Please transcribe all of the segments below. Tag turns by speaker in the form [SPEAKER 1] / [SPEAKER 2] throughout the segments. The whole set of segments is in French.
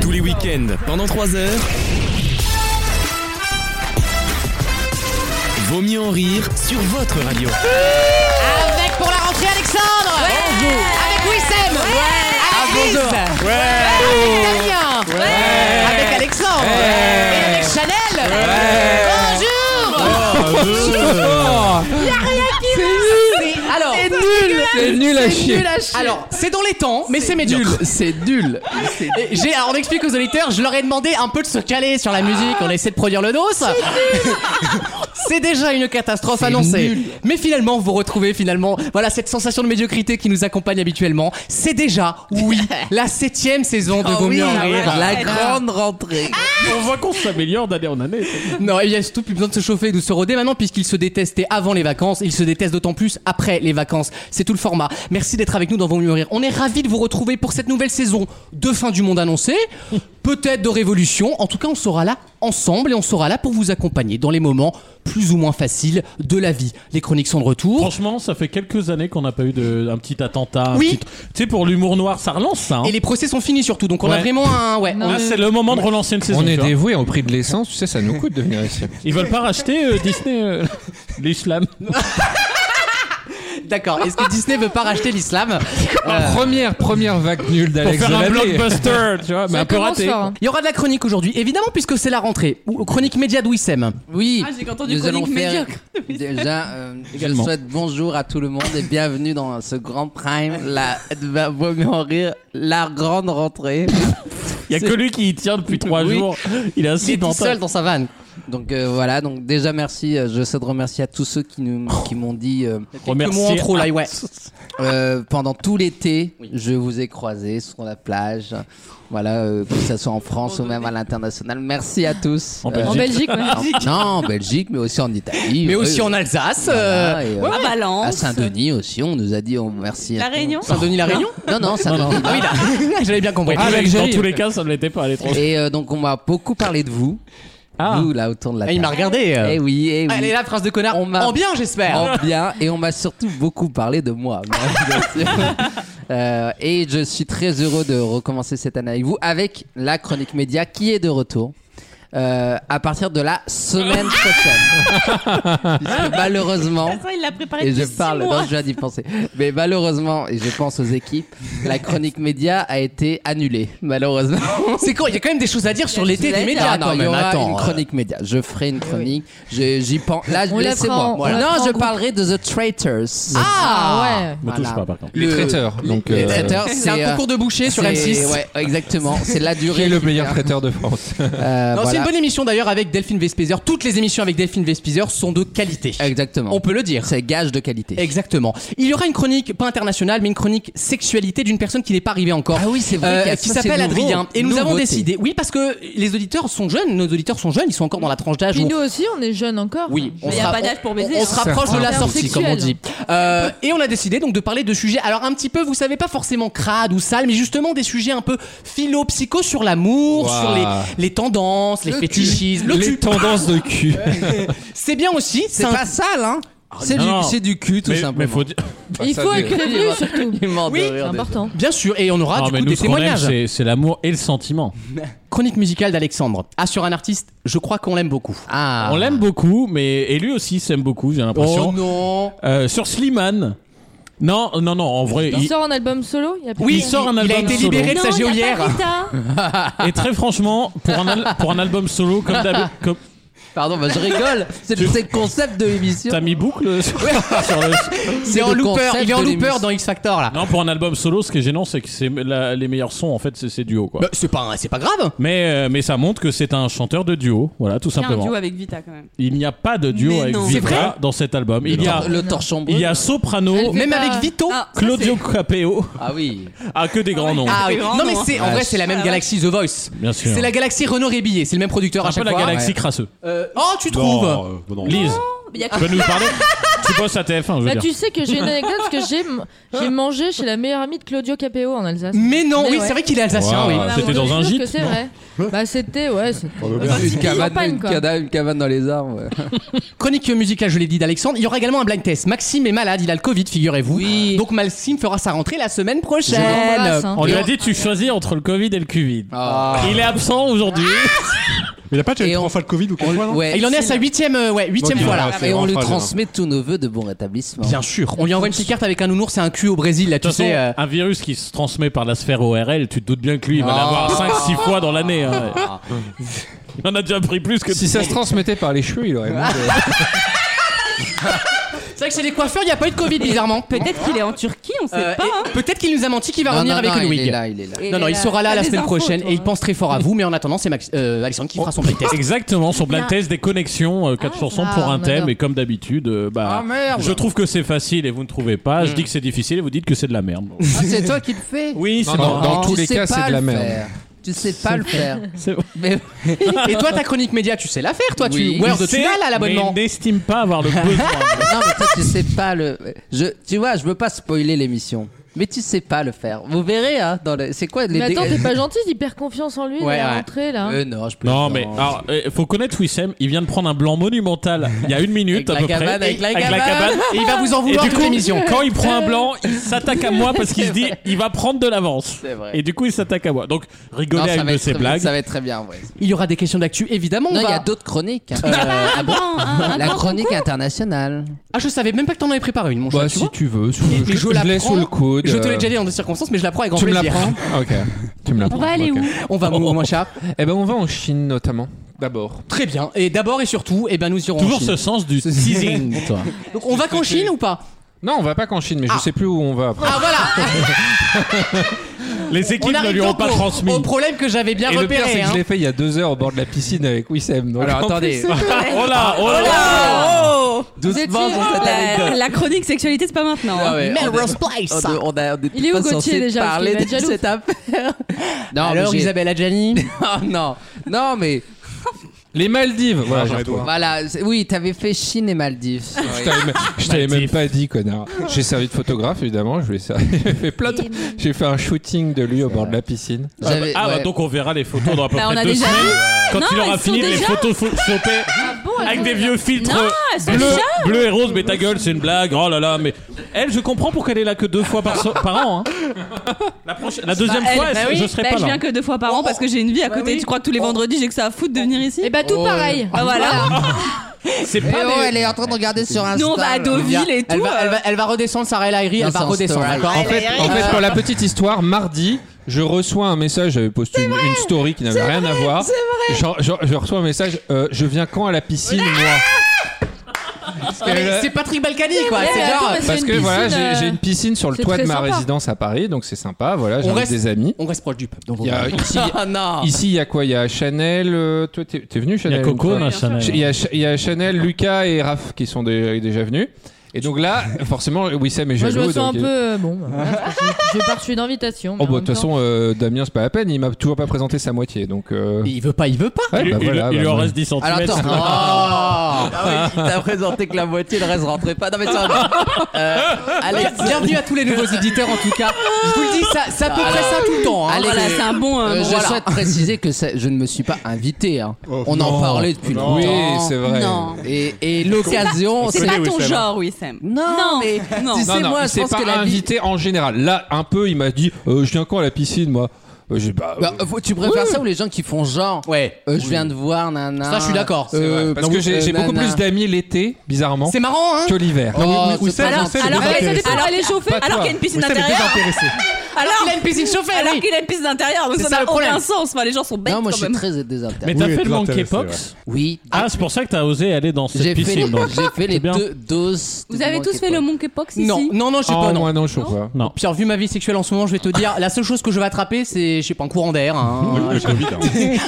[SPEAKER 1] Tous les week-ends, pendant 3 heures. Vaut mieux en rire sur votre radio.
[SPEAKER 2] Avec pour la rentrée Alexandre Avec Wissem
[SPEAKER 3] Ah,
[SPEAKER 2] Avec Chris Avec Damien Avec Alexandre Et avec Chanel Bonjour Alors,
[SPEAKER 3] C'est nul C'est nul à chier
[SPEAKER 2] alors, c'est dans les temps, mais c'est médiocre.
[SPEAKER 3] C'est nul
[SPEAKER 2] Et J'ai, alors on explique aux auditeurs, je leur ai demandé un peu de se caler sur la musique, on essaie de produire le dos. C'est déjà une catastrophe annoncée.
[SPEAKER 3] nul.
[SPEAKER 2] Mais finalement, vous retrouvez finalement, voilà cette sensation de médiocrité qui nous accompagne habituellement. C'est déjà, oui, la septième saison de
[SPEAKER 3] Ah
[SPEAKER 2] Vaut mieux en rire.
[SPEAKER 3] La grande rentrée
[SPEAKER 2] Ah.
[SPEAKER 4] On voit qu'on s'améliore d'année en année.
[SPEAKER 2] Non, il y a surtout plus besoin de se chauffer et de se roder maintenant, puisqu'ils se détestaient avant les vacances, ils se détestent d'autant plus après les vacances. C'est tout le format. Merci d'être avec nous dans Vos Mieux Rire. On est ravis de vous retrouver pour cette nouvelle saison de fin du monde annoncée, peut-être de révolution. En tout cas, on sera là ensemble et on sera là pour vous accompagner dans les moments plus ou moins faciles de la vie. Les chroniques sont de retour.
[SPEAKER 4] Franchement, ça fait quelques années qu'on n'a pas eu de, un petit attentat. un
[SPEAKER 2] Oui.
[SPEAKER 4] petit- Tu sais, pour l'humour noir, ça relance ça. hein.
[SPEAKER 2] Et les procès sont finis surtout, donc on a
[SPEAKER 4] Ouais.
[SPEAKER 2] vraiment un. Ouais,
[SPEAKER 4] Là, c'est le moment de relancer une saison.
[SPEAKER 5] On est
[SPEAKER 4] tu vois.
[SPEAKER 5] dévoué au prix de l'essence, tu sais, ça nous coûte de venir ici.
[SPEAKER 4] Ils veulent pas racheter euh, Disney euh, l'islam.
[SPEAKER 2] D'accord. Est-ce que Disney veut pas racheter l'islam
[SPEAKER 5] Première, première vague nulle
[SPEAKER 4] Pour
[SPEAKER 5] d'Alex
[SPEAKER 4] faire un
[SPEAKER 5] Delaney.
[SPEAKER 4] blockbuster, tu vois, mais un peu raté.
[SPEAKER 2] Il y aura de la chronique aujourd'hui, évidemment, puisque c'est la rentrée. Ou- Chronique média de Wissem.
[SPEAKER 3] Oui
[SPEAKER 6] Ah, j'ai entendu
[SPEAKER 3] Nous allons
[SPEAKER 6] chronique
[SPEAKER 3] faire
[SPEAKER 6] médiocre.
[SPEAKER 3] déjà, euh, je
[SPEAKER 4] Également.
[SPEAKER 3] souhaite bonjour à tout le monde et bienvenue dans ce grand prime, la, la- vaut mieux en rire, la grande rentrée.
[SPEAKER 4] Il y a que lui qui y tient depuis trois
[SPEAKER 3] Oui.
[SPEAKER 4] jours. Il est
[SPEAKER 2] Il
[SPEAKER 4] assis
[SPEAKER 2] est tout
[SPEAKER 4] dans
[SPEAKER 2] seul dans sa vanne.
[SPEAKER 3] Donc euh, voilà, donc déjà merci, euh, je souhaite remercier à tous ceux qui, nous, qui m'ont dit euh,
[SPEAKER 2] Quelques mots en trop, là, ouais.
[SPEAKER 4] Ah.
[SPEAKER 3] Euh, pendant tout l'été, je vous ai croisé sur la plage. Voilà, euh, que ce soit en France ou même à l'international. Merci à tous.
[SPEAKER 4] En
[SPEAKER 3] Euh,
[SPEAKER 6] En
[SPEAKER 4] Belgique.
[SPEAKER 6] Belgique, ouais.
[SPEAKER 3] en- non, en Belgique, mais aussi en Italie.
[SPEAKER 2] Mais
[SPEAKER 3] oui.
[SPEAKER 2] aussi en Alsace. euh,
[SPEAKER 3] Voilà, et, euh,
[SPEAKER 6] À Valence.
[SPEAKER 3] à Saint-Denis aussi, on nous a dit oh, merci. à
[SPEAKER 6] La
[SPEAKER 3] tout-
[SPEAKER 6] Réunion.
[SPEAKER 2] Saint-Denis La Réunion
[SPEAKER 3] Non, non, Saint-Denis.
[SPEAKER 2] Ah oui, là, j'avais bien compris. Ah,
[SPEAKER 4] Dans tous les- dans
[SPEAKER 5] l'Algérie.
[SPEAKER 4] tous les cas, ça ne l'était pas à l'étranger.
[SPEAKER 3] Et euh, donc, on m'a beaucoup parlé de vous.
[SPEAKER 4] Ah,
[SPEAKER 3] Vous, là, autour de la
[SPEAKER 2] Eh, il m'a
[SPEAKER 3] table.
[SPEAKER 2] regardé. euh.
[SPEAKER 3] Eh oui, eh oui.
[SPEAKER 2] Allez, la phrase de connard.
[SPEAKER 3] On m'a-
[SPEAKER 2] En bien, j'espère.
[SPEAKER 3] en bien et on m'a surtout beaucoup parlé de moi. Bien sûr. Euh, et je suis très heureux de recommencer cette année avec vous avec la chronique média qui est de retour. euh, à partir de la semaine prochaine. Puisque malheureusement,
[SPEAKER 6] Ça, il l'a préparé
[SPEAKER 3] et
[SPEAKER 6] depuis
[SPEAKER 3] je
[SPEAKER 6] six
[SPEAKER 3] parle,
[SPEAKER 6] mois.
[SPEAKER 3] non, je viens d'y penser, mais malheureusement, et je pense aux équipes, la chronique média a été annulée, malheureusement.
[SPEAKER 2] C'est quoi Il y a quand même des choses à dire sur l'été des médias.
[SPEAKER 3] Ah Non, non,
[SPEAKER 2] quand
[SPEAKER 3] il y
[SPEAKER 2] même.
[SPEAKER 3] aura
[SPEAKER 2] Attends, euh.
[SPEAKER 3] une chronique média. Je ferai une chronique. Je- J'y pense. Là,
[SPEAKER 6] On la
[SPEAKER 3] laissez-moi.
[SPEAKER 6] prend, on la prend
[SPEAKER 3] Non,
[SPEAKER 6] en
[SPEAKER 3] je
[SPEAKER 6] groupe.
[SPEAKER 3] parlerai de The Traitors.
[SPEAKER 2] Ah
[SPEAKER 6] ouais.
[SPEAKER 4] me touche
[SPEAKER 3] Voilà.
[SPEAKER 4] pas par contre.
[SPEAKER 5] Les
[SPEAKER 3] Le-
[SPEAKER 5] traiteurs. Donc,
[SPEAKER 3] les
[SPEAKER 5] euh,
[SPEAKER 3] traiteurs,
[SPEAKER 2] C'est un concours de boucher sur M6.
[SPEAKER 3] Ouais, exactement. C'est la
[SPEAKER 5] qui
[SPEAKER 3] durée.
[SPEAKER 5] est le
[SPEAKER 3] qui
[SPEAKER 5] meilleur
[SPEAKER 3] vient.
[SPEAKER 5] traiteur de France
[SPEAKER 3] Euh,
[SPEAKER 2] Non, C'est
[SPEAKER 3] voilà.
[SPEAKER 2] une bonne émission d'ailleurs avec Delphine Vespizer. Toutes les émissions avec Delphine Vespizer sont de qualité.
[SPEAKER 3] Exactement.
[SPEAKER 2] On peut le dire.
[SPEAKER 3] C'est gage de qualité.
[SPEAKER 2] Exactement. Il y aura une chronique, pas internationale, mais une chronique sexualité d'une personne qui n'est pas arrivée encore.
[SPEAKER 3] Ah oui, c'est vrai qu'il y a
[SPEAKER 2] Euh, qui
[SPEAKER 3] ça, c'est
[SPEAKER 2] s'appelle
[SPEAKER 3] nouveau.
[SPEAKER 2] Adrien. Et nous avons
[SPEAKER 3] Nouveauté.
[SPEAKER 2] décidé. Oui, parce que les auditeurs sont jeunes. Nos auditeurs sont jeunes. Ils sont encore dans la tranche d'âge
[SPEAKER 6] Puis
[SPEAKER 2] où
[SPEAKER 6] nous aussi, on est jeunes encore.
[SPEAKER 2] Oui,
[SPEAKER 6] Mais il n'y a
[SPEAKER 2] sera-
[SPEAKER 6] pas d'âge pour baiser.
[SPEAKER 2] on
[SPEAKER 6] hein.
[SPEAKER 2] se rapproche de la
[SPEAKER 6] En
[SPEAKER 2] sortie,
[SPEAKER 6] sexuel.
[SPEAKER 2] comme on dit. Euh, et on a décidé donc de parler de sujets, alors un petit peu, vous savez, pas forcément crades ou sales, mais justement des sujets un peu philo-psycho sur l'amour,
[SPEAKER 5] Ouah.
[SPEAKER 2] sur les, les tendances, les fétichismes, le
[SPEAKER 5] Les
[SPEAKER 2] cul.
[SPEAKER 5] tendances de cul.
[SPEAKER 2] C'est bien aussi.
[SPEAKER 3] C'est
[SPEAKER 2] un-
[SPEAKER 3] pas sale, hein C'est
[SPEAKER 4] non.
[SPEAKER 3] du, c'est du cul, tout
[SPEAKER 4] Mais, mais
[SPEAKER 3] simplement.
[SPEAKER 4] faut dire.
[SPEAKER 6] Il faut
[SPEAKER 5] Ça,
[SPEAKER 6] être prévenu, surtout.
[SPEAKER 2] Oui,
[SPEAKER 6] C'est important.
[SPEAKER 2] bien sûr. Et on aura
[SPEAKER 4] Non,
[SPEAKER 2] Ah, du
[SPEAKER 4] mais
[SPEAKER 2] coup
[SPEAKER 4] nous,
[SPEAKER 2] des
[SPEAKER 4] ce qu'on aime,
[SPEAKER 2] témoignages.
[SPEAKER 4] c'est c'est l'amour et le sentiment.
[SPEAKER 2] Chronique musicale d'Alexandre. Ah, sur un artiste, je crois qu'on l'aime beaucoup.
[SPEAKER 3] Ah. Oh
[SPEAKER 4] On l'aime beaucoup, mais et lui aussi s'aime beaucoup, j'ai l'impression.
[SPEAKER 2] Oh, non
[SPEAKER 4] Euh, sur Slimane. Non, non, non, en vrai,
[SPEAKER 6] Il
[SPEAKER 4] il,
[SPEAKER 6] sort un album solo il y a plus
[SPEAKER 2] Oui,
[SPEAKER 4] il sort un
[SPEAKER 2] il a
[SPEAKER 4] album
[SPEAKER 2] été
[SPEAKER 4] solo.
[SPEAKER 2] libéré de sa
[SPEAKER 6] Non, il y a
[SPEAKER 2] géolière.
[SPEAKER 6] pas Rita.
[SPEAKER 4] Et très franchement, pour un, al- pour un album solo comme d'hab- comme-
[SPEAKER 3] Pardon, bah, je rigole. C'est le c'est le concept de l'émission.
[SPEAKER 4] T'as mis boucle sur, sur le-
[SPEAKER 2] Il est en
[SPEAKER 3] le
[SPEAKER 2] looper,
[SPEAKER 3] concept
[SPEAKER 2] il est en
[SPEAKER 3] de
[SPEAKER 2] looper
[SPEAKER 3] l'émission.
[SPEAKER 2] dans X Factor là.
[SPEAKER 4] Non, pour un album solo, ce qui est gênant, c'est que c'est la- les meilleurs sons, en fait, c'est ses duos, quoi.
[SPEAKER 2] Bah, c'est pas, c'est pas grave.
[SPEAKER 4] Mais, euh, mais ça montre que c'est un chanteur de duo, voilà, tout
[SPEAKER 6] Il y a un
[SPEAKER 4] simplement.
[SPEAKER 6] duo avec Vita quand même.
[SPEAKER 4] Il n'y a pas de duo
[SPEAKER 6] Mais
[SPEAKER 4] avec
[SPEAKER 6] non.
[SPEAKER 2] C'est vrai
[SPEAKER 4] Vita dans cet album. Il y a,
[SPEAKER 3] Le torchon brûle.
[SPEAKER 4] il y a Soprano,
[SPEAKER 6] Elle fait
[SPEAKER 2] Même
[SPEAKER 6] pas-
[SPEAKER 2] avec Vito,
[SPEAKER 6] Ah, ça,
[SPEAKER 4] Claudio Capeo,
[SPEAKER 3] Ah oui.
[SPEAKER 4] ah que des grands noms,
[SPEAKER 2] Ah oui.
[SPEAKER 6] C'est grand,
[SPEAKER 2] Non mais
[SPEAKER 6] non,
[SPEAKER 2] c'est en vrai c'est la même
[SPEAKER 6] Ah,
[SPEAKER 2] galaxie The Voice.
[SPEAKER 4] bien sûr.
[SPEAKER 2] C'est la galaxie Renaud Rébillet, c'est le même producteur
[SPEAKER 4] un
[SPEAKER 2] à
[SPEAKER 4] peu
[SPEAKER 2] chaque
[SPEAKER 4] la
[SPEAKER 2] fois.
[SPEAKER 4] galaxie crasseux.
[SPEAKER 2] Euh, oh tu trouves
[SPEAKER 4] Lise,
[SPEAKER 6] Mais il y a
[SPEAKER 4] tu peux nous parler tu bosses à TF1, je veux
[SPEAKER 6] Bah,
[SPEAKER 4] dire.
[SPEAKER 6] tu sais que j'ai une anecdote parce que j'ai j'ai mangé chez la meilleure amie de Claudio Capéo en Alsace.
[SPEAKER 2] Mais non,
[SPEAKER 6] Mais
[SPEAKER 2] oui,
[SPEAKER 6] ouais.
[SPEAKER 2] c'est vrai qu'il est alsacien,
[SPEAKER 4] Waouh.
[SPEAKER 2] oui.
[SPEAKER 6] Voilà,
[SPEAKER 4] C'était
[SPEAKER 6] on
[SPEAKER 4] dans
[SPEAKER 6] peut
[SPEAKER 4] un
[SPEAKER 6] dire
[SPEAKER 4] gîte,
[SPEAKER 6] que C'est
[SPEAKER 4] non
[SPEAKER 6] vrai. Bah c'était ouais. c'est-
[SPEAKER 3] une, cabane,
[SPEAKER 6] campagne,
[SPEAKER 3] une,
[SPEAKER 6] quoi.
[SPEAKER 3] cabane, une cabane dans les arbres. ouais.
[SPEAKER 2] Chronique musicale, je l'ai dit d'Alexandre. Il y aura également un blind test. Maxime est malade, il a le Covid, figurez-vous. Donc Maxime fera sa rentrée la semaine prochaine.
[SPEAKER 6] l'embrasse, hein.
[SPEAKER 4] On lui a dit tu choisis entre le Covid et le Covid.
[SPEAKER 3] Ah.
[SPEAKER 4] Il est absent aujourd'hui.
[SPEAKER 7] Mais il a pas déjà eu
[SPEAKER 3] Et
[SPEAKER 7] trois
[SPEAKER 3] on-
[SPEAKER 7] fois le Covid ou quoi non
[SPEAKER 3] Ouais,
[SPEAKER 2] Et il en est à
[SPEAKER 3] si,
[SPEAKER 2] sa huitième, euh, ouais, huitième
[SPEAKER 7] Ok,
[SPEAKER 2] fois là.
[SPEAKER 7] voilà. c'est
[SPEAKER 3] Et on
[SPEAKER 7] vraiment
[SPEAKER 3] lui
[SPEAKER 7] pas bien.
[SPEAKER 3] transmet tous nos voeux de bon rétablissement.
[SPEAKER 2] Bien sûr. On lui envoie une petite carte avec un nounours et un cul au Brésil, là,
[SPEAKER 4] De
[SPEAKER 2] tu
[SPEAKER 4] toute façon,
[SPEAKER 2] sais. euh,
[SPEAKER 4] un virus qui se transmet par la sphère ORL, tu te doutes bien que lui, il va l'avoir
[SPEAKER 2] Ah.
[SPEAKER 4] 5-6 fois dans l'année. hein. Il en a déjà pris plus que
[SPEAKER 5] Si ça se transmettait par les cheveux, il aurait. euh,
[SPEAKER 2] euh. C'est vrai que chez les coiffeurs, il n'y a pas eu de Covid, bizarrement.
[SPEAKER 8] Peut-être qu'il est en Turquie, on sait
[SPEAKER 2] Euh,
[SPEAKER 8] pas.
[SPEAKER 2] et
[SPEAKER 8] hein.
[SPEAKER 2] Peut-être qu'il nous a menti qu'il va
[SPEAKER 3] Non,
[SPEAKER 2] revenir
[SPEAKER 3] non,
[SPEAKER 2] avec
[SPEAKER 3] non,
[SPEAKER 2] le
[SPEAKER 3] Il est
[SPEAKER 2] week.
[SPEAKER 3] là, il est là.
[SPEAKER 8] Et
[SPEAKER 2] Non, non, il
[SPEAKER 8] a-
[SPEAKER 2] sera là
[SPEAKER 8] t'as
[SPEAKER 2] la
[SPEAKER 8] des
[SPEAKER 2] semaine
[SPEAKER 8] infos,
[SPEAKER 2] prochaine
[SPEAKER 8] toi,
[SPEAKER 2] et il
[SPEAKER 8] hein.
[SPEAKER 2] pense très fort à vous. Mais en attendant, c'est Max- euh, Alexandre qui fera son blind test.
[SPEAKER 4] Exactement, son blind test des connexions, 4
[SPEAKER 6] Ah,
[SPEAKER 4] chansons
[SPEAKER 6] ah,
[SPEAKER 4] pour un
[SPEAKER 6] on
[SPEAKER 4] thème,
[SPEAKER 6] adore.
[SPEAKER 4] et comme d'habitude, euh,
[SPEAKER 3] Ah,
[SPEAKER 5] Ah,
[SPEAKER 4] bah, je trouve que c'est facile et vous ne trouvez pas,
[SPEAKER 5] Mm.
[SPEAKER 4] je dis que c'est difficile et vous dites que c'est de la merde.
[SPEAKER 3] Ah, c'est toi qui le fais
[SPEAKER 4] Oui, c'est
[SPEAKER 5] Non,
[SPEAKER 4] moi.
[SPEAKER 5] non, dans
[SPEAKER 3] Tu
[SPEAKER 5] tous les
[SPEAKER 3] sais
[SPEAKER 5] cas,
[SPEAKER 3] pas
[SPEAKER 5] c'est de
[SPEAKER 3] le
[SPEAKER 5] la merde.
[SPEAKER 3] faire. Tu sais pas le faire.
[SPEAKER 4] C'est vrai.
[SPEAKER 3] Mais
[SPEAKER 2] Et toi, ta chronique média, tu sais la faire, toi.
[SPEAKER 3] Oui.
[SPEAKER 2] Tu Word, tu
[SPEAKER 4] C'est-
[SPEAKER 2] l'as là
[SPEAKER 4] Mais
[SPEAKER 2] l'abonnement.
[SPEAKER 4] il n'estime pas avoir le besoin.
[SPEAKER 3] non, mais toi, tu sais pas le. Je, tu vois, je veux pas spoiler l'émission, mais tu sais pas le faire. Vous verrez, hein. Dans le... C'est quoi les
[SPEAKER 6] Mais attends, hein.
[SPEAKER 3] dé-
[SPEAKER 6] t'es pas gentil, il perd confiance en lui, il
[SPEAKER 2] Ouais, ouais.
[SPEAKER 6] est rentré là.
[SPEAKER 3] Euh, non, je peux
[SPEAKER 4] Non mais alors euh, faut connaître Wissem, il vient de prendre un blanc monumental il y a une minute
[SPEAKER 3] Avec
[SPEAKER 4] à
[SPEAKER 3] la
[SPEAKER 4] peu
[SPEAKER 3] cabane,
[SPEAKER 4] près
[SPEAKER 3] avec la cabane.
[SPEAKER 4] cabane
[SPEAKER 2] Et il va vous en
[SPEAKER 4] et
[SPEAKER 2] vouloir
[SPEAKER 4] du
[SPEAKER 2] toute
[SPEAKER 4] coup
[SPEAKER 2] l'émission.
[SPEAKER 4] quand il prend un blanc il s'attaque à moi parce qu'il se dit il va prendre de l'avance
[SPEAKER 3] C'est vrai.
[SPEAKER 4] et du coup il s'attaque à moi donc
[SPEAKER 3] Non,
[SPEAKER 4] rigoler
[SPEAKER 3] ça
[SPEAKER 4] à
[SPEAKER 3] va
[SPEAKER 4] une de
[SPEAKER 3] être
[SPEAKER 4] ses
[SPEAKER 3] très bien,
[SPEAKER 4] blagues
[SPEAKER 3] Ça va être très bien, ouais.
[SPEAKER 2] Il y aura des questions bah. d'actu, évidemment. on
[SPEAKER 3] Non, il y a
[SPEAKER 2] va-
[SPEAKER 3] d'autres chroniques. hein.
[SPEAKER 6] Bah,
[SPEAKER 8] Ah bon, un- un
[SPEAKER 3] la
[SPEAKER 8] grand
[SPEAKER 3] chronique
[SPEAKER 8] concours
[SPEAKER 3] internationale.
[SPEAKER 2] Ah, je savais même pas que t'en avais préparé une, mon chat,
[SPEAKER 5] Bah,
[SPEAKER 2] tu
[SPEAKER 5] si
[SPEAKER 2] vois.
[SPEAKER 5] tu veux, si tu veux,
[SPEAKER 2] Et je
[SPEAKER 5] je
[SPEAKER 2] la
[SPEAKER 5] te laisse
[SPEAKER 2] prends.
[SPEAKER 5] sous le coude.
[SPEAKER 2] Je te l'ai
[SPEAKER 5] euh,
[SPEAKER 2] déjà dit dans des circonstances, mais je la prends avec grand
[SPEAKER 5] Tu me la
[SPEAKER 2] plaisir.
[SPEAKER 5] prends Ok. Tu me la prends.
[SPEAKER 8] On va aller
[SPEAKER 5] ok.
[SPEAKER 8] où
[SPEAKER 2] On va, mou- mon chat.
[SPEAKER 5] Eh ben, on va en Chine notamment. D'abord.
[SPEAKER 2] Très bien. Et d'abord et surtout, eh ben nous irons. en
[SPEAKER 4] toujours
[SPEAKER 2] Chine.
[SPEAKER 4] ce sens du teasing
[SPEAKER 2] Donc on va qu'en Chine ou pas
[SPEAKER 5] Non, on va pas qu'en Chine, mais
[SPEAKER 2] Ah.
[SPEAKER 5] je sais plus où on va après.
[SPEAKER 2] Ah voilà.
[SPEAKER 4] les équipes
[SPEAKER 2] on
[SPEAKER 4] ne
[SPEAKER 2] arrive
[SPEAKER 4] lui ont
[SPEAKER 2] donc
[SPEAKER 4] pas
[SPEAKER 2] au-
[SPEAKER 4] transmis
[SPEAKER 2] Au problème que j'avais bien
[SPEAKER 5] Et le pire,
[SPEAKER 2] repéré.
[SPEAKER 5] c'est que
[SPEAKER 2] hein.
[SPEAKER 5] je l'ai fait il y a deux heures au bord de la piscine avec Wissem. donc
[SPEAKER 3] Alors,
[SPEAKER 5] en plus,
[SPEAKER 3] attendez.
[SPEAKER 5] c'est-
[SPEAKER 4] oh
[SPEAKER 3] Ah,
[SPEAKER 4] là oh là
[SPEAKER 8] Oh
[SPEAKER 3] Doucement pour cette
[SPEAKER 8] la,
[SPEAKER 3] anecdote.
[SPEAKER 8] la chronique sexualité, c'est pas maintenant. hein.
[SPEAKER 3] Ah ouais, on est-
[SPEAKER 2] Melrose Place.
[SPEAKER 3] on est- on a- on est
[SPEAKER 6] Il est
[SPEAKER 3] pas
[SPEAKER 6] où, Gauthier,
[SPEAKER 3] censé
[SPEAKER 6] déjà, parce qu'il
[SPEAKER 3] parler
[SPEAKER 6] va être
[SPEAKER 3] de
[SPEAKER 6] jaloux.
[SPEAKER 3] cette affaire. Non,
[SPEAKER 2] Alors
[SPEAKER 3] mais j'ai-
[SPEAKER 2] Isabelle Adjani.
[SPEAKER 3] Ah, non, non, mais
[SPEAKER 5] Les Maldives. Voilà, j'y retrouve.
[SPEAKER 3] voilà. c'est- Oui, t'avais fait Chine et Maldives.
[SPEAKER 5] Je t'avais même- Je t'avais même pas dit, connard. J'ai servi de photographe, évidemment. Je voulais ça. J'ai fait plein de- J'ai fait un shooting de lui au bord de la piscine.
[SPEAKER 4] ah, bah,
[SPEAKER 3] J'avais-
[SPEAKER 4] ah, bah,
[SPEAKER 3] ouais.
[SPEAKER 4] donc on verra les photos dans à peu
[SPEAKER 8] Bah, on
[SPEAKER 4] près
[SPEAKER 8] a
[SPEAKER 4] deux
[SPEAKER 8] déjà
[SPEAKER 4] semaines quand
[SPEAKER 8] Non,
[SPEAKER 4] il aura
[SPEAKER 8] elles
[SPEAKER 4] fini
[SPEAKER 8] sont
[SPEAKER 4] les
[SPEAKER 8] déjà- Ah
[SPEAKER 4] photos photoshopées avec des vieux filtres bleu, bleu et rose mais ta gueule c'est une blague oh là là mais elle je comprends pourquoi elle est là que deux fois par, so- par an hein. la, prochaine- la deuxième
[SPEAKER 8] Bah,
[SPEAKER 4] fois
[SPEAKER 8] elle-
[SPEAKER 4] elle-
[SPEAKER 8] bah oui,
[SPEAKER 4] je serai
[SPEAKER 8] bah,
[SPEAKER 4] pas
[SPEAKER 8] Je
[SPEAKER 4] là
[SPEAKER 8] viens que deux fois par an parce que j'ai une vie à côté. Tu crois que tous les vendredis j'ai que ça à foutre de venir ici
[SPEAKER 6] Et bah tout
[SPEAKER 3] Oh,
[SPEAKER 6] pareil.
[SPEAKER 8] Bah voilà.
[SPEAKER 4] c'est
[SPEAKER 3] Eh
[SPEAKER 4] pas
[SPEAKER 3] oh,
[SPEAKER 4] des-
[SPEAKER 3] elle est en train de regarder sur Insta.
[SPEAKER 8] Nous on va à
[SPEAKER 3] là.
[SPEAKER 8] Deauville et tout.
[SPEAKER 2] Elle va, elle, va,
[SPEAKER 8] euh,
[SPEAKER 2] elle va redescendre Sarah El Haïry,
[SPEAKER 3] Non,
[SPEAKER 2] elle va
[SPEAKER 3] c'est un
[SPEAKER 2] redescendre,
[SPEAKER 3] story.
[SPEAKER 2] d'accord
[SPEAKER 5] En fait, en fait, pour la petite histoire, mardi, je reçois un message. J'avais posté une, une story qui n'avait rien à voir. Genre, genre, je reçois un message. euh, je viens quand à la piscine, moi
[SPEAKER 2] Non, mais
[SPEAKER 5] Elle-
[SPEAKER 2] Eh, C'est Patrick Balkany, quoi.
[SPEAKER 6] Ouais, mais
[SPEAKER 2] c'est
[SPEAKER 6] attends,
[SPEAKER 2] genre. euh,
[SPEAKER 6] mais c'est
[SPEAKER 5] euh, Parce
[SPEAKER 6] une
[SPEAKER 5] que voilà,
[SPEAKER 6] piscine,
[SPEAKER 5] j'ai- j'ai
[SPEAKER 6] euh,
[SPEAKER 5] une piscine sur le
[SPEAKER 6] c'est
[SPEAKER 5] toit de
[SPEAKER 6] très
[SPEAKER 5] ma
[SPEAKER 6] sympa.
[SPEAKER 5] résidence à Paris, donc c'est sympa. Voilà, j'ai
[SPEAKER 2] reste-
[SPEAKER 5] des amis.
[SPEAKER 2] On reste proche du peuple. Donc on
[SPEAKER 5] Il y a-
[SPEAKER 2] va-
[SPEAKER 5] ici, il y a-
[SPEAKER 2] Ah non.
[SPEAKER 5] ici, il y a quoi Il y a Chanel. euh, toi, t'es t'es venu
[SPEAKER 4] il y
[SPEAKER 5] Chanel
[SPEAKER 4] a
[SPEAKER 5] une fois
[SPEAKER 4] Coco dans Chanel.
[SPEAKER 5] Il y, a, Ch- il y a Chanel, Lucas et Raph qui sont dé- déjà venus. Et donc là, forcément, Wissem est
[SPEAKER 6] Moi je
[SPEAKER 5] jaloux.
[SPEAKER 6] me sens un
[SPEAKER 5] donc il-
[SPEAKER 6] peu euh, bon. bah, voilà, parce que je- J'ai pas reçu d'invitation. mais
[SPEAKER 5] Oh, bah,
[SPEAKER 6] en
[SPEAKER 5] de
[SPEAKER 6] même
[SPEAKER 5] toute
[SPEAKER 6] temps-
[SPEAKER 5] façon, euh, Damien, c'est pas la peine, il m'a toujours pas présenté sa moitié. Donc. euh,
[SPEAKER 2] Il veut pas, il veut pas.
[SPEAKER 5] ouais,
[SPEAKER 4] il,
[SPEAKER 5] bah
[SPEAKER 4] il-
[SPEAKER 5] voilà,
[SPEAKER 4] il
[SPEAKER 5] bah
[SPEAKER 4] lui en
[SPEAKER 5] voilà.
[SPEAKER 4] reste 10 cm
[SPEAKER 3] Alors attends. Oh ah oui, T'as présenté que la moitié, le reste rentrait pas. Non mais c'est un- Euh,
[SPEAKER 2] Allez,
[SPEAKER 3] Alex-
[SPEAKER 2] bienvenue à tous les nouveaux auditeurs en tout cas. Je vous le dis, ça, ça peut près ça tout le temps. hein.
[SPEAKER 3] Alex-
[SPEAKER 8] Voilà, c'est un bon. euh,
[SPEAKER 3] Euh,
[SPEAKER 8] bon,
[SPEAKER 3] je
[SPEAKER 8] voilà.
[SPEAKER 3] souhaite préciser que ça- je ne me suis pas invité. hein. On en
[SPEAKER 5] Oh, non.
[SPEAKER 3] parlait depuis
[SPEAKER 5] Non. Oui,
[SPEAKER 3] longtemps.
[SPEAKER 5] c'est vrai.
[SPEAKER 8] Non.
[SPEAKER 3] Et, et l'occasion,
[SPEAKER 8] C'est
[SPEAKER 3] c'est.
[SPEAKER 8] pas
[SPEAKER 7] connaît
[SPEAKER 8] ton
[SPEAKER 7] Wissem, hein.
[SPEAKER 8] genre, Wissem.
[SPEAKER 3] Non, mais.
[SPEAKER 8] non.
[SPEAKER 3] Tu
[SPEAKER 5] Non,
[SPEAKER 3] sais,
[SPEAKER 5] non,
[SPEAKER 3] moi,
[SPEAKER 5] il
[SPEAKER 3] je
[SPEAKER 5] s'est
[SPEAKER 3] pense
[SPEAKER 5] pas
[SPEAKER 3] que la vie.
[SPEAKER 5] invité en général. Là, un peu, il m'a dit euh, Je viens quand à la piscine, moi Euh, j'ai- bah,
[SPEAKER 3] Bah, faut- tu préfères ça ou les gens qui font genre
[SPEAKER 2] Ouais.
[SPEAKER 3] euh, Je viens de voir, nana.
[SPEAKER 2] Ça, je suis d'accord.
[SPEAKER 5] c'est vrai. Parce
[SPEAKER 3] non,
[SPEAKER 5] que j'ai
[SPEAKER 3] euh,
[SPEAKER 5] j'ai beaucoup
[SPEAKER 3] nana.
[SPEAKER 5] plus d'amis l'été, bizarrement,
[SPEAKER 2] C'est marrant, hein
[SPEAKER 5] que l'hiver.
[SPEAKER 3] Oh,
[SPEAKER 7] oui, oui,
[SPEAKER 3] c'est
[SPEAKER 7] Wissem, Wissem,
[SPEAKER 3] pas gentil.
[SPEAKER 8] Alors,
[SPEAKER 7] Pas
[SPEAKER 8] alors,
[SPEAKER 7] toi.
[SPEAKER 8] alors, elle est chauffée.
[SPEAKER 5] Pas
[SPEAKER 8] Alors
[SPEAKER 5] toi.
[SPEAKER 8] qu'il y a une piscine
[SPEAKER 7] Wissem est
[SPEAKER 8] intérieure.
[SPEAKER 7] désintéressé.
[SPEAKER 8] Alors
[SPEAKER 2] Il a une piscine chauffée,
[SPEAKER 8] alors
[SPEAKER 2] oui.
[SPEAKER 8] qu'il a une piscine d'intérieur. Donc
[SPEAKER 2] C'est
[SPEAKER 8] ça
[SPEAKER 2] ça,
[SPEAKER 8] n'a
[SPEAKER 2] le problème.
[SPEAKER 8] aucun sens. Enfin, les gens sont bêtes
[SPEAKER 3] Non, moi, je
[SPEAKER 8] quand
[SPEAKER 3] suis
[SPEAKER 8] même.
[SPEAKER 3] très désintéressé.
[SPEAKER 4] mais t'as
[SPEAKER 7] Oui,
[SPEAKER 4] fait
[SPEAKER 7] toi,
[SPEAKER 4] le monkeypox
[SPEAKER 7] t'es resté,
[SPEAKER 3] Oui,
[SPEAKER 4] ah c'est pour ça que t'as osé aller dans
[SPEAKER 3] j'ai
[SPEAKER 4] cette
[SPEAKER 3] fait, les-
[SPEAKER 4] piscine donc.
[SPEAKER 3] j'ai fait les
[SPEAKER 4] C'est bien.
[SPEAKER 3] deux doses.
[SPEAKER 8] Vous
[SPEAKER 3] de
[SPEAKER 8] avez tous fait le
[SPEAKER 3] monkeypox.
[SPEAKER 8] monkeypox ici
[SPEAKER 2] Non, non, non, je sais
[SPEAKER 5] Oh,
[SPEAKER 2] pas, non.
[SPEAKER 5] moi, non, je trouve pas.
[SPEAKER 4] non
[SPEAKER 2] Pierre, vu ma vie sexuelle en ce moment, je vais te dire, la seule chose que je vais attraper, c'est, je sais pas, un courant d'air, hein,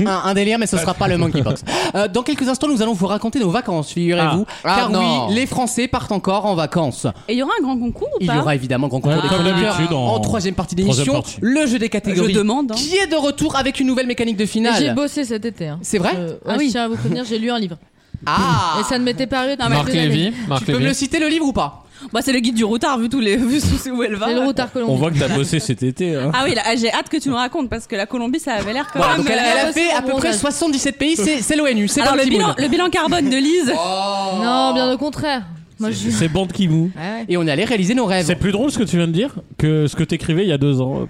[SPEAKER 2] un, un délire, mais ce sera pas le monkeypox. Euh, dans quelques instants, nous allons vous raconter nos vacances, figurez-vous.
[SPEAKER 3] Ah.
[SPEAKER 2] Car
[SPEAKER 3] Ah, non.
[SPEAKER 2] oui, les Français partent encore en vacances.
[SPEAKER 8] Et il y aura un grand concours ou
[SPEAKER 2] Il y
[SPEAKER 8] pas
[SPEAKER 2] aura évidemment le grand concours
[SPEAKER 4] Ouais,
[SPEAKER 2] des
[SPEAKER 4] comme
[SPEAKER 2] chroniqueurs
[SPEAKER 4] d'habitude,
[SPEAKER 2] en
[SPEAKER 4] en
[SPEAKER 2] troisième partie
[SPEAKER 4] troisième
[SPEAKER 2] d'émission,
[SPEAKER 4] partie.
[SPEAKER 2] le jeu des
[SPEAKER 8] Je
[SPEAKER 2] catégories
[SPEAKER 8] demande. hein.
[SPEAKER 2] qui est de retour avec une nouvelle mécanique de
[SPEAKER 6] Et J'ai
[SPEAKER 2] finale.
[SPEAKER 6] bossé cet été. hein.
[SPEAKER 2] C'est vrai
[SPEAKER 6] Euh,
[SPEAKER 2] Ah
[SPEAKER 6] ouais,
[SPEAKER 2] oui.
[SPEAKER 6] Je tiens à vous prévenir, j'ai lu un livre.
[SPEAKER 2] Ah
[SPEAKER 6] Et ça ne m'était pas arrivé depuis
[SPEAKER 5] Marc
[SPEAKER 6] des années.
[SPEAKER 5] Lévy. Marc
[SPEAKER 2] Tu peux me
[SPEAKER 5] Lévy.
[SPEAKER 2] le citer le livre ou pas
[SPEAKER 8] Bah, c'est le guide du routard, vu tous les, vu sous- où elle va.
[SPEAKER 6] C'est le retard que
[SPEAKER 4] On
[SPEAKER 6] l'on
[SPEAKER 4] voit que t'as bossé cet été. hein.
[SPEAKER 8] Ah oui, là, j'ai hâte que tu nous racontes parce que la Colombie, ça avait l'air quand
[SPEAKER 2] Voilà,
[SPEAKER 8] même.
[SPEAKER 2] donc elle, elle
[SPEAKER 8] euh,
[SPEAKER 2] a fait à peu près 77 pays, c'est c'est l'ONU, c'est
[SPEAKER 8] Alors,
[SPEAKER 2] Ban
[SPEAKER 8] le bilan,
[SPEAKER 2] Ki-moon.
[SPEAKER 8] le bilan carbone de Lise.
[SPEAKER 6] Non, bien au contraire.
[SPEAKER 8] Ah,
[SPEAKER 6] Moi, je.
[SPEAKER 4] C'est Bande qui mou.
[SPEAKER 6] Ouais, ouais.
[SPEAKER 2] Et on allait réaliser nos rêves.
[SPEAKER 4] C'est plus drôle ce que tu viens de dire que ce que t'écrivais il y a deux ans.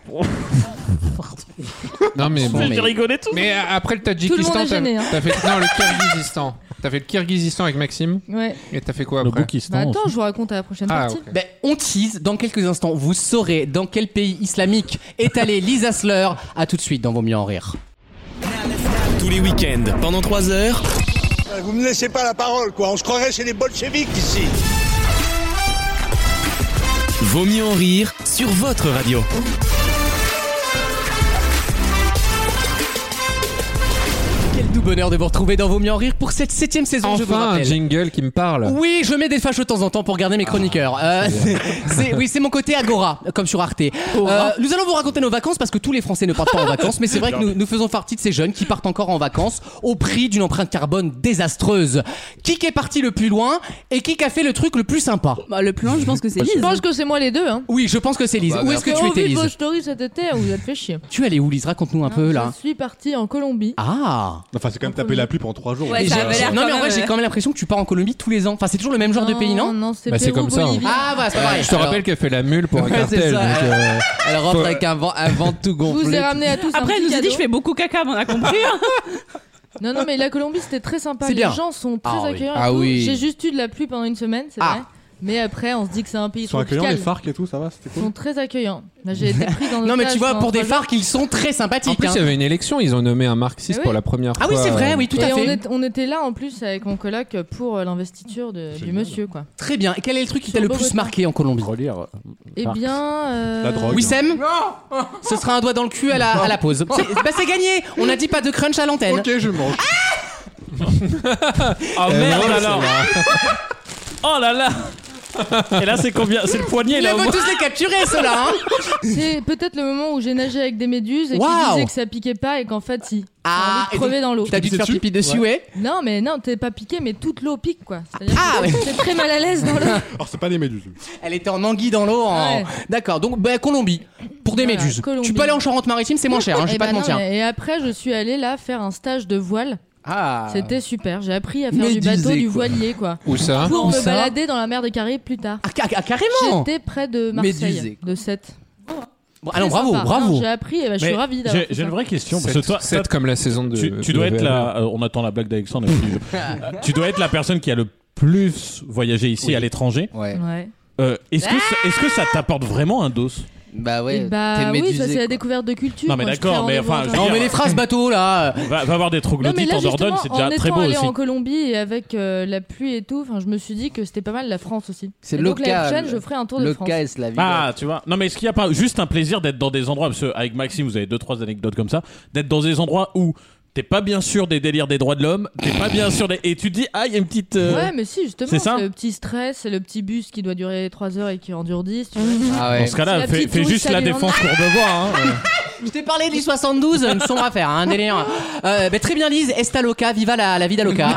[SPEAKER 5] Non, mais bon.
[SPEAKER 4] J'ai rigolé tout.
[SPEAKER 5] Mais euh, après le
[SPEAKER 6] Tout le
[SPEAKER 5] Tadjikistan,
[SPEAKER 6] monde est
[SPEAKER 5] t'as
[SPEAKER 6] gêné, hein.
[SPEAKER 5] t'as fait. Non, le Kirghizistan. T'as fait le Kirghizistan avec Maxime.
[SPEAKER 6] Ouais.
[SPEAKER 5] Et t'as fait quoi
[SPEAKER 4] Le
[SPEAKER 5] après
[SPEAKER 6] Bah,
[SPEAKER 4] Boukistan.
[SPEAKER 6] attends, je vous raconte à la prochaine
[SPEAKER 5] Ah,
[SPEAKER 6] partie.
[SPEAKER 5] ok.
[SPEAKER 2] Ben, on tease dans quelques instants. Vous saurez dans quel pays islamique est allée Lisa Sleur. A tout de suite dans Vos mieux en rire.
[SPEAKER 1] Tous les week-ends, pendant 3 heures,
[SPEAKER 9] Vous me laissez pas la parole, quoi. On se croirait chez les bolcheviks ici.
[SPEAKER 1] Vaut mieux en rire sur votre radio.
[SPEAKER 2] Quel doux bonheur de vous retrouver dans Vos mieux en rire pour cette septième saison, je vous
[SPEAKER 5] Enfin un
[SPEAKER 2] rappelle.
[SPEAKER 5] jingle qui me parle.
[SPEAKER 2] Oui, je mets des fâches de temps en temps pour garder mes chroniqueurs. Euh, c'est- oui, c'est mon côté agora, comme sur Arte. Euh, nous allons vous raconter nos vacances parce que tous les Français ne partent pas en vacances, mais c'est vrai que nous, nous faisons partie de ces jeunes qui partent encore en vacances au prix d'une empreinte carbone désastreuse. Qui est parti le plus loin et qui a fait le truc le plus sympa
[SPEAKER 8] Bah, le plan, je pense que c'est
[SPEAKER 6] Je
[SPEAKER 8] Lise.
[SPEAKER 6] pense que c'est moi les deux. Hein.
[SPEAKER 2] Oui, je pense que c'est Lise.
[SPEAKER 3] Bah,
[SPEAKER 2] Où est-ce que
[SPEAKER 6] Parce
[SPEAKER 2] tu
[SPEAKER 6] au
[SPEAKER 2] étais,
[SPEAKER 6] vu de
[SPEAKER 2] Lise
[SPEAKER 6] vos stories cet été, hein, vous êtes fait chier.
[SPEAKER 2] Tu es allé où, Lise Raconte-nous
[SPEAKER 8] Ah,
[SPEAKER 2] un peu, là.
[SPEAKER 6] Je suis partie en Colombie.
[SPEAKER 2] Ah
[SPEAKER 7] Enfin, c'est quand même taper la pluie pendant 3 jours.
[SPEAKER 8] Ouais,
[SPEAKER 2] Et
[SPEAKER 8] ça
[SPEAKER 2] j'ai-
[SPEAKER 8] avait l'air
[SPEAKER 2] Non, mais
[SPEAKER 8] quand
[SPEAKER 2] en vrai,
[SPEAKER 8] même,
[SPEAKER 2] j'ai
[SPEAKER 8] ouais.
[SPEAKER 2] quand même l'impression que tu pars en Colombie tous les ans. Enfin, c'est toujours le même genre de pays, non
[SPEAKER 6] Non, c'est
[SPEAKER 5] Bah, c'est
[SPEAKER 6] Pérou,
[SPEAKER 5] comme ça, hein.
[SPEAKER 6] Bolivie.
[SPEAKER 2] Ah, voilà, c'est pas pareil.
[SPEAKER 5] Je te
[SPEAKER 2] Alors,
[SPEAKER 5] rappelle qu'elle fait la mule pour un
[SPEAKER 2] Ouais, c'est
[SPEAKER 5] cartel.
[SPEAKER 2] ça.
[SPEAKER 5] donc, euh,
[SPEAKER 3] Elle rentre avec un vent, un vent tout
[SPEAKER 6] Je vous
[SPEAKER 3] gonflé.
[SPEAKER 6] ai ramené à tous un
[SPEAKER 8] Après,
[SPEAKER 6] petit
[SPEAKER 8] elle nous a dit,
[SPEAKER 6] cadeau.
[SPEAKER 8] je fais beaucoup caca, mais on a compris. hein.
[SPEAKER 6] Non, non, mais la Colombie, c'était très sympa.
[SPEAKER 2] C'est
[SPEAKER 6] Les
[SPEAKER 2] bien.
[SPEAKER 6] gens sont très
[SPEAKER 2] Ah oui.
[SPEAKER 6] accueillants. et
[SPEAKER 3] Ah
[SPEAKER 6] tout.
[SPEAKER 3] oui.
[SPEAKER 6] J'ai juste eu de la pluie pendant une semaine, c'est
[SPEAKER 2] Ah.
[SPEAKER 6] vrai. Mais après, on se dit que c'est un pays
[SPEAKER 7] Ils sont accueillants, les
[SPEAKER 6] tropical.
[SPEAKER 7] FARC et tout, ça va C'était
[SPEAKER 6] Ils
[SPEAKER 7] cool.
[SPEAKER 6] sont très accueillants. Bah, J'ai été pris dans
[SPEAKER 2] Non, mais tu
[SPEAKER 6] l'otage
[SPEAKER 2] vois,
[SPEAKER 6] pendant
[SPEAKER 2] pour des
[SPEAKER 6] trois jours.
[SPEAKER 2] phares qu'ils sont très
[SPEAKER 5] En
[SPEAKER 2] sympathiques.
[SPEAKER 5] plus,
[SPEAKER 2] hein.
[SPEAKER 5] il y avait une élection, ils ont nommé un marxiste
[SPEAKER 6] Eh
[SPEAKER 5] pour
[SPEAKER 6] oui.
[SPEAKER 5] la première
[SPEAKER 2] Ah oui,
[SPEAKER 5] fois.
[SPEAKER 2] c'est vrai,
[SPEAKER 5] euh,
[SPEAKER 2] oui, tout à
[SPEAKER 6] Et on,
[SPEAKER 2] fait.
[SPEAKER 6] est- on était là en plus avec mon coloc pour euh, l'investiture de- du monsieur quoi.
[SPEAKER 2] Très bien. Et quel est le truc qui t'a
[SPEAKER 6] Sur
[SPEAKER 2] le
[SPEAKER 6] Bogota.
[SPEAKER 2] plus marqué en Colombie
[SPEAKER 4] Relire.
[SPEAKER 6] Eh bien, euh,
[SPEAKER 7] La drogue.
[SPEAKER 2] Wissem Ce sera un doigt dans le cul à la, à la pause. C'est bah, c'est gagné On a dit pas de crunch à l'antenne. Ah,
[SPEAKER 7] Ok, je mange.
[SPEAKER 4] Oh
[SPEAKER 7] Eh,
[SPEAKER 5] Euh,
[SPEAKER 4] merde
[SPEAKER 5] non,
[SPEAKER 4] alors Oh là là Et là c'est combien C'est le poignet
[SPEAKER 2] Il
[SPEAKER 4] là au
[SPEAKER 2] veut
[SPEAKER 4] moins
[SPEAKER 2] tous les capturer, ceux-là. hein.
[SPEAKER 6] c'est peut-être le moment où j'ai nagé avec des méduses et qui
[SPEAKER 2] Waouh.
[SPEAKER 6] disaient que ça piquait pas et qu'en fait si.
[SPEAKER 2] Ah,
[SPEAKER 6] Ah,
[SPEAKER 2] et
[SPEAKER 6] envie de crever dans l'eau.
[SPEAKER 2] T'as dû te faire pipi dessus, ouais.
[SPEAKER 6] Non mais non, t'es pas piqué mais toute l'eau pique quoi. C'est-à-dire
[SPEAKER 2] Ah,
[SPEAKER 6] que
[SPEAKER 2] ouais.
[SPEAKER 6] t'es très mal à l'aise dans l'eau.
[SPEAKER 7] Alors, c'est pas des méduses.
[SPEAKER 2] Elle était en anguille dans l'eau. en-
[SPEAKER 6] Ouais.
[SPEAKER 2] D'accord. Donc, bah, Colombie. Pour des
[SPEAKER 6] Voilà,
[SPEAKER 2] méduses.
[SPEAKER 6] Colombie.
[SPEAKER 2] Tu peux aller en Charente-Maritime, c'est moins cher. hein, je
[SPEAKER 6] Eh
[SPEAKER 2] vais pas
[SPEAKER 6] ben
[SPEAKER 2] te
[SPEAKER 6] non,
[SPEAKER 2] mentir.
[SPEAKER 6] mais- et après je suis allée là faire un stage de voile.
[SPEAKER 2] Ah.
[SPEAKER 6] C'était super. J'ai appris à faire
[SPEAKER 3] Médusée,
[SPEAKER 6] du bateau du
[SPEAKER 3] quoi.
[SPEAKER 6] voilier quoi.
[SPEAKER 5] Où
[SPEAKER 4] Hein,
[SPEAKER 5] ça
[SPEAKER 6] Pour
[SPEAKER 2] Où
[SPEAKER 6] me
[SPEAKER 2] ça
[SPEAKER 6] balader dans la mer des Caraïbes plus tard.
[SPEAKER 2] Ah, ca- ah, carrément
[SPEAKER 6] J'étais près de Marseille,
[SPEAKER 3] Médusée,
[SPEAKER 6] de 7.
[SPEAKER 2] Bon,
[SPEAKER 4] Ah
[SPEAKER 2] Alors bravo,
[SPEAKER 6] Non,
[SPEAKER 2] bravo
[SPEAKER 6] J'ai appris et bah, je
[SPEAKER 4] Mais
[SPEAKER 6] suis ravie d'avoir.
[SPEAKER 4] J'ai
[SPEAKER 6] fait
[SPEAKER 4] j'ai
[SPEAKER 6] ça.
[SPEAKER 4] une vraie question parce que
[SPEAKER 5] C'est
[SPEAKER 4] toi, toi,
[SPEAKER 5] comme la saison de.
[SPEAKER 4] tu, tu
[SPEAKER 5] de
[SPEAKER 4] dois être
[SPEAKER 5] VRL.
[SPEAKER 4] la. euh, on attend la blague d'Alexandre. Euh, tu dois être la personne qui a le plus voyagé ici à l'étranger.
[SPEAKER 3] Ouais.
[SPEAKER 6] Ouais.
[SPEAKER 4] Euh, Est-ce que
[SPEAKER 6] Ah
[SPEAKER 4] ça- est-ce que ça t'apporte vraiment un dos
[SPEAKER 3] Bah
[SPEAKER 6] Et
[SPEAKER 3] ouais.
[SPEAKER 6] bah
[SPEAKER 3] t'es
[SPEAKER 6] oui, ça
[SPEAKER 3] médusé,
[SPEAKER 6] c'est la
[SPEAKER 3] quoi.
[SPEAKER 6] découverte de culture.
[SPEAKER 4] Non, mais
[SPEAKER 6] Moi, je
[SPEAKER 4] d'accord,
[SPEAKER 6] prends
[SPEAKER 4] mais
[SPEAKER 6] rendez-vous
[SPEAKER 4] enfin,
[SPEAKER 6] en
[SPEAKER 4] je veux
[SPEAKER 2] Non
[SPEAKER 6] Jordanie.
[SPEAKER 2] mais les phrases bateau là euh,
[SPEAKER 4] va, va voir des
[SPEAKER 6] Non, mais
[SPEAKER 4] troglodytes
[SPEAKER 6] là,
[SPEAKER 4] en Dordogne,
[SPEAKER 6] justement,
[SPEAKER 4] c'est déjà
[SPEAKER 6] en
[SPEAKER 4] très
[SPEAKER 6] étant
[SPEAKER 4] beau
[SPEAKER 6] allé
[SPEAKER 4] aussi.
[SPEAKER 6] en Colombie et avec euh, la pluie et tout, enfin, je me suis dit que c'était pas mal la France aussi.
[SPEAKER 3] C'est
[SPEAKER 6] Et donc
[SPEAKER 3] local.
[SPEAKER 6] la prochaine, je ferai un tour de
[SPEAKER 3] Le
[SPEAKER 6] France.
[SPEAKER 3] cas est la vie.
[SPEAKER 4] Ah, tu vois. Non, mais est-ce qu'il n'y a pas juste un plaisir d'être dans des endroits, parce que avec Maxime, vous avez deux, trois anecdotes comme ça, d'être dans des endroits où t'es pas bien sûr des délires des droits de l'homme, t'es pas bien sûr des. Et tu te dis, ah, il y a une petite. euh,
[SPEAKER 6] Ouais, mais si, justement,
[SPEAKER 4] c'est ça
[SPEAKER 6] le petit stress, c'est le petit bus qui doit durer 3 heures et qui en dure 10. tu vois.
[SPEAKER 3] Ah
[SPEAKER 4] Dans
[SPEAKER 3] ouais.
[SPEAKER 4] ce
[SPEAKER 6] C'est
[SPEAKER 4] cas-là,
[SPEAKER 6] la
[SPEAKER 4] fais,
[SPEAKER 6] petite
[SPEAKER 4] fais juste
[SPEAKER 6] touriste
[SPEAKER 4] la
[SPEAKER 6] à
[SPEAKER 4] défense pour devoir. Hein.
[SPEAKER 2] Je t'ai parlé du 72, une sombre affaire, hein, un délire. Euh, bah, très bien Lise, Esta Loca, viva la, la vida loca.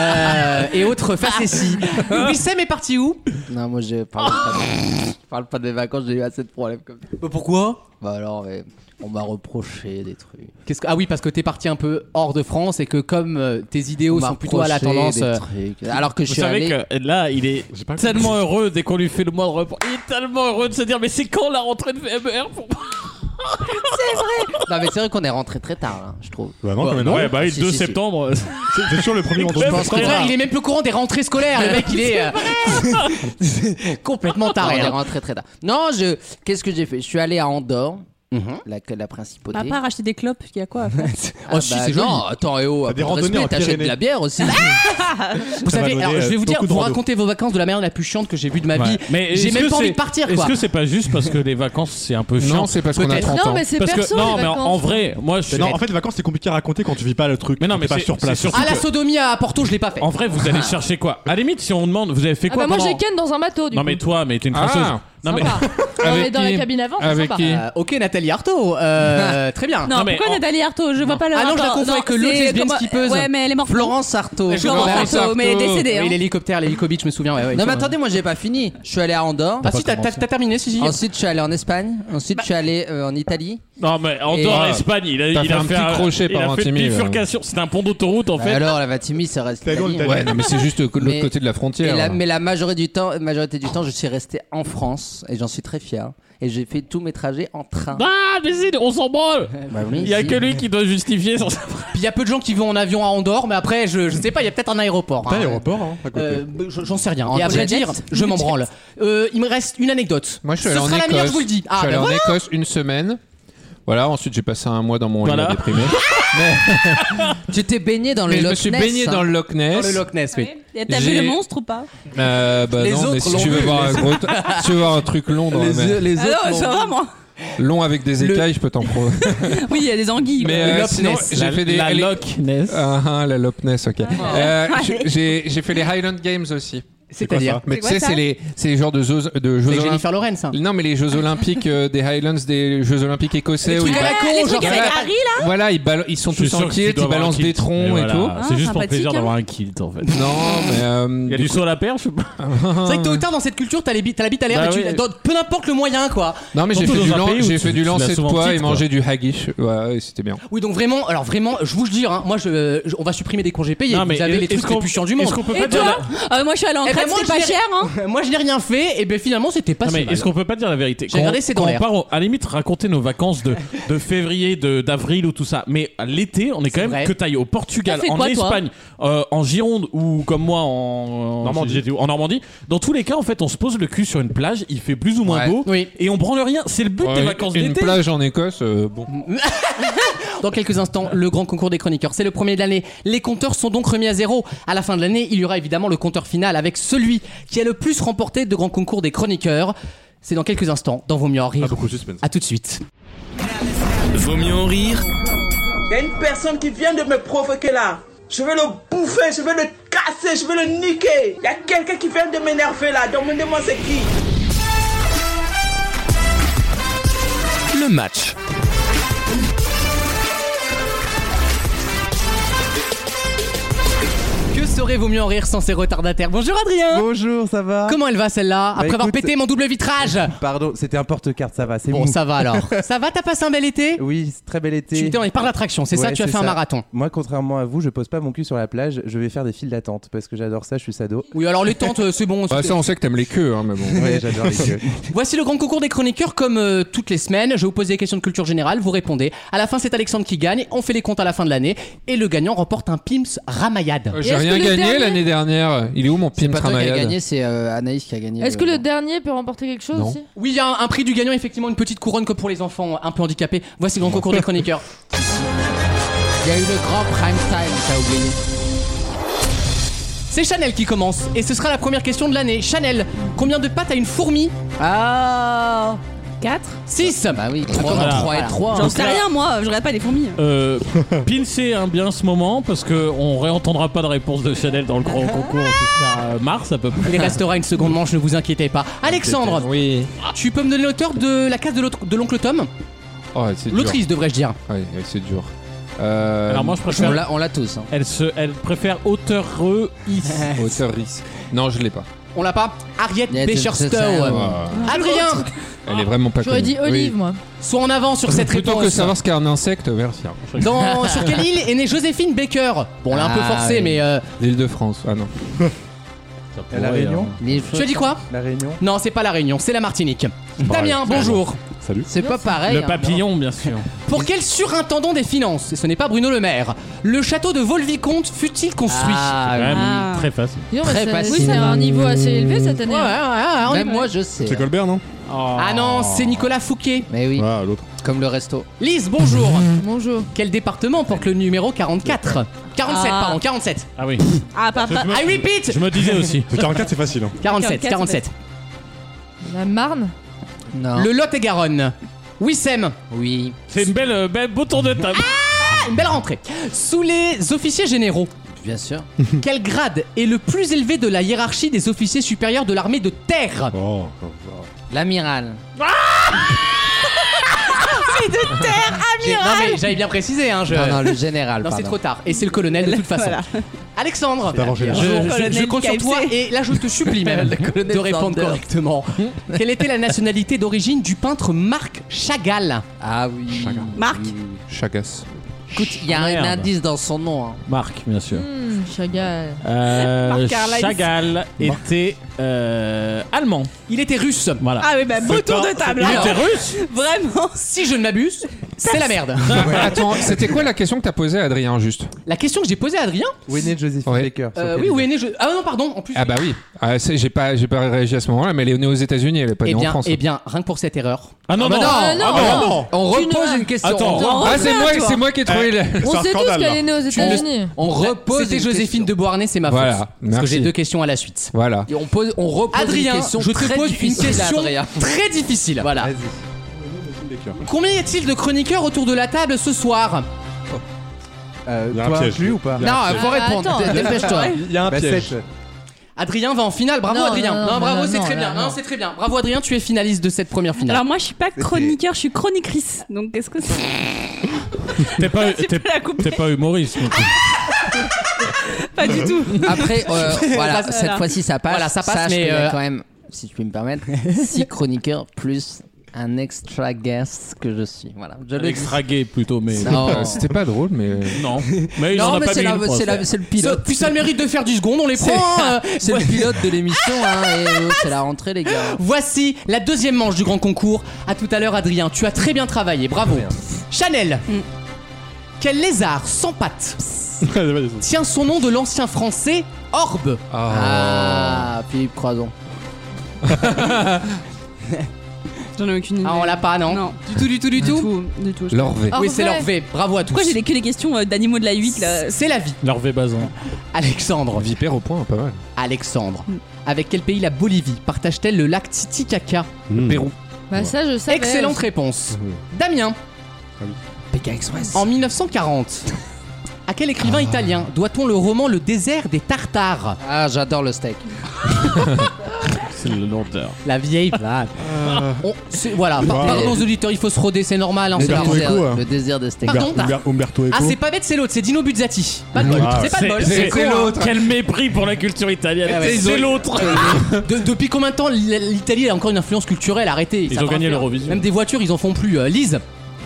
[SPEAKER 2] Euh, et autres facéties.
[SPEAKER 4] Ah.
[SPEAKER 2] Wissem est parti où Oh.
[SPEAKER 3] Non, moi je parle pas, de... je parle pas des vacances, j'ai eu assez de problèmes comme ça.
[SPEAKER 2] Pourquoi
[SPEAKER 3] Bah alors, mais on m'a reproché des trucs.
[SPEAKER 2] Ah oui, parce que t'es parti un peu hors de France et que comme euh, tes
[SPEAKER 3] On
[SPEAKER 2] idéaux
[SPEAKER 3] m'a
[SPEAKER 2] sont plutôt à la
[SPEAKER 3] reproché
[SPEAKER 2] tendance...
[SPEAKER 3] des
[SPEAKER 2] euh,
[SPEAKER 3] trucs. Alors que je
[SPEAKER 4] Vous
[SPEAKER 3] suis
[SPEAKER 4] savez
[SPEAKER 3] allé.
[SPEAKER 4] que là, il est
[SPEAKER 7] J'ai pas compris.
[SPEAKER 4] tellement heureux dès qu'on lui fait le moindre report. Il est tellement heureux de se dire, mais c'est quand la rentrée de VMR pour...
[SPEAKER 3] Non, mais c'est vrai qu'on est rentré très tard, hein, je trouve.
[SPEAKER 7] Bah non, quand même.
[SPEAKER 4] Ouais, bah oui,
[SPEAKER 3] Si,
[SPEAKER 4] le 2
[SPEAKER 3] si, si.
[SPEAKER 4] septembre.
[SPEAKER 7] C'est- C'est sûr, le premier vendredi.
[SPEAKER 4] Je
[SPEAKER 7] de
[SPEAKER 4] pense
[SPEAKER 7] septembre.
[SPEAKER 2] Frère, il est même plus au courant des rentrées scolaires, le mec il est euh, complètement
[SPEAKER 3] Non, on
[SPEAKER 2] taré.
[SPEAKER 3] est
[SPEAKER 2] hein.
[SPEAKER 3] rentré très tard. Non, je. Qu'est-ce que j'ai fait Je suis allé à Andorre,
[SPEAKER 2] Mhm.
[SPEAKER 3] la, la principauté.
[SPEAKER 8] À part acheter des clopes, il y a quoi à faire
[SPEAKER 3] Ah
[SPEAKER 2] Oh, si,
[SPEAKER 3] bah
[SPEAKER 2] c'est joli.
[SPEAKER 3] non, attends, et oh,
[SPEAKER 7] T'as des
[SPEAKER 3] pour le
[SPEAKER 7] randonnées
[SPEAKER 3] respect,
[SPEAKER 7] en
[SPEAKER 3] t'achètes de
[SPEAKER 7] Pyrénées.
[SPEAKER 3] la bière aussi.
[SPEAKER 2] Ah Vous
[SPEAKER 7] Ça m'a
[SPEAKER 2] savez,
[SPEAKER 7] donné,
[SPEAKER 2] alors, je vais
[SPEAKER 7] euh,
[SPEAKER 2] vous dire,
[SPEAKER 7] beaucoup de
[SPEAKER 2] vous
[SPEAKER 7] rando.
[SPEAKER 2] racontez vos vacances de la manière la plus chiante que j'ai vue de ma vie.
[SPEAKER 4] Mais
[SPEAKER 2] J'ai
[SPEAKER 4] est-ce
[SPEAKER 2] même
[SPEAKER 4] que
[SPEAKER 2] pas envie
[SPEAKER 4] c'est-
[SPEAKER 2] de partir,
[SPEAKER 4] Est-ce
[SPEAKER 2] quoi.
[SPEAKER 4] que c'est pas juste parce que les vacances, c'est un peu chiant
[SPEAKER 5] Non, c'est parce qu'on a
[SPEAKER 2] Peut-être.
[SPEAKER 5] 30
[SPEAKER 6] Non,
[SPEAKER 5] ans.
[SPEAKER 6] mais c'est
[SPEAKER 4] Parce
[SPEAKER 6] perso.
[SPEAKER 4] que non,
[SPEAKER 6] les
[SPEAKER 4] mais en,
[SPEAKER 6] vacances.
[SPEAKER 4] en vrai, moi je
[SPEAKER 7] Mais Non, en fait, les vacances, c'est compliqué à raconter quand tu vis pas le truc.
[SPEAKER 4] Mais non,
[SPEAKER 7] T'es
[SPEAKER 4] mais
[SPEAKER 7] pas
[SPEAKER 4] c'est-
[SPEAKER 7] sur place.
[SPEAKER 4] c'est surtout
[SPEAKER 2] Ah la
[SPEAKER 4] que-
[SPEAKER 2] sodomie à Porto, je l'ai pas fait.
[SPEAKER 4] En vrai, vous allez chercher quoi À la limite, si on demande, vous avez fait
[SPEAKER 6] Ah
[SPEAKER 4] quoi
[SPEAKER 6] bah moi
[SPEAKER 4] pendant-
[SPEAKER 6] j'ai Ken dans un bateau du
[SPEAKER 4] Non
[SPEAKER 6] coup.
[SPEAKER 4] mais toi, mais t'es une
[SPEAKER 5] Ah.
[SPEAKER 4] française. Non, mais-
[SPEAKER 6] Sympa. Non, mais
[SPEAKER 5] Avec
[SPEAKER 6] dans
[SPEAKER 5] qui
[SPEAKER 6] la cabine avant, c'est
[SPEAKER 5] Avec
[SPEAKER 6] sympa.
[SPEAKER 5] qui
[SPEAKER 4] Ah,
[SPEAKER 2] Euh, ok, Nathalie Arthaud, euh, très bien.
[SPEAKER 8] Non,
[SPEAKER 4] Non, mais
[SPEAKER 8] pourquoi
[SPEAKER 4] en-
[SPEAKER 8] Nathalie Arthaud Je vois pas le
[SPEAKER 2] Ah non, je la
[SPEAKER 8] rapport.
[SPEAKER 2] confonds avec l'autre
[SPEAKER 8] c'est
[SPEAKER 2] lesbienne
[SPEAKER 8] comment-
[SPEAKER 2] skippeuse.
[SPEAKER 8] Ouais, mais elle est morte.
[SPEAKER 2] Florence Arthaud.
[SPEAKER 8] Florence
[SPEAKER 5] Florence
[SPEAKER 8] Arthaud, mais elle est
[SPEAKER 5] Arthaud.
[SPEAKER 8] décédée.
[SPEAKER 2] Oui,
[SPEAKER 8] hein.
[SPEAKER 2] l'hélicoptère, l'hélicoptère, je me souviens. ouais, ouais,
[SPEAKER 3] Non, mais
[SPEAKER 2] sûrement.
[SPEAKER 3] attendez, moi j'ai pas fini. Je suis allé à Andorre.
[SPEAKER 2] Ah si, t'as t'as- t'as terminé, si, si.
[SPEAKER 3] Ensuite, je suis allé en Espagne. Ensuite, je suis allé euh, en Italie.
[SPEAKER 4] Non, mais en
[SPEAKER 3] Et-
[SPEAKER 4] dehors
[SPEAKER 5] Ah.
[SPEAKER 4] Espagne, il a,
[SPEAKER 5] T'as
[SPEAKER 4] il
[SPEAKER 5] fait
[SPEAKER 4] a
[SPEAKER 5] un
[SPEAKER 4] fait
[SPEAKER 5] petit crochet
[SPEAKER 4] il a
[SPEAKER 5] par
[SPEAKER 4] fait une
[SPEAKER 5] Intimille, ouais.
[SPEAKER 4] bifurcation. C'est un pont d'autoroute en
[SPEAKER 3] Bah
[SPEAKER 4] fait.
[SPEAKER 3] alors, la Vatimi, ça reste
[SPEAKER 7] T'es allé en
[SPEAKER 3] l'Italie.
[SPEAKER 7] Italie.
[SPEAKER 5] Ouais, non, mais c'est juste que de
[SPEAKER 3] Mais-
[SPEAKER 5] l'autre côté de la
[SPEAKER 3] Et
[SPEAKER 5] frontière.
[SPEAKER 3] la- mais la majorité du temps, majorité du temps, je suis resté en France et j'en suis très fier. Et j'ai fait tous mes trajets en train.
[SPEAKER 4] Ah, mais si, on s'en branle.
[SPEAKER 3] Bah oui,
[SPEAKER 4] Il y a
[SPEAKER 3] si.
[SPEAKER 4] que lui qui doit justifier son.
[SPEAKER 2] Puis il y a peu de gens qui vont en avion à Andorre, mais après, je, je sais pas, il y a peut-être un aéroport.
[SPEAKER 7] T'as
[SPEAKER 2] hein.
[SPEAKER 7] l'aéroport, hein, à côté.
[SPEAKER 2] Euh, bah, j- J'en sais rien.
[SPEAKER 3] Et
[SPEAKER 2] à
[SPEAKER 3] après,
[SPEAKER 2] vrai
[SPEAKER 3] jet
[SPEAKER 2] dire, je m'en branle. Euh, il me reste une anecdote.
[SPEAKER 5] Moi, je suis
[SPEAKER 2] Ce
[SPEAKER 5] allé en
[SPEAKER 2] sera la
[SPEAKER 5] Écosse.
[SPEAKER 2] meilleure, je vous le dis.
[SPEAKER 5] je
[SPEAKER 2] Ah,
[SPEAKER 5] suis allé
[SPEAKER 2] ben
[SPEAKER 5] en
[SPEAKER 2] voilà.
[SPEAKER 5] Écosse une semaine. Voilà, ensuite j'ai passé un mois dans mon
[SPEAKER 4] Voilà.
[SPEAKER 5] lit déprimé. Mais,
[SPEAKER 3] Tu t'es baigné dans
[SPEAKER 5] mais
[SPEAKER 3] le
[SPEAKER 5] je
[SPEAKER 3] Loch
[SPEAKER 5] me suis
[SPEAKER 3] Ness,
[SPEAKER 5] baigné
[SPEAKER 3] hein.
[SPEAKER 5] dans le Loch Ness.
[SPEAKER 2] Dans le Loch Ness, oui.
[SPEAKER 8] Et T'as vu
[SPEAKER 5] J'ai-
[SPEAKER 8] le monstre ou pas
[SPEAKER 5] Euh, bah
[SPEAKER 2] Les
[SPEAKER 5] non, mais
[SPEAKER 2] autres
[SPEAKER 5] si
[SPEAKER 2] l'ont
[SPEAKER 5] tu veux
[SPEAKER 2] vu,
[SPEAKER 5] voir un gros, si tu veux voir un truc long dans la mer,
[SPEAKER 3] les
[SPEAKER 8] Ah non, ça va, moi.
[SPEAKER 5] long avec des écailles, je peux t'en prendre.
[SPEAKER 8] Oui, il y a des anguilles.
[SPEAKER 5] mais euh, sinon, j'ai fait des
[SPEAKER 4] La
[SPEAKER 5] les-
[SPEAKER 4] Loch Ness.
[SPEAKER 5] Ah, ah, la Loch Ness, ok.
[SPEAKER 2] Oh.
[SPEAKER 5] Euh, j'ai- j'ai j'ai fait les Highland Games aussi.
[SPEAKER 2] C'est-à-dire.
[SPEAKER 5] Mais tu
[SPEAKER 8] C'est quoi
[SPEAKER 5] sais,
[SPEAKER 8] ça
[SPEAKER 5] c'est les, c'est les genres de jeux, de jeux
[SPEAKER 2] C'est
[SPEAKER 5] olympiques.
[SPEAKER 2] Jennifer Lawrence. hein.
[SPEAKER 5] Non, mais les Jeux Olympiques euh, des Highlands, des Jeux Olympiques écossais.
[SPEAKER 2] Les
[SPEAKER 5] où
[SPEAKER 8] Eh,
[SPEAKER 2] trucs
[SPEAKER 5] ils
[SPEAKER 2] à la
[SPEAKER 5] ba-
[SPEAKER 2] con, genre,
[SPEAKER 5] avec
[SPEAKER 2] voilà.
[SPEAKER 8] Harry, là
[SPEAKER 5] Voilà, ils, bal- ils sont tous en kilt, ils balancent des troncs et, tout.
[SPEAKER 4] C'est
[SPEAKER 8] Ah,
[SPEAKER 4] juste pour le plaisir
[SPEAKER 8] sympathique, hein.
[SPEAKER 4] d'avoir un kilt en fait.
[SPEAKER 5] Non, mais. euh,
[SPEAKER 4] Il y a du saut à la perche ou pas
[SPEAKER 2] C'est vrai que tôt ou tard, dans cette culture, t'as les bi- t'as la bite à l'air,
[SPEAKER 4] Bah
[SPEAKER 2] et tu-
[SPEAKER 4] oui.
[SPEAKER 2] dans- peu importe le moyen, quoi.
[SPEAKER 5] Non, mais j'ai
[SPEAKER 4] Surtout
[SPEAKER 5] fait, du,
[SPEAKER 4] dans un
[SPEAKER 5] lan-
[SPEAKER 4] pays où
[SPEAKER 5] j'ai
[SPEAKER 4] tu-
[SPEAKER 5] fait du
[SPEAKER 4] tu l'as
[SPEAKER 5] lancer de
[SPEAKER 4] souvent
[SPEAKER 5] poids
[SPEAKER 4] petite,
[SPEAKER 5] et
[SPEAKER 4] quoi.
[SPEAKER 5] manger du haggish. Ouais, et c'était bien.
[SPEAKER 2] Ah Oui, donc vraiment, alors vraiment, je vous le dis, hein, moi, je, je- on va supprimer des congés payés.
[SPEAKER 4] Non, mais
[SPEAKER 2] vous avez les
[SPEAKER 4] est-ce
[SPEAKER 2] trucs les
[SPEAKER 4] qu'on-
[SPEAKER 2] plus chiants du monde.
[SPEAKER 4] Est-ce qu'on peut pas
[SPEAKER 8] Et
[SPEAKER 4] dire
[SPEAKER 8] toi
[SPEAKER 4] la-
[SPEAKER 8] Ah, Moi, je suis allé en
[SPEAKER 2] Eh ben,
[SPEAKER 8] Crète,
[SPEAKER 2] moi,
[SPEAKER 8] c'était
[SPEAKER 2] je
[SPEAKER 8] pas
[SPEAKER 2] l'ai-
[SPEAKER 8] cher, hein
[SPEAKER 2] Moi, je n'ai rien fait, et ben finalement, c'était pas
[SPEAKER 4] Non,
[SPEAKER 2] si
[SPEAKER 4] mais
[SPEAKER 2] mal.
[SPEAKER 4] est-ce qu'on peut pas dire la vérité
[SPEAKER 2] J'ai regardé, c'est dans
[SPEAKER 4] quand on
[SPEAKER 2] l'air.
[SPEAKER 4] part au- à la limite raconter nos vacances de, de février, de d'avril ou tout ça. Mais à l'été, on est quand
[SPEAKER 2] C'est
[SPEAKER 4] même
[SPEAKER 2] vrai.
[SPEAKER 4] que taille au Portugal,
[SPEAKER 8] T'as fait
[SPEAKER 4] en
[SPEAKER 8] quoi, toi
[SPEAKER 4] Espagne, euh, en Gironde ou comme moi en en
[SPEAKER 7] Normandie.
[SPEAKER 4] j'étais où En Normandie. Dans tous les cas, en fait, on se pose le cul sur une plage. Il fait plus ou moins
[SPEAKER 5] Ouais.
[SPEAKER 4] beau
[SPEAKER 2] Oui.
[SPEAKER 4] et on branle rien. C'est le but des
[SPEAKER 5] Ouais,
[SPEAKER 4] vacances
[SPEAKER 5] une
[SPEAKER 4] d'été.
[SPEAKER 5] plage en Écosse, euh, bon.
[SPEAKER 2] Dans quelques instants, le grand concours des chroniqueurs. C'est le premier de l'année. Les compteurs sont donc remis à zéro. À la fin de l'année, il y aura évidemment le compteur final avec celui qui a le plus remporté de grands concours des chroniqueurs. C'est dans quelques instants, dans Vos mieux en rire.
[SPEAKER 7] Pas beaucoup de suspense.
[SPEAKER 2] A tout de suite.
[SPEAKER 1] Vaut mieux en rire
[SPEAKER 9] Il y a une personne qui vient de me provoquer là. Je vais le bouffer, je vais le casser, je vais le niquer. Il y a quelqu'un qui vient de m'énerver là. Demandez-moi c'est qui.
[SPEAKER 1] le match.
[SPEAKER 2] Que serait Vos mieux en rire sans ces retardataires Bonjour Adrien
[SPEAKER 10] Bonjour, ça va
[SPEAKER 2] Comment elle va celle-là
[SPEAKER 3] Bah
[SPEAKER 2] Après avoir
[SPEAKER 10] écoute-
[SPEAKER 2] pété mon double vitrage
[SPEAKER 10] Pardon, c'était un porte-carte, ça va, c'est
[SPEAKER 2] Bon,
[SPEAKER 10] mou.
[SPEAKER 2] ça va alors. ça va, t'as passé un bel été
[SPEAKER 10] Oui, c'est très bel été.
[SPEAKER 2] Tu t'es par l'attraction, c'est ça
[SPEAKER 10] Ouais,
[SPEAKER 2] Tu as
[SPEAKER 10] c'est
[SPEAKER 2] fait un
[SPEAKER 10] ça.
[SPEAKER 2] marathon.
[SPEAKER 10] Moi, contrairement à vous, je pose pas mon cul sur la plage, je vais faire des files d'attente parce que j'adore ça, je suis sado.
[SPEAKER 2] Oui, alors les tentes, euh, c'est bon.
[SPEAKER 5] Bah, ça, on sait que t'aimes les queues, hein, mais bon.
[SPEAKER 10] Ouais, j'adore les queues.
[SPEAKER 2] Voici le grand concours des chroniqueurs comme euh, toutes les semaines. Je vous pose des questions de culture générale, vous répondez. À la fin, c'est Alexandre qui gagne. On fait les comptes à la fin de l'année et le gagnant remporte un Pim's Ramayad.
[SPEAKER 5] Euh, J'ai
[SPEAKER 6] est-ce
[SPEAKER 5] rien
[SPEAKER 6] que le
[SPEAKER 5] gagné
[SPEAKER 6] dernier-
[SPEAKER 5] l'année dernière. Il est où mon
[SPEAKER 3] C'est
[SPEAKER 5] Pim
[SPEAKER 3] pas toi qui a
[SPEAKER 5] Tramayade
[SPEAKER 3] gagné, c'est euh, Anaïs qui a gagné.
[SPEAKER 6] Est-ce que le
[SPEAKER 3] non.
[SPEAKER 6] dernier peut remporter quelque chose
[SPEAKER 5] Non.
[SPEAKER 6] aussi
[SPEAKER 2] Oui, il y a un, un prix du gagnant, effectivement, une petite couronne comme pour les enfants un peu handicapés. Voici le grand concours des chroniqueurs.
[SPEAKER 3] Il y a eu le grand prime time, t'as oublié.
[SPEAKER 2] C'est Chanel qui commence et ce sera la première question de l'année. Chanel, combien de pattes a une fourmi
[SPEAKER 3] Ah
[SPEAKER 8] 4
[SPEAKER 2] 6
[SPEAKER 3] Bah oui, 3,
[SPEAKER 4] voilà.
[SPEAKER 3] 3 et 3.
[SPEAKER 8] J'en sais rien, moi, je regarde pas les fourmis.
[SPEAKER 4] Euh, pincez hein, bien ce moment parce que on réentendra pas de réponse de Chanel dans le grand concours jusqu'à euh, mars à peu près.
[SPEAKER 2] Il restera une seconde manche, ne vous inquiétez pas. Alexandre,
[SPEAKER 5] Oui.
[SPEAKER 2] tu peux me donner l'auteur de la case de l'autre- de l'oncle Tom
[SPEAKER 5] Oh, c'est dur.
[SPEAKER 2] L'autrice, devrais-je dire.
[SPEAKER 5] Ouais, ouais, c'est dur. Euh,
[SPEAKER 4] Alors moi je
[SPEAKER 3] On
[SPEAKER 4] préfère.
[SPEAKER 3] l'a- on l'a tous. hein.
[SPEAKER 4] Elle se, elle préfère auteur re
[SPEAKER 5] Auteur risque. Non, je l'ai pas.
[SPEAKER 2] On l'a pas Harriet
[SPEAKER 3] Yeah,
[SPEAKER 2] Becher
[SPEAKER 3] c'est- c'est- c'est-
[SPEAKER 2] Stowe.
[SPEAKER 5] Ah,
[SPEAKER 2] Adrien,
[SPEAKER 5] elle est vraiment pas
[SPEAKER 6] J'aurais
[SPEAKER 5] connue.
[SPEAKER 6] dit Olive,
[SPEAKER 5] Oui.
[SPEAKER 6] moi.
[SPEAKER 2] sois en avant sur cette
[SPEAKER 5] Plutôt
[SPEAKER 2] réponse.
[SPEAKER 5] que savoir ce qu'est un insecte, merci. hein.
[SPEAKER 2] Dans, sur quelle île est née Joséphine Baker Bon, on l'a un peu
[SPEAKER 3] Ah,
[SPEAKER 2] forcé,
[SPEAKER 3] oui.
[SPEAKER 2] mais. euh,
[SPEAKER 5] L'île de France. Ah non.
[SPEAKER 10] À la Réunion
[SPEAKER 4] hein.
[SPEAKER 3] Les-
[SPEAKER 2] tu as dit quoi
[SPEAKER 10] La Réunion
[SPEAKER 2] Non, c'est pas la Réunion, c'est la Martinique. Damien, bonjour.
[SPEAKER 7] Salut.
[SPEAKER 3] C'est pas pareil.
[SPEAKER 4] Le
[SPEAKER 3] hein.
[SPEAKER 4] papillon bien sûr.
[SPEAKER 2] Pour quel surintendant des finances, et ce n'est pas Bruno Le Maire, le château de Volvicomte fut-il construit
[SPEAKER 3] Ah,
[SPEAKER 4] Quand même,
[SPEAKER 8] Ah.
[SPEAKER 4] Très facile.
[SPEAKER 6] Dis donc,
[SPEAKER 3] Très
[SPEAKER 6] bah, ça-
[SPEAKER 3] facile.
[SPEAKER 6] oui, c'est un niveau assez élevé cette année.
[SPEAKER 2] Ouais, ouais, ouais, ouais, Ah, on est-
[SPEAKER 3] Même moi, je sais. hein.
[SPEAKER 7] C'est Colbert, non
[SPEAKER 2] Ah non, c'est Nicolas Fouquet.
[SPEAKER 3] Mais oui,
[SPEAKER 7] Ah, l'autre.
[SPEAKER 3] comme le resto.
[SPEAKER 2] Lise, bonjour.
[SPEAKER 6] hein. Bonjour.
[SPEAKER 2] Quel département porte le numéro 44 47,
[SPEAKER 8] Ah.
[SPEAKER 2] pardon, 47.
[SPEAKER 4] Ah oui.
[SPEAKER 8] Ah, pas, pas-
[SPEAKER 2] I repeat
[SPEAKER 4] Je me disais aussi.
[SPEAKER 7] Le 44, c'est facile. hein.
[SPEAKER 2] 47,
[SPEAKER 8] 44,
[SPEAKER 2] 47.
[SPEAKER 6] La Marne
[SPEAKER 3] Non.
[SPEAKER 2] Le Lot-et-Garonne. Wissem,
[SPEAKER 3] Oui.
[SPEAKER 4] C'est une belle, euh, belle beau tour de table.
[SPEAKER 2] une belle rentrée. Sous les officiers généraux,
[SPEAKER 3] Bien sûr.
[SPEAKER 2] Quel grade est le plus élevé de la hiérarchie des officiers supérieurs de l'armée de terre
[SPEAKER 7] Oh.
[SPEAKER 3] L'amiral.
[SPEAKER 2] J'ai- Non mais j'avais bien précisé hein. Je...
[SPEAKER 3] Non, non, le général.
[SPEAKER 2] Non, c'est
[SPEAKER 3] Ah, pardon.
[SPEAKER 2] trop tard. Et c'est le colonel de toute façon.
[SPEAKER 8] Voilà.
[SPEAKER 2] Alexandre,
[SPEAKER 7] C'est avant
[SPEAKER 2] je,
[SPEAKER 7] Général.
[SPEAKER 2] je-
[SPEAKER 8] Colonel
[SPEAKER 2] je compte sur
[SPEAKER 8] KFC.
[SPEAKER 2] toi et là je te supplie même de répondre
[SPEAKER 3] Sander. Hmm.
[SPEAKER 2] correctement. Quelle était la nationalité d'origine du peintre Marc Chagall
[SPEAKER 3] Ah oui.
[SPEAKER 8] Marc
[SPEAKER 5] Chagas.
[SPEAKER 3] Écoute, il y a un
[SPEAKER 4] Merde.
[SPEAKER 3] indice dans son nom. hein.
[SPEAKER 4] Marc, bien sûr.
[SPEAKER 6] Hmm, Chagall.
[SPEAKER 4] Euh,
[SPEAKER 8] Marc Carlisle.
[SPEAKER 4] Chagall était euh, allemand.
[SPEAKER 2] Il était russe.
[SPEAKER 4] Voilà.
[SPEAKER 8] Ah oui, bah beau tour de table.
[SPEAKER 4] Il
[SPEAKER 8] hein.
[SPEAKER 4] était russe
[SPEAKER 8] Vraiment.
[SPEAKER 2] Si je ne m'abuse, c'est la merde.
[SPEAKER 5] Attends, c'était quoi la question que t'as posée, Adrien, juste
[SPEAKER 2] La question que j'ai posée à Adrien
[SPEAKER 10] Où est né Joséphine
[SPEAKER 5] Ouais.
[SPEAKER 10] Baker sur
[SPEAKER 2] euh,
[SPEAKER 10] quel
[SPEAKER 2] Oui, où
[SPEAKER 10] livre
[SPEAKER 2] est né je... Ah non, pardon, en plus.
[SPEAKER 5] Ah bah oui. Ah, c'est- j'ai pas, j'ai pas réagi à ce moment-là, mais elle est née aux États-Unis, elle est pas
[SPEAKER 2] Eh
[SPEAKER 5] née en
[SPEAKER 2] bien,
[SPEAKER 5] France. hein.
[SPEAKER 2] eh bien, rien que pour cette erreur.
[SPEAKER 4] Ah non,
[SPEAKER 3] Ah bah
[SPEAKER 4] non,
[SPEAKER 3] non,
[SPEAKER 4] Ah
[SPEAKER 6] non.
[SPEAKER 4] bah non.
[SPEAKER 3] On
[SPEAKER 6] Tu
[SPEAKER 3] repose
[SPEAKER 6] ne-
[SPEAKER 3] une question.
[SPEAKER 4] Attends.
[SPEAKER 3] On,
[SPEAKER 5] Ah, c'est
[SPEAKER 6] Reviens,
[SPEAKER 5] moi,
[SPEAKER 6] toi.
[SPEAKER 5] c'est moi qui ai trouvé le.
[SPEAKER 6] On sait tous
[SPEAKER 7] scandale,
[SPEAKER 6] qu'elle
[SPEAKER 7] là.
[SPEAKER 4] hein.
[SPEAKER 6] est née aux États-Unis.
[SPEAKER 3] on repose
[SPEAKER 2] C'était
[SPEAKER 3] une
[SPEAKER 2] Joséphine de
[SPEAKER 3] question.
[SPEAKER 2] Beauharnais, c'est ma faute.
[SPEAKER 5] Voilà,
[SPEAKER 2] Parce que
[SPEAKER 5] merci.
[SPEAKER 2] j'ai deux questions à la suite.
[SPEAKER 5] Voilà.
[SPEAKER 3] Et on, pose, on repose
[SPEAKER 2] Adrien,
[SPEAKER 3] une question
[SPEAKER 2] je te
[SPEAKER 3] très
[SPEAKER 2] pose une
[SPEAKER 3] difficile à
[SPEAKER 2] question
[SPEAKER 3] Adrien.
[SPEAKER 2] très difficile. Voilà. Combien y a-t-il de chroniqueurs autour de la table ce soir
[SPEAKER 10] Euh,
[SPEAKER 7] Il y a un
[SPEAKER 10] toi
[SPEAKER 7] piège.
[SPEAKER 10] inclus ou pas
[SPEAKER 7] Il y a un
[SPEAKER 3] Non,
[SPEAKER 7] piège.
[SPEAKER 3] faut répondre.
[SPEAKER 6] Ah, attends.
[SPEAKER 3] Dé- Dépêche-toi.
[SPEAKER 7] Il y a un
[SPEAKER 10] Bah,
[SPEAKER 7] piège.
[SPEAKER 10] sept.
[SPEAKER 2] Adrien va en finale, bravo
[SPEAKER 6] Non,
[SPEAKER 2] Adrien.
[SPEAKER 6] non,
[SPEAKER 2] Non,
[SPEAKER 6] non, non,
[SPEAKER 2] bravo,
[SPEAKER 6] non,
[SPEAKER 2] c'est
[SPEAKER 6] non,
[SPEAKER 2] très
[SPEAKER 6] non,
[SPEAKER 2] bien.
[SPEAKER 6] non.
[SPEAKER 2] Non, c'est très bien. Bravo Adrien, tu es finaliste de cette première finale.
[SPEAKER 8] Alors moi, je suis pas chroniqueur, je suis chronicrice. Donc qu'est-ce que c'est
[SPEAKER 4] T'es pas,
[SPEAKER 8] Tu
[SPEAKER 4] t'es-
[SPEAKER 8] peux la couper
[SPEAKER 4] t'es pas humoriste. non plus.
[SPEAKER 8] Pas du tout.
[SPEAKER 3] Après, euh, voilà,
[SPEAKER 8] Voilà.
[SPEAKER 3] cette fois-ci ça passe.
[SPEAKER 2] Voilà, ça passe,
[SPEAKER 3] Sache
[SPEAKER 2] mais,
[SPEAKER 3] qu'il y a
[SPEAKER 2] euh,
[SPEAKER 3] quand même, si je puis me permettre, six chroniqueurs plus un extra guest que je suis. Voilà, je le dis.
[SPEAKER 4] Extragué plutôt, mais.
[SPEAKER 3] Non.
[SPEAKER 5] Euh, C'était pas drôle, mais.
[SPEAKER 4] Non. Mais il en
[SPEAKER 3] Non,
[SPEAKER 4] a
[SPEAKER 3] mais
[SPEAKER 4] pas
[SPEAKER 3] c'est
[SPEAKER 4] mis
[SPEAKER 3] la-
[SPEAKER 4] une, je
[SPEAKER 3] c'est
[SPEAKER 4] pense.
[SPEAKER 3] la- c'est le
[SPEAKER 2] Ça-
[SPEAKER 3] pilote.
[SPEAKER 2] puis ça a le mérite de faire 10 secondes, on les prend. hein, euh,
[SPEAKER 3] C'est le pilote de l'émission, hein, et euh, c'est la rentrée, les gars.
[SPEAKER 2] Voici la deuxième manche du grand concours. À tout à l'heure, Adrien. Tu as très bien Mm. travaillé, bravo. Chanel. Quel lézard sans pattes tient son nom de l'ancien français Orbe
[SPEAKER 3] Ah, Philippe Croison.
[SPEAKER 8] J'en ai aucune idée.
[SPEAKER 2] Ah, on l'a pas, non
[SPEAKER 8] Non.
[SPEAKER 2] Du tout, du tout, du
[SPEAKER 8] Du
[SPEAKER 2] tout.
[SPEAKER 8] tout. Du tout. je-
[SPEAKER 5] L'Orvée.
[SPEAKER 2] Oui,
[SPEAKER 6] Orvay.
[SPEAKER 2] c'est leur V. Bravo à tous.
[SPEAKER 8] Pourquoi j'ai des- que des questions euh, d'animaux de la 8 là
[SPEAKER 2] C'est la vie.
[SPEAKER 4] L'Hervé Bazin.
[SPEAKER 2] Alexandre.
[SPEAKER 5] Vipère au point, hein, pas mal.
[SPEAKER 2] Alexandre. Avec quel pays la Bolivie partage-t-elle le lac Titicaca
[SPEAKER 7] Hmm.
[SPEAKER 5] Pérou.
[SPEAKER 6] Bah ça, je savais.
[SPEAKER 2] Excellente réponse.
[SPEAKER 7] Mm.
[SPEAKER 2] Damien.
[SPEAKER 3] Pékin Express.
[SPEAKER 2] En 1940. À quel
[SPEAKER 7] Ah.
[SPEAKER 2] écrivain italien doit-on le roman Le désert des Tartares
[SPEAKER 3] Ah, j'adore le steak.
[SPEAKER 4] C'est le lenteur.
[SPEAKER 2] La vieille blague. On- c'est- voilà, par-
[SPEAKER 7] Wow.
[SPEAKER 2] pardon aux auditeurs, il faut se roder, c'est normal. hein, c'est la
[SPEAKER 7] Humberto
[SPEAKER 2] rentrée.
[SPEAKER 7] Eco, hein.
[SPEAKER 3] le désir des steaks.
[SPEAKER 2] Pardon, t'as-
[SPEAKER 7] Umberto Eco.
[SPEAKER 2] Ah, c'est pas bête, c'est l'autre, c'est Dino Buzzati. Pas de bol,
[SPEAKER 7] Ah,
[SPEAKER 2] c'est pas de bol.
[SPEAKER 5] c'est- c'est l'autre.
[SPEAKER 4] Quel mépris pour la culture italienne.
[SPEAKER 7] Eh,
[SPEAKER 2] Ah ouais. Ils
[SPEAKER 4] C'est
[SPEAKER 2] ont-
[SPEAKER 4] l'autre.
[SPEAKER 2] De- depuis combien de temps l- l'Italie a encore une influence culturelle Arrêtez.
[SPEAKER 4] Ils
[SPEAKER 2] ça
[SPEAKER 4] ont
[SPEAKER 2] va
[SPEAKER 4] gagné
[SPEAKER 2] faire.
[SPEAKER 4] l'Eurovision.
[SPEAKER 2] Même des voitures, ils en font plus. Euh, Lise,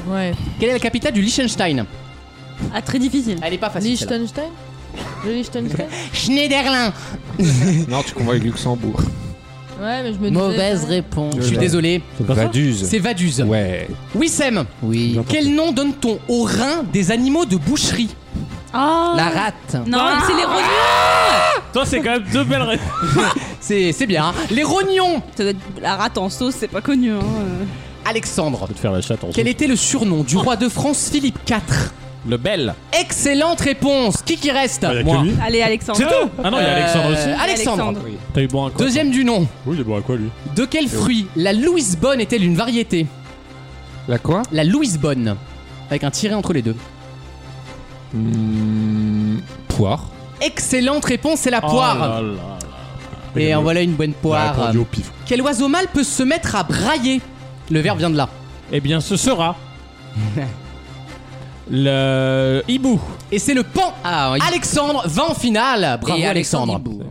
[SPEAKER 6] Ouais.
[SPEAKER 2] quelle est la capitale du Liechtenstein
[SPEAKER 8] Ah, très difficile.
[SPEAKER 2] Elle est pas facile. celle-là.
[SPEAKER 6] Liechtenstein Le Liechtenstein
[SPEAKER 2] Schneiderlin.
[SPEAKER 5] Non, tu convois avec Luxembourg.
[SPEAKER 6] Ouais, mais je me disais.
[SPEAKER 3] Mauvaise réponse.
[SPEAKER 2] Je suis
[SPEAKER 5] l'ai.
[SPEAKER 2] désolé,
[SPEAKER 5] Vaduz.
[SPEAKER 2] c'est Vaduz.
[SPEAKER 5] Ouais.
[SPEAKER 2] Wissem,
[SPEAKER 3] Oui.
[SPEAKER 2] quel nom donne-t-on aux reins des animaux de boucherie
[SPEAKER 8] Ah
[SPEAKER 3] La rate.
[SPEAKER 8] Non, c'est les rognons.
[SPEAKER 4] Toi, c'est quand même deux belles réponses.
[SPEAKER 2] C'est c'est bien. hein. Les rognons
[SPEAKER 8] Ça doit être la rate en sauce, c'est pas connu. Hein. euh.
[SPEAKER 2] Alexandre,
[SPEAKER 4] Je vais te faire la chatte en
[SPEAKER 2] quel était le surnom du roi de France Philippe IV
[SPEAKER 4] Le bel.
[SPEAKER 2] Excellente réponse. Qui qui reste
[SPEAKER 7] Ah, il y a
[SPEAKER 4] Moi.
[SPEAKER 7] que lui.
[SPEAKER 8] Allez, Alexandre.
[SPEAKER 4] C'est tout Ah non, il y a Alexandre
[SPEAKER 2] Euh,
[SPEAKER 4] aussi.
[SPEAKER 2] Alexandre.
[SPEAKER 4] T'as eu bon à quoi
[SPEAKER 2] Deuxième du nom.
[SPEAKER 7] Oui, il est bon à quoi lui
[SPEAKER 2] De quel fruit la Louisbonne est-elle une variété
[SPEAKER 5] La quoi
[SPEAKER 2] La Louisbonne. Avec un tiret entre les deux.
[SPEAKER 5] Hmm, Poire.
[SPEAKER 2] Ah, Excellente réponse, c'est la
[SPEAKER 4] Oh
[SPEAKER 2] Ah poire.
[SPEAKER 4] là là là.
[SPEAKER 2] Et en voilà une bonne
[SPEAKER 7] Il a
[SPEAKER 2] poire.
[SPEAKER 7] répondu Bah, au pif.
[SPEAKER 2] Quel oiseau mâle peut se mettre à brailler Le verbe vient de là.
[SPEAKER 4] Eh bien, ce sera. Le hibou.
[SPEAKER 2] Et c'est le pan.
[SPEAKER 3] Ah, oui.
[SPEAKER 2] Alexandre va en finale. Bravo
[SPEAKER 3] Et
[SPEAKER 2] Alexandre.
[SPEAKER 3] Hibou.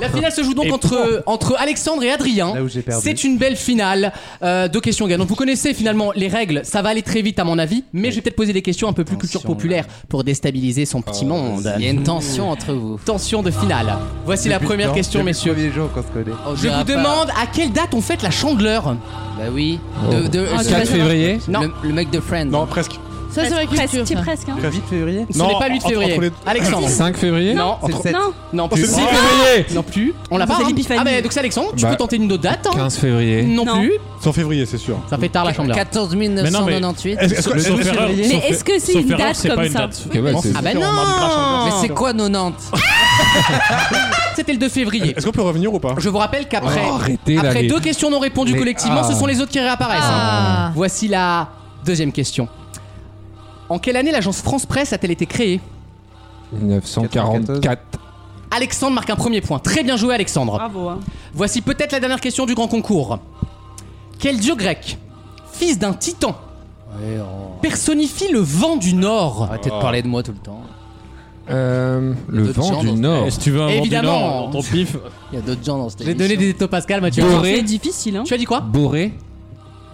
[SPEAKER 2] La finale se joue donc
[SPEAKER 4] Et
[SPEAKER 2] entre, entre Alexandre et Adrien.
[SPEAKER 10] Là où j'ai perdu.
[SPEAKER 2] C'est une belle finale euh, de questions gagnantes. Vous connaissez finalement les règles, ça va aller très vite à mon avis, mais je vais peut-être poser des questions un peu plus culture populaire pour déstabiliser son petit monde.
[SPEAKER 3] Il y a une tension entre vous.
[SPEAKER 2] Tension de finale. Voici la
[SPEAKER 10] Depuis le
[SPEAKER 2] première
[SPEAKER 10] temps,
[SPEAKER 2] question,
[SPEAKER 10] depuis le
[SPEAKER 2] messieurs.
[SPEAKER 10] premier jour qu'on se connaît.
[SPEAKER 9] Oh,
[SPEAKER 3] On
[SPEAKER 2] Je
[SPEAKER 3] dira
[SPEAKER 2] vous
[SPEAKER 3] Oh, pas.
[SPEAKER 2] demande à quelle date on fête la chandeleur
[SPEAKER 3] Bah oui. De, de-
[SPEAKER 8] Ah,
[SPEAKER 3] le-
[SPEAKER 8] tu vas
[SPEAKER 5] 4 février
[SPEAKER 2] Non.
[SPEAKER 3] le, le mec de Friends.
[SPEAKER 7] Non, presque.
[SPEAKER 6] Ça, c'est vrai
[SPEAKER 8] presque,
[SPEAKER 6] culture.
[SPEAKER 8] c'est
[SPEAKER 6] ça.
[SPEAKER 8] presque. Hein.
[SPEAKER 10] Le 8 février
[SPEAKER 2] Ce
[SPEAKER 7] Non,
[SPEAKER 2] n'est pas le 8
[SPEAKER 7] entre- entre
[SPEAKER 2] février.
[SPEAKER 7] les-
[SPEAKER 2] Alexandre.
[SPEAKER 5] 5 février
[SPEAKER 2] Non,
[SPEAKER 10] C'est le 7.
[SPEAKER 8] Non,
[SPEAKER 2] non
[SPEAKER 7] Oh,
[SPEAKER 2] plus. Ah,
[SPEAKER 7] c'est le 6
[SPEAKER 5] février
[SPEAKER 2] Non plus. On l'a
[SPEAKER 8] Ça,
[SPEAKER 2] pas.
[SPEAKER 8] c'est
[SPEAKER 2] hein.
[SPEAKER 8] l'épiphanie.
[SPEAKER 2] Ah bah donc c'est Alexandre, tu
[SPEAKER 5] Bah,
[SPEAKER 2] peux tenter une autre date. hein.
[SPEAKER 5] 15 février.
[SPEAKER 2] Non,
[SPEAKER 8] Non.
[SPEAKER 2] plus.
[SPEAKER 7] 100 février, c'est sûr.
[SPEAKER 2] Ça fait tard la chandeleur.
[SPEAKER 3] 14
[SPEAKER 4] Mais
[SPEAKER 3] 998.
[SPEAKER 7] Est-ce est-ce que est-ce que-
[SPEAKER 4] Sauf erreur.
[SPEAKER 8] mais est-ce que c'est une
[SPEAKER 4] Sauf erreur,
[SPEAKER 8] date
[SPEAKER 4] c'est
[SPEAKER 8] comme
[SPEAKER 4] pas une
[SPEAKER 8] ça
[SPEAKER 4] date.
[SPEAKER 5] Ok, ouais, c'est-
[SPEAKER 2] Ah bah non
[SPEAKER 3] Mais c'est quoi 90
[SPEAKER 2] C'était le 2 février.
[SPEAKER 7] est-ce qu'on peut revenir ou pas
[SPEAKER 2] Je vous rappelle qu'après
[SPEAKER 5] Oh, arrêtez, là,
[SPEAKER 2] après
[SPEAKER 5] les-
[SPEAKER 2] deux questions non répondues
[SPEAKER 5] Mais-
[SPEAKER 2] collectivement, ce
[SPEAKER 5] ah.
[SPEAKER 2] sont les autres qui réapparaissent.
[SPEAKER 6] Ah.
[SPEAKER 2] hein. Voici la deuxième question. En quelle année l'agence France Presse a-t-elle été créée
[SPEAKER 5] 1944.
[SPEAKER 2] Alexandre marque un premier point. Très bien joué, Alexandre.
[SPEAKER 8] Bravo. Hein.
[SPEAKER 2] Voici peut-être la dernière question du grand concours. Quel dieu grec, fils d'un titan, personnifie le vent du nord
[SPEAKER 3] oh. Arrêtez
[SPEAKER 4] Oh.
[SPEAKER 3] de parler de moi tout le temps.
[SPEAKER 5] Euh, le
[SPEAKER 3] d'autres gens
[SPEAKER 5] vent du
[SPEAKER 3] dans-
[SPEAKER 5] Nord.
[SPEAKER 4] Eh, si tu veux un vent du
[SPEAKER 2] Évidemment.
[SPEAKER 4] Nord, dans ton pif.
[SPEAKER 3] Il y a d'autres gens dans cette
[SPEAKER 2] J'ai donné des taux Pascal, Mathieu.
[SPEAKER 8] C'est difficile, hein.
[SPEAKER 2] Tu as dit quoi
[SPEAKER 5] Boré.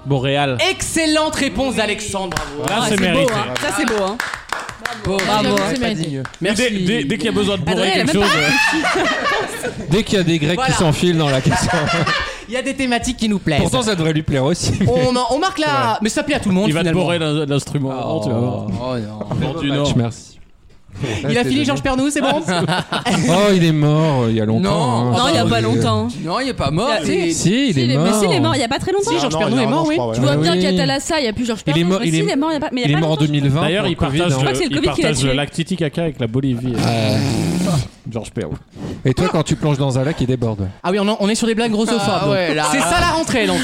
[SPEAKER 4] Boréal.
[SPEAKER 2] Excellente réponse d'Alexandre.
[SPEAKER 4] Là,
[SPEAKER 8] Ah,
[SPEAKER 4] c'est
[SPEAKER 8] beau,
[SPEAKER 4] mérité.
[SPEAKER 8] hein. Ça, c'est beau, hein.
[SPEAKER 5] Ah,
[SPEAKER 6] Bravo,
[SPEAKER 3] J'aurais
[SPEAKER 6] c'est
[SPEAKER 3] pas
[SPEAKER 6] mérité.
[SPEAKER 3] dit mieux.
[SPEAKER 2] Merci.
[SPEAKER 4] Dès, dès- dès qu'il y a besoin de bourrer
[SPEAKER 8] Adrien, elle a
[SPEAKER 4] quelque
[SPEAKER 8] même
[SPEAKER 4] chose.
[SPEAKER 8] pas
[SPEAKER 5] Dès qu'il y a des Grecs
[SPEAKER 2] Voilà.
[SPEAKER 5] qui s'enfilent dans la question.
[SPEAKER 2] Il y a des thématiques qui nous plaisent.
[SPEAKER 5] Pourtant, ça devrait lui plaire aussi.
[SPEAKER 2] on, on marque là, mais ça plaît à tout le monde.
[SPEAKER 4] il va te
[SPEAKER 2] finalement.
[SPEAKER 4] bourrer l'in- l'instrument avant, tu vas voir.
[SPEAKER 3] Oh non.
[SPEAKER 4] Vent du Nord.
[SPEAKER 5] Merci.
[SPEAKER 2] Il a fini, Georges Pernou, c'est bon
[SPEAKER 5] Oh, il est mort euh, il y a longtemps.
[SPEAKER 3] Non.
[SPEAKER 5] hein.
[SPEAKER 8] Non, il y a pas longtemps.
[SPEAKER 3] Non, il est pas mort.
[SPEAKER 8] Il y a-
[SPEAKER 3] il-
[SPEAKER 5] Si, il
[SPEAKER 8] Si,
[SPEAKER 5] est
[SPEAKER 8] il est- Mais
[SPEAKER 5] mort.
[SPEAKER 8] si, il est mort il y a pas très longtemps.
[SPEAKER 2] Si, Georges Pernou est mort, oui.
[SPEAKER 6] Tu vois
[SPEAKER 5] Ah
[SPEAKER 6] bien
[SPEAKER 5] oui.
[SPEAKER 6] qu'à Talassa, il n'y a plus Georges Perrin.
[SPEAKER 5] mort,
[SPEAKER 8] Si,
[SPEAKER 5] il est-
[SPEAKER 8] il est mort il y a pas mais il
[SPEAKER 5] Il
[SPEAKER 8] y a
[SPEAKER 5] est
[SPEAKER 8] pas
[SPEAKER 5] mort en
[SPEAKER 8] longtemps.
[SPEAKER 5] 2020.
[SPEAKER 4] D'ailleurs,
[SPEAKER 5] pour
[SPEAKER 4] il
[SPEAKER 5] Covid,
[SPEAKER 4] partage,
[SPEAKER 5] hein.
[SPEAKER 8] Je crois que c'est
[SPEAKER 4] le,
[SPEAKER 8] le
[SPEAKER 4] il
[SPEAKER 8] Covid qui l'a
[SPEAKER 4] partage
[SPEAKER 8] tué.
[SPEAKER 4] lac Titicaca avec la Bolivie. Georges Perrault.
[SPEAKER 5] Et toi, quand tu plonges dans un lac, il déborde.
[SPEAKER 2] Ah oui, on, en- on est sur des blagues grossophobes.
[SPEAKER 3] Ah ouais, là,
[SPEAKER 2] c'est
[SPEAKER 3] là.
[SPEAKER 2] ça la rentrée, donc.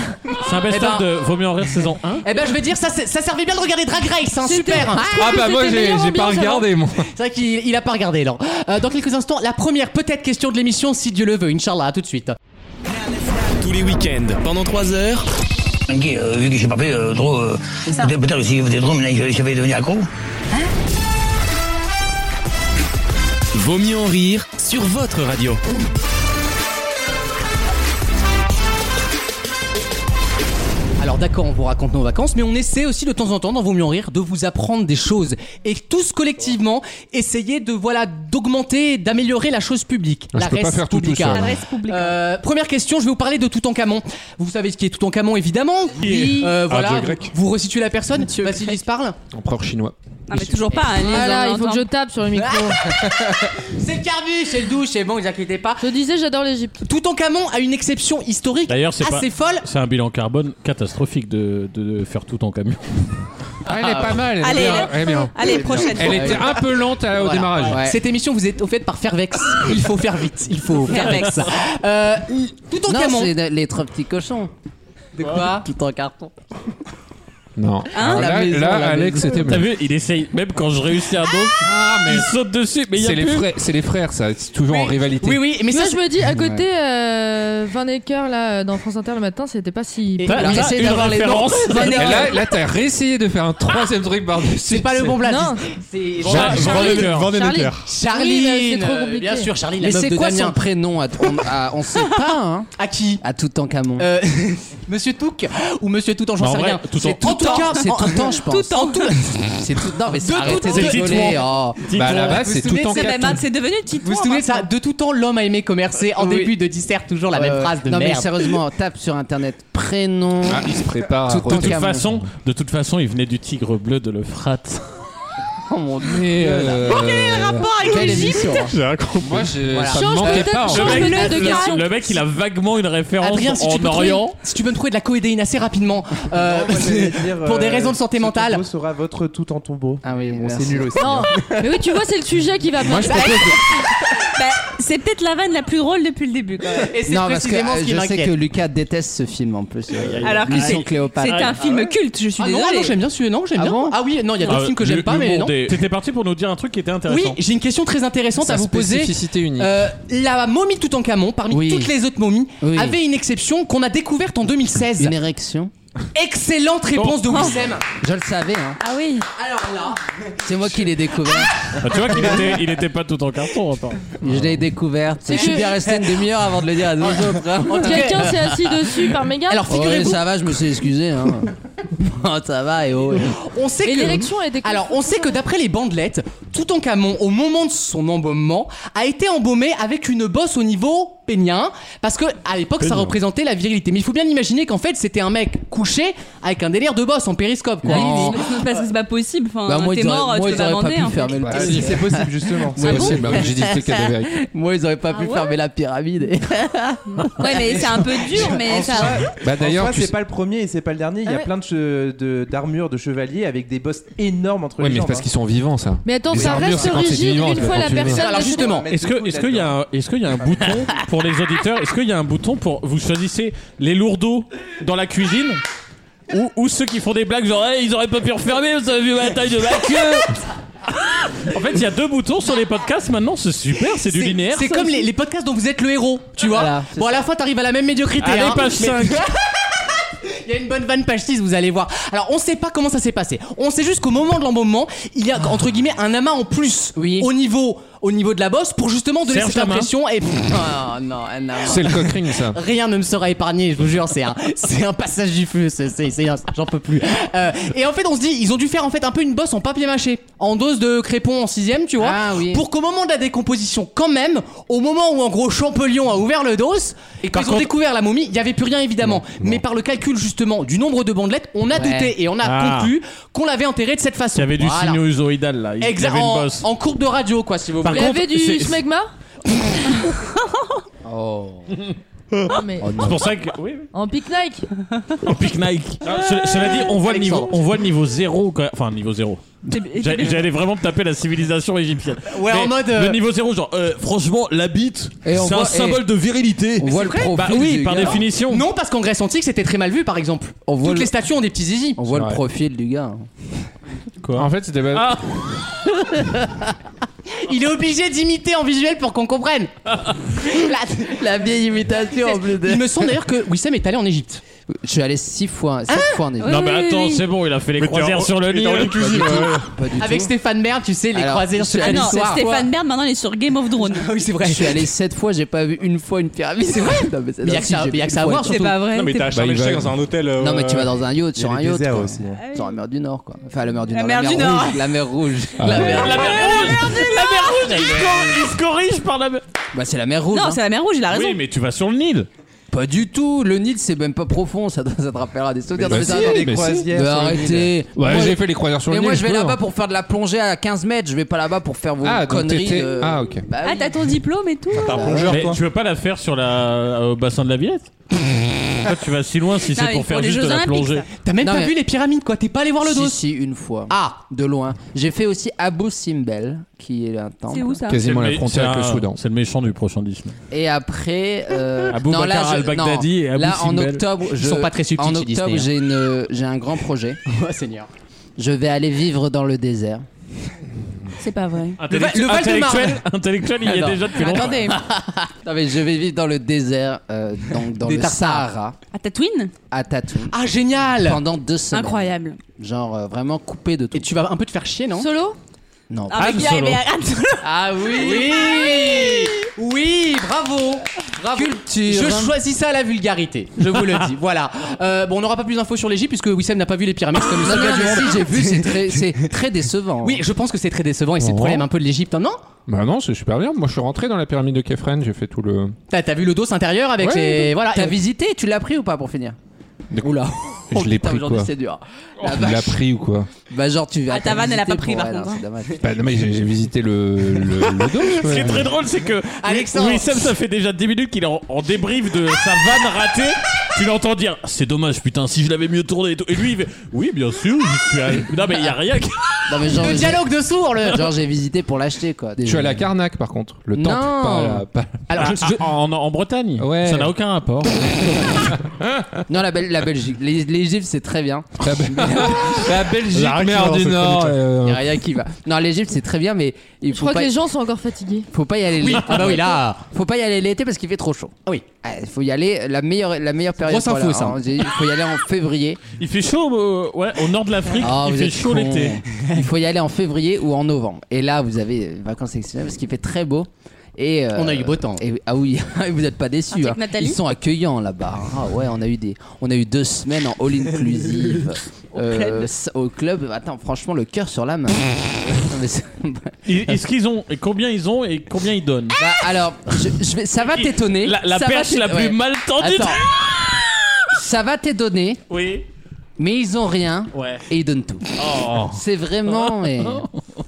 [SPEAKER 4] C'est un best-of
[SPEAKER 2] Eh ben-
[SPEAKER 4] de Vaut mieux en rire saison 1.
[SPEAKER 2] Eh ben, je vais dire, ça, c'est- ça servait bien de regarder Drag Race, hein, super.
[SPEAKER 5] Ah bah moi, j'ai j'ai pas regardé, moi.
[SPEAKER 2] C'est vrai qu'il il a pas regardé, là. Euh, dans quelques instants, la première peut-être question de l'émission, si Dieu le veut, Inch'Allah, à tout de suite.
[SPEAKER 1] Tous les week-ends, pendant 3 heures.
[SPEAKER 9] euh, vu que j'ai pas fait trop. euh, Peut-être si vous êtes trop, je vais devenir
[SPEAKER 2] Euh,
[SPEAKER 9] accro.
[SPEAKER 1] Vaut mieux en rire sur votre radio.
[SPEAKER 2] Alors d'accord, on vous raconte nos vacances, mais on essaie aussi de temps en temps, dans Vaut mieux en rire, de vous apprendre des choses. Et tous collectivement, essayer de, voilà, d'augmenter, et d'améliorer la chose publique.
[SPEAKER 5] Ah, Je
[SPEAKER 2] la
[SPEAKER 5] peux pas
[SPEAKER 2] res
[SPEAKER 5] faire tout tout
[SPEAKER 2] publica.
[SPEAKER 5] seul. hein.
[SPEAKER 8] Adresse publique.
[SPEAKER 2] Euh, première question, je vais vous parler de Toutankhamon. Vous savez ce qui est Toutankhamon, évidemment.
[SPEAKER 4] Oui.
[SPEAKER 2] Euh,
[SPEAKER 5] Un
[SPEAKER 2] voilà.
[SPEAKER 5] dieu grec.
[SPEAKER 2] Vous resituez la personne. Basilis parle.
[SPEAKER 5] Empereur chinois.
[SPEAKER 8] Non, mais toujours pas. hein, les
[SPEAKER 6] Voilà,
[SPEAKER 8] gens,
[SPEAKER 6] il faut que je
[SPEAKER 8] j'entends.
[SPEAKER 6] tape sur le micro.
[SPEAKER 2] C'est le carbu, c'est le douche, c'est bon, vous inquiétez pas.
[SPEAKER 6] Je disais, j'adore l'Égypte.
[SPEAKER 2] Toutankhamon a une exception historique
[SPEAKER 4] D'ailleurs, c'est pas.
[SPEAKER 2] assez folle.
[SPEAKER 4] C'est un bilan carbone catastrophique de, de faire tout en camion.
[SPEAKER 5] Ah, elle est pas mal. Elle est
[SPEAKER 8] Allez,
[SPEAKER 5] bien. Elle est bien.
[SPEAKER 8] Allez, prochaine.
[SPEAKER 5] Elle
[SPEAKER 8] fois.
[SPEAKER 5] était un peu lente à- au
[SPEAKER 2] Voilà.
[SPEAKER 5] démarrage.
[SPEAKER 3] Ouais.
[SPEAKER 2] Cette émission vous est offerte par Fairvex. Il faut faire vite, il faut faire vex. Euh,
[SPEAKER 3] Non,
[SPEAKER 2] Toutankhamon.
[SPEAKER 3] c'est les trois petits cochons.
[SPEAKER 2] De quoi
[SPEAKER 3] Tout en carton.
[SPEAKER 5] Non. Alors
[SPEAKER 3] La
[SPEAKER 5] là,
[SPEAKER 3] maison,
[SPEAKER 5] là,
[SPEAKER 3] la
[SPEAKER 5] Alex,
[SPEAKER 3] maison.
[SPEAKER 5] c'était
[SPEAKER 4] T'as
[SPEAKER 5] mieux.
[SPEAKER 4] vu, il essaye, même quand je réussis un dos,
[SPEAKER 5] Ah, mais
[SPEAKER 4] il saute dessus, mais il y a
[SPEAKER 5] c'est les,
[SPEAKER 4] plus.
[SPEAKER 5] frères, c'est les frères, ça. C'est toujours en rivalité.
[SPEAKER 2] Oui, oui, mais
[SPEAKER 6] Moi,
[SPEAKER 2] ça,
[SPEAKER 6] je me dis, à côté, euh, Van Ecker, là, dans France Inter le matin, c'était pas si.
[SPEAKER 2] Et-
[SPEAKER 4] T'as-
[SPEAKER 2] Alors,
[SPEAKER 4] t'as
[SPEAKER 3] essaye
[SPEAKER 4] Ah, une
[SPEAKER 3] d'avoir les
[SPEAKER 4] référence.
[SPEAKER 5] Et là, là, t'as réessayé de faire un troisième truc par-dessus.
[SPEAKER 2] c'est pas le bon blague.
[SPEAKER 6] Non,
[SPEAKER 2] C'est
[SPEAKER 4] Jean- Jean- Jean-
[SPEAKER 7] Van
[SPEAKER 4] Jean-
[SPEAKER 6] Charlie.
[SPEAKER 7] Denecker.
[SPEAKER 2] Charline.
[SPEAKER 6] Oui, mais c'est trop
[SPEAKER 2] euh,
[SPEAKER 6] compliqué.
[SPEAKER 2] Bien sûr, Charline, la
[SPEAKER 3] Mais
[SPEAKER 2] meuf
[SPEAKER 3] c'est
[SPEAKER 2] de
[SPEAKER 3] quoi
[SPEAKER 2] Damien.
[SPEAKER 3] son prénom à, on, à- on sait pas, hein
[SPEAKER 2] À qui
[SPEAKER 3] À tout en Camon.
[SPEAKER 2] Euh, Monsieur Touk ou Monsieur Tout en
[SPEAKER 4] Mais
[SPEAKER 2] j'en
[SPEAKER 4] en
[SPEAKER 2] sais
[SPEAKER 4] vrai,
[SPEAKER 2] rien.
[SPEAKER 4] Toutan.
[SPEAKER 2] C'est en tout cas,
[SPEAKER 3] C'est
[SPEAKER 2] en-
[SPEAKER 3] tout temps, je pense.
[SPEAKER 2] Tout en tout.
[SPEAKER 3] C'est tout. Non, mais c'est
[SPEAKER 2] De
[SPEAKER 3] arrêtez
[SPEAKER 2] tout
[SPEAKER 3] de
[SPEAKER 2] temps.
[SPEAKER 3] rigoler. Oh.
[SPEAKER 4] Dis-toi.
[SPEAKER 5] Bah, à la base, c'est
[SPEAKER 2] Vous vous
[SPEAKER 5] tout en
[SPEAKER 2] souvenez
[SPEAKER 8] C'est
[SPEAKER 2] de
[SPEAKER 5] quatre.
[SPEAKER 8] même un- c'est devenu le titre.
[SPEAKER 2] Vous vous souvenez de ça De tout temps, l'homme a aimé commercer. En
[SPEAKER 3] Oui.
[SPEAKER 2] début de dissert, toujours la même
[SPEAKER 3] Euh,
[SPEAKER 2] phrase de
[SPEAKER 3] Non, mais
[SPEAKER 2] merde.
[SPEAKER 3] sérieusement, tape sur internet prénom.
[SPEAKER 5] Ah, il se prépare. à
[SPEAKER 3] Tout en
[SPEAKER 5] retourner.
[SPEAKER 4] De toute
[SPEAKER 3] Camion.
[SPEAKER 4] façon, de toute façon, il venait du tigre bleu de l'Euphrate.
[SPEAKER 3] Oh mon dieu.
[SPEAKER 5] Mais, euh,
[SPEAKER 3] Quelle émission. hein.
[SPEAKER 7] J'ai rien compris.
[SPEAKER 5] Moi, je,
[SPEAKER 3] Voilà.
[SPEAKER 5] ça me
[SPEAKER 6] Change
[SPEAKER 5] manquait
[SPEAKER 6] peut-être,
[SPEAKER 5] pas. en
[SPEAKER 6] change
[SPEAKER 5] vrai.
[SPEAKER 4] le,
[SPEAKER 6] peut-être. mec-
[SPEAKER 4] le-
[SPEAKER 6] de Caron.
[SPEAKER 4] le mec, il a vaguement une référence
[SPEAKER 2] Adrien, si tu,
[SPEAKER 4] en
[SPEAKER 2] peux
[SPEAKER 4] Orient.
[SPEAKER 2] trouver, si tu peux me trouver de la coédéine assez rapidement, euh,
[SPEAKER 10] Moi, j'allais dire,
[SPEAKER 2] pour des
[SPEAKER 10] euh,
[SPEAKER 2] raisons de santé
[SPEAKER 10] ce
[SPEAKER 2] mentale.
[SPEAKER 10] tombeau sera votre tout en tombeau.
[SPEAKER 3] Ah oui,
[SPEAKER 10] Bon,
[SPEAKER 3] merci.
[SPEAKER 10] c'est nul aussi.
[SPEAKER 6] non. Mais oui, tu vois, c'est le sujet qui va
[SPEAKER 5] Moi,
[SPEAKER 6] pas.
[SPEAKER 5] je propose
[SPEAKER 8] Bah, c'est peut-être la vanne la plus drôle depuis le début, quand même.
[SPEAKER 2] Et c'est
[SPEAKER 3] Non, parce que
[SPEAKER 2] précisément
[SPEAKER 3] euh,
[SPEAKER 2] ce qui
[SPEAKER 3] je sais
[SPEAKER 2] m'inquiète.
[SPEAKER 3] que Lucas déteste ce film en plus. euh,
[SPEAKER 8] Alors que
[SPEAKER 3] Mission
[SPEAKER 8] c'est-
[SPEAKER 3] Cléopâtre.
[SPEAKER 8] C'est un film culte, je suis
[SPEAKER 2] Ah non, non,
[SPEAKER 8] désolée.
[SPEAKER 2] j'aime bien celui-là, non, j'aime
[SPEAKER 3] Ah
[SPEAKER 2] bien.
[SPEAKER 3] bon
[SPEAKER 2] ah oui, non, il y a
[SPEAKER 4] Ah,
[SPEAKER 2] d'autres films que j'aime
[SPEAKER 4] le-
[SPEAKER 2] pas,
[SPEAKER 4] le
[SPEAKER 2] mais
[SPEAKER 4] monde
[SPEAKER 2] non.
[SPEAKER 4] est- T'étais parti pour nous dire un truc qui était
[SPEAKER 2] Oui,
[SPEAKER 4] intéressant.
[SPEAKER 2] j'ai une question très intéressante
[SPEAKER 5] sa
[SPEAKER 2] à vous poser.
[SPEAKER 5] spécificité unique.
[SPEAKER 2] Euh, la momie tout en camon, parmi
[SPEAKER 3] Oui.
[SPEAKER 2] toutes les autres momies,
[SPEAKER 3] Oui.
[SPEAKER 2] avait une exception qu'on a découverte en 2016.
[SPEAKER 3] Une érection.
[SPEAKER 2] Excellente réponse de Wissem.
[SPEAKER 3] Je le savais, hein.
[SPEAKER 8] Ah oui.
[SPEAKER 2] Alors là,
[SPEAKER 3] C'est moi qui l'ai découvert.
[SPEAKER 4] Ah, tu vois qu'il était, il était pas tout en carton. attends.
[SPEAKER 3] Je l'ai découverte. Je suis
[SPEAKER 6] que-
[SPEAKER 3] bien resté une demi-heure avant de le dire à nos autres. hein.
[SPEAKER 6] Oh, Quelqu'un s'est assis dessus par méga.
[SPEAKER 2] alors
[SPEAKER 3] Ouais,
[SPEAKER 2] figurez-vous,
[SPEAKER 3] ça va, je me suis excusé. Hein. Oh, ça va, et oh.
[SPEAKER 2] on sait
[SPEAKER 6] Et
[SPEAKER 2] que
[SPEAKER 6] l'érection a été.
[SPEAKER 2] alors, on sait que d'après les bandelettes, Toutankhamon, au moment de son embaumement, a été embaumé avec une bosse au niveau pénien, parce que à l'époque, ça
[SPEAKER 4] Pénien.
[SPEAKER 2] représentait la virilité. Mais il faut bien imaginer qu'en fait, c'était un mec couché avec un délire de bosse en périscope, quoi.
[SPEAKER 3] Non.
[SPEAKER 8] Parce que c'est pas possible. Enfin,
[SPEAKER 3] Bah, moi,
[SPEAKER 8] t'es
[SPEAKER 3] ils auraient-
[SPEAKER 8] mort,
[SPEAKER 3] moi,
[SPEAKER 8] tu
[SPEAKER 3] ils
[SPEAKER 8] vas
[SPEAKER 3] auraient pas
[SPEAKER 8] bander.
[SPEAKER 3] pu
[SPEAKER 8] hein.
[SPEAKER 3] fermer le
[SPEAKER 10] Ah, si, c'est possible, justement.
[SPEAKER 5] bah, C'est possible, bah oui, j'ai dit le cas de vérité.
[SPEAKER 3] Moi, ils auraient pas pu
[SPEAKER 8] ouais
[SPEAKER 3] fermer la pyramide.
[SPEAKER 8] Ouais, mais c'est un peu dur,
[SPEAKER 10] Ah,
[SPEAKER 8] mais ça.
[SPEAKER 5] Bah d'ailleurs,
[SPEAKER 10] D'ailleurs,
[SPEAKER 5] tu
[SPEAKER 10] c'est
[SPEAKER 5] sais.
[SPEAKER 10] pas le premier et c'est pas le dernier. Il y a
[SPEAKER 6] ouais.
[SPEAKER 10] plein de che- de d'armures de, chevaliers avec des bosses énormes entre
[SPEAKER 5] Ouais,
[SPEAKER 10] les
[SPEAKER 5] mais
[SPEAKER 10] jambes.
[SPEAKER 5] c'est parce qu'ils sont vivants, ça.
[SPEAKER 6] Mais attends,
[SPEAKER 5] Les
[SPEAKER 6] ça
[SPEAKER 5] armures,
[SPEAKER 6] reste
[SPEAKER 5] c'est quand c'est
[SPEAKER 6] rigide
[SPEAKER 5] vivant,
[SPEAKER 6] une
[SPEAKER 5] tu
[SPEAKER 6] fois
[SPEAKER 5] vois,
[SPEAKER 6] la
[SPEAKER 5] quand tu
[SPEAKER 6] personne.
[SPEAKER 2] Alors,
[SPEAKER 10] hein.
[SPEAKER 2] justement,
[SPEAKER 4] Est-ce que, est-ce qu'il y a un, est-ce qu'il y a un bouton pour les auditeurs Est-ce qu'il y a un bouton pour vous choisissez les lourdeaux dans la cuisine ou, ou ceux qui font des blagues genre Eh, ils auraient pas pu refermer, vous avez vu la taille de ma queue En fait, il y a deux boutons sur les podcasts maintenant, c'est super, c'est du linéaire.
[SPEAKER 2] C'est
[SPEAKER 4] ça
[SPEAKER 2] comme
[SPEAKER 4] aussi.
[SPEAKER 2] les, les podcasts dont vous êtes le héros, tu vois.
[SPEAKER 3] Voilà, c'est
[SPEAKER 2] bon, à la fin, t'arrives à la même médiocrité.
[SPEAKER 4] Allez,
[SPEAKER 2] hein.
[SPEAKER 4] page
[SPEAKER 2] Mais-
[SPEAKER 4] 5.
[SPEAKER 2] Il y a une bonne vanne page 6, vous allez voir. Alors, on sait pas comment ça s'est passé. On sait juste qu'au moment de l'embaumement, il y a,
[SPEAKER 4] Ah.
[SPEAKER 2] entre guillemets, un amas en plus
[SPEAKER 3] Oui.
[SPEAKER 2] au, niveau, au niveau de la bosse pour justement donner
[SPEAKER 4] Serge
[SPEAKER 2] cette
[SPEAKER 4] Lama.
[SPEAKER 2] impression. Et. Oh, non, non.
[SPEAKER 5] C'est le cockring, ça.
[SPEAKER 2] Rien ne me sera épargné, je vous jure, c'est un, c'est un passage du feu, c'est, c'est- c'est un- j'en peux plus. Euh, et en fait, on se dit, ils ont dû faire en fait un peu une bosse en papier mâché, en dose de crépon en sixième, tu vois,
[SPEAKER 3] Ah oui.
[SPEAKER 2] pour qu'au moment de la décomposition, quand même, au moment où en gros Champollion a ouvert le dos et qu'ils
[SPEAKER 4] Par
[SPEAKER 2] ont
[SPEAKER 4] contre-
[SPEAKER 2] découvert la momie, il n'y avait plus rien évidemment. Mais par le calcul justement du nombre de bandelettes, on a
[SPEAKER 3] Ouais.
[SPEAKER 2] douté et on a
[SPEAKER 4] Ah.
[SPEAKER 2] conclu qu'on l'avait enterré de cette façon.
[SPEAKER 4] Il y avait du
[SPEAKER 2] Voilà.
[SPEAKER 4] sinusoïdal là. Il y
[SPEAKER 2] Exact, Oh,
[SPEAKER 4] avait une
[SPEAKER 2] en,
[SPEAKER 4] bosse.
[SPEAKER 2] en courbe de radio, quoi, si vous
[SPEAKER 4] Par
[SPEAKER 2] voulez.
[SPEAKER 6] Il y
[SPEAKER 4] contre,
[SPEAKER 6] avait
[SPEAKER 4] c'est-
[SPEAKER 6] du smegma
[SPEAKER 3] Oh.
[SPEAKER 6] Non, mais
[SPEAKER 2] oh.
[SPEAKER 5] Oh.
[SPEAKER 4] C'est pour ça que. Oui, oui.
[SPEAKER 6] en pique-nique.
[SPEAKER 4] En pic Nike. Ce- Cela dit, on voit le niveau, on voit le niveau zéro. quand- Enfin, niveau zéro. J'allais j'allais vraiment me taper la civilisation égyptienne.
[SPEAKER 2] Ouais,
[SPEAKER 4] Mais
[SPEAKER 2] en mode, euh,
[SPEAKER 4] Le niveau zéro, genre, euh, franchement, la bite,
[SPEAKER 3] Et on
[SPEAKER 4] c'est un
[SPEAKER 3] voit-
[SPEAKER 4] symbole
[SPEAKER 3] et-
[SPEAKER 4] de virilité.
[SPEAKER 3] On voit le profil.
[SPEAKER 4] Bah oui,
[SPEAKER 3] du
[SPEAKER 4] par
[SPEAKER 3] gars.
[SPEAKER 4] définition.
[SPEAKER 2] Non, parce qu'en Grèce antique, c'était très mal vu, par exemple.
[SPEAKER 3] On voit
[SPEAKER 2] Toutes
[SPEAKER 3] le-
[SPEAKER 2] les statues ont des petits zizi.
[SPEAKER 3] On voit le
[SPEAKER 5] Ouais.
[SPEAKER 3] profil du gars.
[SPEAKER 5] En fait, c'était pas.
[SPEAKER 4] Ah.
[SPEAKER 2] Il est obligé d'imiter en visuel pour qu'on comprenne. La-
[SPEAKER 3] La vieille imitation en plus
[SPEAKER 2] Il me semble d'ailleurs que Wissem est allé en Égypte. Hein
[SPEAKER 3] Je suis allé 6 fois, 7 fois en Égypte.
[SPEAKER 4] Non,
[SPEAKER 6] Oui,
[SPEAKER 4] mais
[SPEAKER 6] oui,
[SPEAKER 4] attends,
[SPEAKER 6] oui.
[SPEAKER 4] c'est bon, il a fait les
[SPEAKER 7] Mais t'es
[SPEAKER 4] croisières
[SPEAKER 7] en-
[SPEAKER 4] sur le
[SPEAKER 7] t'es
[SPEAKER 4] Nil.
[SPEAKER 7] en inclusive, ouais.
[SPEAKER 3] Pas du
[SPEAKER 2] Avec
[SPEAKER 3] tout.
[SPEAKER 2] Stéphane Bern, tu sais, les
[SPEAKER 3] Alors,
[SPEAKER 2] croisés
[SPEAKER 3] je suis
[SPEAKER 8] Ah
[SPEAKER 3] allé
[SPEAKER 8] non,
[SPEAKER 3] Allez,
[SPEAKER 8] c'est
[SPEAKER 3] soir.
[SPEAKER 8] Stéphane Bern, maintenant il est sur Game of Thrones.
[SPEAKER 2] Oui, c'est vrai.
[SPEAKER 3] Je suis allé 7 fois, j'ai pas vu une fois une pyramide. C'est vrai Non, mais
[SPEAKER 2] Mais y a que ça- y a que ça à voir,
[SPEAKER 8] C'est
[SPEAKER 2] surtout.
[SPEAKER 8] pas vrai.
[SPEAKER 7] Non, mais
[SPEAKER 8] c'est-
[SPEAKER 7] t'as à Sharm
[SPEAKER 5] Bah, il va-
[SPEAKER 7] el-Sheikh dans un hôtel. euh,
[SPEAKER 3] Non, mais tu vas dans un yacht,
[SPEAKER 10] Il y
[SPEAKER 3] sur
[SPEAKER 10] a
[SPEAKER 3] un
[SPEAKER 10] les
[SPEAKER 3] yacht.
[SPEAKER 10] déserts
[SPEAKER 3] quoi.
[SPEAKER 10] aussi. hein.
[SPEAKER 3] Sur la mer du Nord, quoi. Enfin, la mer du
[SPEAKER 8] La
[SPEAKER 3] Nord.
[SPEAKER 8] mer du Nord.
[SPEAKER 3] rouge. La mer rouge.
[SPEAKER 5] Ah.
[SPEAKER 3] La mer
[SPEAKER 4] La mer rouge La mer rouge il se cor- Il se corrige par la mer.
[SPEAKER 3] Bah, c'est la mer rouge.
[SPEAKER 8] Non,
[SPEAKER 3] hein.
[SPEAKER 8] c'est la mer rouge, il
[SPEAKER 7] Ah
[SPEAKER 8] a raison.
[SPEAKER 4] Oui, mais tu vas sur le Nil.
[SPEAKER 3] Pas du tout. Le Nil, c'est même pas profond. Ça, doit- ça te rappellera des souvenirs.
[SPEAKER 5] Mais
[SPEAKER 3] de
[SPEAKER 5] Bah si,
[SPEAKER 3] ça.
[SPEAKER 5] mais si.
[SPEAKER 10] croisières
[SPEAKER 3] De
[SPEAKER 10] sur les îles.
[SPEAKER 3] arrêter.
[SPEAKER 5] Ouais,
[SPEAKER 3] Moi,
[SPEAKER 5] j'ai fait les croisières sur
[SPEAKER 3] Mais
[SPEAKER 5] le Nil.
[SPEAKER 3] moi, je vais
[SPEAKER 5] peux,
[SPEAKER 3] là-bas
[SPEAKER 5] hein.
[SPEAKER 3] pour faire de la plongée à 15 mètres. Je vais pas là-bas pour faire vos
[SPEAKER 5] Ah, donc
[SPEAKER 3] conneries.
[SPEAKER 5] t'étais-
[SPEAKER 3] de-
[SPEAKER 5] ah, ok.
[SPEAKER 3] Bah
[SPEAKER 8] Ah,
[SPEAKER 3] oui.
[SPEAKER 8] t'as ton diplôme et tout.
[SPEAKER 7] T'as un plongeur,
[SPEAKER 4] Mais
[SPEAKER 7] toi
[SPEAKER 4] tu veux pas la faire sur la au bassin de la Villette Toi, tu vas si loin si
[SPEAKER 8] Non,
[SPEAKER 4] c'est
[SPEAKER 8] mais
[SPEAKER 4] pour
[SPEAKER 8] pour
[SPEAKER 4] faire
[SPEAKER 8] les
[SPEAKER 4] juste
[SPEAKER 8] Jeux
[SPEAKER 4] de la
[SPEAKER 8] Olympiques,
[SPEAKER 4] plongée.
[SPEAKER 8] ça.
[SPEAKER 2] T'as même
[SPEAKER 3] Non,
[SPEAKER 2] pas
[SPEAKER 3] mais-
[SPEAKER 2] vu les pyramides, quoi. T'es pas allé voir le dos.
[SPEAKER 3] Si, si, une fois.
[SPEAKER 2] Ah,
[SPEAKER 3] De loin. J'ai fait aussi Abou Simbel, qui est un temple.
[SPEAKER 8] C'est où ça
[SPEAKER 5] Quasiment
[SPEAKER 4] C'est
[SPEAKER 5] la
[SPEAKER 4] le-
[SPEAKER 5] frontière
[SPEAKER 4] c'est
[SPEAKER 5] avec le
[SPEAKER 4] un-
[SPEAKER 5] Soudan.
[SPEAKER 4] C'est le méchant du prochanisme.
[SPEAKER 3] Et après, euh,
[SPEAKER 4] Abou
[SPEAKER 3] non,
[SPEAKER 4] Bakr
[SPEAKER 3] là, je-
[SPEAKER 4] al-Baghdadi
[SPEAKER 3] non,
[SPEAKER 4] et Abou
[SPEAKER 3] là, en
[SPEAKER 4] Simbel.
[SPEAKER 3] octobre, je,
[SPEAKER 2] sont pas très subtils
[SPEAKER 3] En
[SPEAKER 2] chez
[SPEAKER 3] octobre,
[SPEAKER 2] Disney,
[SPEAKER 3] j'ai une, j'ai un grand projet.
[SPEAKER 2] oh, Seigneur.
[SPEAKER 3] Je vais aller vivre dans le désert.
[SPEAKER 8] C'est pas vrai.
[SPEAKER 2] Va- le Val-de-Marne.
[SPEAKER 4] intellectuel, intellectuel, il y est
[SPEAKER 3] Alors,
[SPEAKER 4] déjà depuis longtemps.
[SPEAKER 3] Non mais je vais vivre dans le désert, euh, donc dans
[SPEAKER 2] Des
[SPEAKER 3] le
[SPEAKER 2] Tartares.
[SPEAKER 3] Sahara,
[SPEAKER 8] À Tatooine
[SPEAKER 3] à Tatooine,
[SPEAKER 2] Ah, génial.
[SPEAKER 3] pendant deux semaines.
[SPEAKER 8] Incroyable.
[SPEAKER 3] Genre euh, vraiment coupé de tout.
[SPEAKER 2] Et tu vas un peu te faire chier, non
[SPEAKER 6] Solo
[SPEAKER 3] Non.
[SPEAKER 8] Ah, mais
[SPEAKER 4] Han
[SPEAKER 8] bien,
[SPEAKER 4] Solo.
[SPEAKER 8] mais Han Solo.
[SPEAKER 3] Ah
[SPEAKER 2] Oui Oui, bravo Bravo
[SPEAKER 3] Culture.
[SPEAKER 2] Je choisis ça à la vulgarité, je vous le dis. Voilà. Euh, bon, on n'aura pas plus d'infos sur l'Égypte puisque Wissem n'a pas vu les pyramides. c'est comme le
[SPEAKER 3] Non,
[SPEAKER 2] seul gars
[SPEAKER 3] non,
[SPEAKER 2] du
[SPEAKER 3] mais
[SPEAKER 2] monde.
[SPEAKER 3] si j'ai vu, c'est très, c'est très décevant. hein.
[SPEAKER 2] Oui, je pense que c'est très décevant et c'est le problème un peu de l'Égypte, non
[SPEAKER 5] Bah non, c'est super bien. Moi, je suis rentré dans la pyramide de Kefren, j'ai fait tout le.
[SPEAKER 2] T'as t'as vu le dos intérieur avec
[SPEAKER 5] Ouais,
[SPEAKER 2] les. Voilà.
[SPEAKER 3] T'as
[SPEAKER 2] Et-
[SPEAKER 3] visité, tu l'as pris ou pas pour finir
[SPEAKER 5] De-
[SPEAKER 3] Oula.
[SPEAKER 2] Oh,
[SPEAKER 5] Je l'ai pris,
[SPEAKER 3] Aujourd'hui
[SPEAKER 5] quoi. Oh,
[SPEAKER 3] c'est dur. La
[SPEAKER 5] Il l'a
[SPEAKER 3] vache.
[SPEAKER 5] pris ou quoi
[SPEAKER 3] Bah genre tu vas.
[SPEAKER 8] Ah, ta vanne, elle a
[SPEAKER 3] visiter
[SPEAKER 8] pas pris,
[SPEAKER 3] pour-
[SPEAKER 8] par
[SPEAKER 3] ouais, non,
[SPEAKER 8] contre. hein.
[SPEAKER 3] c'est dommage.
[SPEAKER 5] Bah non, mais j'ai j'ai visité le, le, le dos.
[SPEAKER 4] Ce qui
[SPEAKER 5] ouais.
[SPEAKER 4] est très drôle, c'est que
[SPEAKER 2] Alexandre.
[SPEAKER 4] Wissem, ça fait déjà 10 minutes qu'il est en, en débrief de sa vanne ratée. Tu l'entends dire, c'est dommage, putain, si je l'avais mieux tourné et tout. Et lui, il fait, oui, bien sûr, je suis allé. Non, mais il y a rien qui.
[SPEAKER 3] Non mais genre.
[SPEAKER 2] Le
[SPEAKER 3] j'ai-
[SPEAKER 2] dialogue de sourds, le.
[SPEAKER 3] Genre j'ai visité pour l'acheter quoi.
[SPEAKER 5] Je
[SPEAKER 3] déjà.
[SPEAKER 5] suis allé à Karnak, par contre. Le
[SPEAKER 3] Non.
[SPEAKER 5] temple, pas la- pas-
[SPEAKER 2] Alors, je-
[SPEAKER 4] Ah, ah, en, en Bretagne,
[SPEAKER 5] Ouais.
[SPEAKER 4] ça n'a aucun rapport.
[SPEAKER 3] Non la, Bel- la Belgique. Les- L'Égypte c'est très bien.
[SPEAKER 5] la, la Belgique,
[SPEAKER 7] La
[SPEAKER 5] mer
[SPEAKER 7] récurrence
[SPEAKER 5] du Nord.
[SPEAKER 7] économique.
[SPEAKER 5] euh,
[SPEAKER 3] Il y a rien qui va. Non l'Égypte c'est très bien mais il
[SPEAKER 6] Je
[SPEAKER 3] faut
[SPEAKER 6] crois
[SPEAKER 3] pas.
[SPEAKER 6] que les gens sont encore fatigués.
[SPEAKER 3] Faut pas y aller. l'été.
[SPEAKER 2] Ah bah oui, là.
[SPEAKER 3] Faut pas y aller l'été parce qu'il fait trop chaud.
[SPEAKER 2] Ah oui.
[SPEAKER 3] Il faut y aller la meilleure la meilleure période.
[SPEAKER 2] Grosse
[SPEAKER 3] pour
[SPEAKER 2] info,
[SPEAKER 3] la-
[SPEAKER 2] ça.
[SPEAKER 3] hein, j'ai- Il faut y aller en février.
[SPEAKER 4] Il fait chaud euh, ouais, au nord de l'Afrique,
[SPEAKER 3] Ah,
[SPEAKER 4] il
[SPEAKER 3] vous
[SPEAKER 4] fait
[SPEAKER 3] êtes
[SPEAKER 4] chaud
[SPEAKER 3] cons.
[SPEAKER 4] l'été.
[SPEAKER 3] Il faut y aller en février ou en novembre. Et là vous avez euh, vacances exceptionnelles parce qu'il fait très beau. Et euh,
[SPEAKER 2] On a eu beau temps.
[SPEAKER 3] et- ah oui, vous n'êtes pas déçus.
[SPEAKER 8] Avec
[SPEAKER 3] hein.
[SPEAKER 8] Nathalie
[SPEAKER 3] Ils sont accueillants là-bas. Ah ouais, on a eu des, on a eu deux semaines en all inclusive au,
[SPEAKER 8] club.
[SPEAKER 3] au club. Attends, franchement, le cœur sur la main. Non, mais c'est-
[SPEAKER 4] Et- Est-ce qu'ils ont et combien ils ont et combien ils donnent
[SPEAKER 3] Bah, alors, je, je vais, ça va t'étonner.
[SPEAKER 4] La, la
[SPEAKER 3] Ça va
[SPEAKER 4] perche la
[SPEAKER 3] t'éton-
[SPEAKER 4] plus
[SPEAKER 3] ouais.
[SPEAKER 4] mal tendue.
[SPEAKER 3] Attends. Ça va t'étonner,
[SPEAKER 4] Oui.
[SPEAKER 3] mais ils ont rien
[SPEAKER 4] Ouais.
[SPEAKER 3] et ils donnent tout.
[SPEAKER 4] Oh.
[SPEAKER 3] C'est vraiment. mais-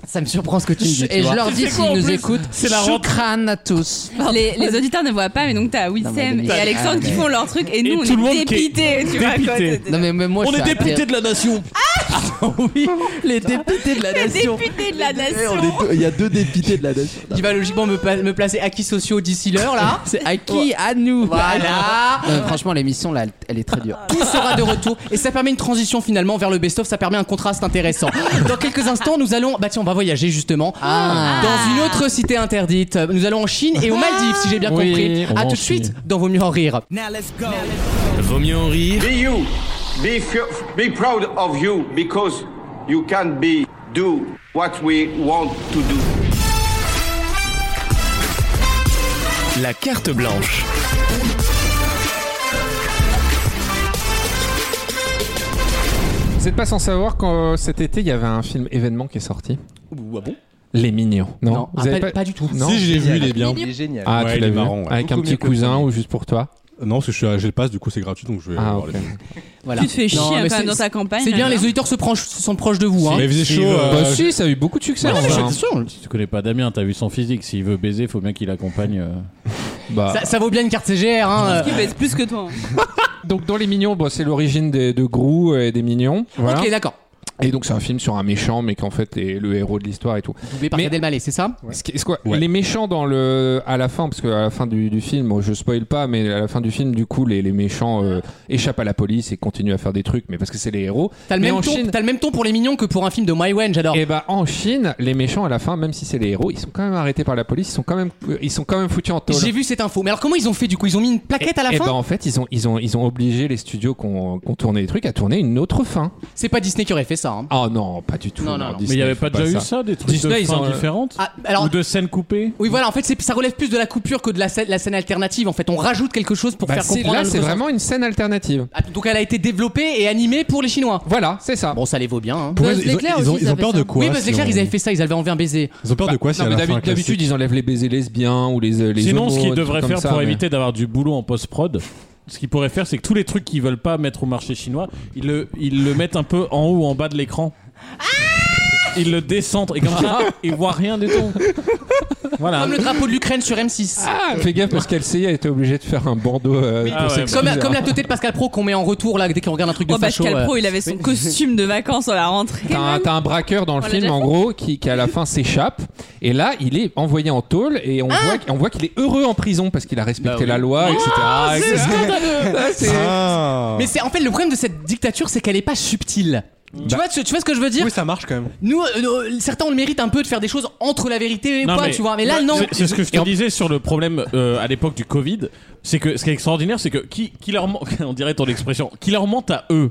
[SPEAKER 2] Ça me surprend ce que tu me dis. tu
[SPEAKER 3] Et je
[SPEAKER 2] vois.
[SPEAKER 3] leur
[SPEAKER 4] Tu
[SPEAKER 3] dis
[SPEAKER 4] sais quoi,
[SPEAKER 3] s'ils
[SPEAKER 4] en
[SPEAKER 3] nous
[SPEAKER 4] plus
[SPEAKER 3] écoutent,
[SPEAKER 4] C'est la rentrée.
[SPEAKER 3] crâne à tous.
[SPEAKER 8] Les, les auditeurs ne voient pas, mais donc t'as
[SPEAKER 3] mais
[SPEAKER 8] Wissem et
[SPEAKER 3] Dominique.
[SPEAKER 8] Alexandre
[SPEAKER 3] Ah,
[SPEAKER 8] qui
[SPEAKER 3] mais-
[SPEAKER 8] font leur truc et nous
[SPEAKER 4] tout le
[SPEAKER 8] on
[SPEAKER 4] monde qui
[SPEAKER 8] est
[SPEAKER 4] est
[SPEAKER 8] dépités. tu vois,
[SPEAKER 4] dépité.
[SPEAKER 8] quoi.
[SPEAKER 3] Non, mais même moi
[SPEAKER 4] On
[SPEAKER 3] je
[SPEAKER 4] est
[SPEAKER 3] suis atterré-
[SPEAKER 4] député de la nation.
[SPEAKER 2] oui, les députés de la nation.
[SPEAKER 8] Député de la nation.
[SPEAKER 10] Il y a deux députés de la nation.
[SPEAKER 2] Qui va logiquement me, pla- me placer acquis sociaux d'ici l'heure là. C'est acquis à nous. Voilà.
[SPEAKER 3] Non, franchement, l'émission là, elle- elle est très dure.
[SPEAKER 2] Qui sera de retour et ça permet une transition finalement vers le best-of. Ça permet un contraste intéressant. Dans quelques instants, nous allons. Bah tiens, on va voyager justement
[SPEAKER 5] Ah.
[SPEAKER 2] dans une autre cité interdite. Nous allons en Chine et aux Maldives, si j'ai bien
[SPEAKER 5] Oui,
[SPEAKER 2] compris.
[SPEAKER 5] on va
[SPEAKER 2] À
[SPEAKER 5] en
[SPEAKER 2] tout de suite
[SPEAKER 5] Chine.
[SPEAKER 2] dans Vaut mieux en rire.
[SPEAKER 1] Vaut mieux en rire
[SPEAKER 11] Be you. Be, f- be proud of you because you can be do what we want to do.
[SPEAKER 1] la carte blanche.
[SPEAKER 5] Vous n'êtes pas sans savoir que cet été, il y avait un film événement qui est sorti.
[SPEAKER 2] Ouh, ah bon
[SPEAKER 5] Les Mignons. Non,
[SPEAKER 2] Non,
[SPEAKER 5] vous
[SPEAKER 2] ah,
[SPEAKER 5] avez
[SPEAKER 2] pas, pas du tout.
[SPEAKER 5] Non.
[SPEAKER 7] Si, je l'ai vu, il est bien.
[SPEAKER 10] Il est génial.
[SPEAKER 5] Ah,
[SPEAKER 7] Ouais,
[SPEAKER 5] tu
[SPEAKER 7] il
[SPEAKER 5] l'as
[SPEAKER 7] est
[SPEAKER 5] vu.
[SPEAKER 7] marrant, ouais.
[SPEAKER 5] Avec un
[SPEAKER 10] Beaucoup
[SPEAKER 5] petit
[SPEAKER 10] mieux que
[SPEAKER 5] cousin ou juste pour toi
[SPEAKER 7] Non, parce que je suis à- j'ai le pass, du coup, c'est gratuit, donc je vais
[SPEAKER 5] Ah,
[SPEAKER 7] voir
[SPEAKER 5] ok.
[SPEAKER 7] les films.
[SPEAKER 2] Voilà.
[SPEAKER 8] Tu te fais chier hein,
[SPEAKER 2] Non, mais
[SPEAKER 8] quand
[SPEAKER 2] c'est-
[SPEAKER 8] même dans ta campagne.
[SPEAKER 3] hein.
[SPEAKER 2] C'est bien,
[SPEAKER 8] alors.
[SPEAKER 2] les auditeurs se, proches- se sentent proches de vous. Hein.
[SPEAKER 7] Mais il faisait
[SPEAKER 4] Si,
[SPEAKER 7] chaud.
[SPEAKER 4] euh,
[SPEAKER 7] euh,
[SPEAKER 5] Bah si, ça a eu beaucoup de succès. en vrai, hein.
[SPEAKER 4] Si tu connais pas Damien, t'as vu son physique. S'il veut baiser, faut bien qu'il accompagne. euh.
[SPEAKER 5] Bah.
[SPEAKER 2] Ça, ça vaut bien une carte CGR. Hein.
[SPEAKER 8] Qui baisse plus que toi. hein.
[SPEAKER 5] Donc dans Les Mignons, bon, c'est l'origine des- de Grou et des Mignons. Voilà.
[SPEAKER 2] Ok, d'accord.
[SPEAKER 5] Et donc c'est un film sur un méchant, mais qu'en fait est le héros de l'histoire et tout.
[SPEAKER 2] Doublé par
[SPEAKER 5] Mais-
[SPEAKER 2] Gad Elmaleh, c'est ça
[SPEAKER 5] Ce qui- ce quoi-
[SPEAKER 7] Ouais.
[SPEAKER 5] Les méchants dans le à la fin, parce que à la fin du, du film, bon, je spoil pas, mais à la fin du film, du coup, les, les méchants euh, échappent à la police et continuent à faire des trucs, mais parce que c'est les héros.
[SPEAKER 2] T'as le,
[SPEAKER 5] Mais
[SPEAKER 2] même
[SPEAKER 5] en
[SPEAKER 2] ton,
[SPEAKER 5] Chine-
[SPEAKER 2] t'as le même ton pour les mignons que pour un film de My Wen, j'adore.
[SPEAKER 5] Et bah en Chine, les méchants à la fin, même si c'est les héros, ils sont quand même arrêtés par la police, ils sont quand même ils sont quand même foutus en tôle.
[SPEAKER 2] J'ai vu cette info. Mais alors comment ils ont fait du coup Ils ont mis une plaquette à la
[SPEAKER 5] et
[SPEAKER 2] fin
[SPEAKER 5] bah en fait, ils ont ils ont ils ont obligé les studios qu'on qu'on tournait des trucs à tourner une autre fin.
[SPEAKER 2] C'est pas Disney qui aurait fait ça. hein.
[SPEAKER 5] Ah non, pas du tout.
[SPEAKER 2] Non, non, non. Mais
[SPEAKER 4] Mais il y avait pas déjà eu ça. des trucs
[SPEAKER 5] Disney,
[SPEAKER 4] de
[SPEAKER 5] ils
[SPEAKER 4] fins
[SPEAKER 5] ont, euh,
[SPEAKER 4] différentes
[SPEAKER 2] Ah, alors,
[SPEAKER 4] ou de scènes coupées.
[SPEAKER 2] oui, voilà, en fait, c'est- ça relève plus de la coupure que de la scène, la scène alternative. En fait, on rajoute quelque chose pour
[SPEAKER 5] Bah,
[SPEAKER 2] faire
[SPEAKER 5] c'est-
[SPEAKER 2] comprendre. à
[SPEAKER 5] là,
[SPEAKER 2] notre
[SPEAKER 5] c'est
[SPEAKER 2] sens.
[SPEAKER 5] vraiment une scène alternative.
[SPEAKER 2] Ah, donc, elle a été développée et animée pour les Chinois.
[SPEAKER 5] Voilà, c'est ça.
[SPEAKER 2] Bon, ça les vaut bien. hein.
[SPEAKER 7] pourquoi
[SPEAKER 6] Buzz
[SPEAKER 7] ils ont-
[SPEAKER 6] l'éclair
[SPEAKER 7] ils ont-
[SPEAKER 6] aussi,
[SPEAKER 7] ils
[SPEAKER 6] ils
[SPEAKER 7] ont peur
[SPEAKER 6] appellent
[SPEAKER 7] de
[SPEAKER 6] ça.
[SPEAKER 7] quoi
[SPEAKER 2] oui, parce que
[SPEAKER 7] si
[SPEAKER 2] les clairs,
[SPEAKER 7] on-
[SPEAKER 2] ils avaient fait ça, ils avaient envie un baiser.
[SPEAKER 7] Ils ont peur de quoi
[SPEAKER 5] Bah,
[SPEAKER 7] si
[SPEAKER 5] non,
[SPEAKER 7] à
[SPEAKER 5] mais
[SPEAKER 7] la fin,
[SPEAKER 5] d'habi-
[SPEAKER 7] un classique-
[SPEAKER 5] D'habitude, ils enlèvent les baisers lesbiens ou les, euh, les
[SPEAKER 4] Sinon,
[SPEAKER 5] homos,
[SPEAKER 4] ce qu'ils
[SPEAKER 5] des trucs
[SPEAKER 4] devraient
[SPEAKER 5] comme
[SPEAKER 4] faire
[SPEAKER 5] ça,
[SPEAKER 4] pour
[SPEAKER 5] mais-
[SPEAKER 4] éviter d'avoir du boulot en post-prod, ce qu'ils pourraient faire, c'est que tous les trucs qu'ils veulent pas mettre au marché chinois, ils le, ils le mettent un peu en haut ou en bas de l'écran.
[SPEAKER 2] Ah
[SPEAKER 4] ils le descendent et comme ça, ils voient rien du tout. Voilà.
[SPEAKER 2] Comme le drapeau de l'Ukraine sur M6.
[SPEAKER 5] Ah, fais gaffe parce qu'Elsie a été obligée de faire un bandeau euh,
[SPEAKER 4] Ah
[SPEAKER 5] pour
[SPEAKER 4] ouais,
[SPEAKER 5] s'excuser.
[SPEAKER 2] Comme, la- comme la teuté de Pascal Pro qu'on met en retour là dès qu'on regarde un truc de
[SPEAKER 8] Oh,
[SPEAKER 2] facho.
[SPEAKER 8] Pascal
[SPEAKER 2] euh.
[SPEAKER 8] Pro, il avait son costume de vacances à la rentrée.
[SPEAKER 5] hein. T'as un, t'as un braqueur dans le
[SPEAKER 8] On l'a
[SPEAKER 5] film
[SPEAKER 8] déjà
[SPEAKER 5] en gros qui, qui à la fin s'échappe et là il est envoyé en tôle et on voit qu'- on voit qu'il est heureux en prison parce qu'il a
[SPEAKER 7] Bah
[SPEAKER 5] respecté la loi etc. etc.
[SPEAKER 7] Ah.
[SPEAKER 2] Mais c'est en fait le problème de cette dictature, c'est qu'elle est pas subtile.
[SPEAKER 5] Bah.
[SPEAKER 2] Tu, vois, tu, tu vois ce que je veux dire
[SPEAKER 10] Oui, ça marche quand même.
[SPEAKER 2] Nous, euh, euh, certains, on le mérite un peu de faire des choses entre la vérité et
[SPEAKER 4] Non,
[SPEAKER 2] quoi,
[SPEAKER 4] mais-
[SPEAKER 2] tu vois. Mais là,
[SPEAKER 4] Bah,
[SPEAKER 2] non.
[SPEAKER 4] c'est- C'est ce que je
[SPEAKER 2] Et
[SPEAKER 4] te
[SPEAKER 2] en-
[SPEAKER 4] disais sur le problème euh, à l'époque du Covid. C'est que ce qui est extraordinaire, c'est que qui, qui leur manque, on dirait ton expression, qui leur mente à eux.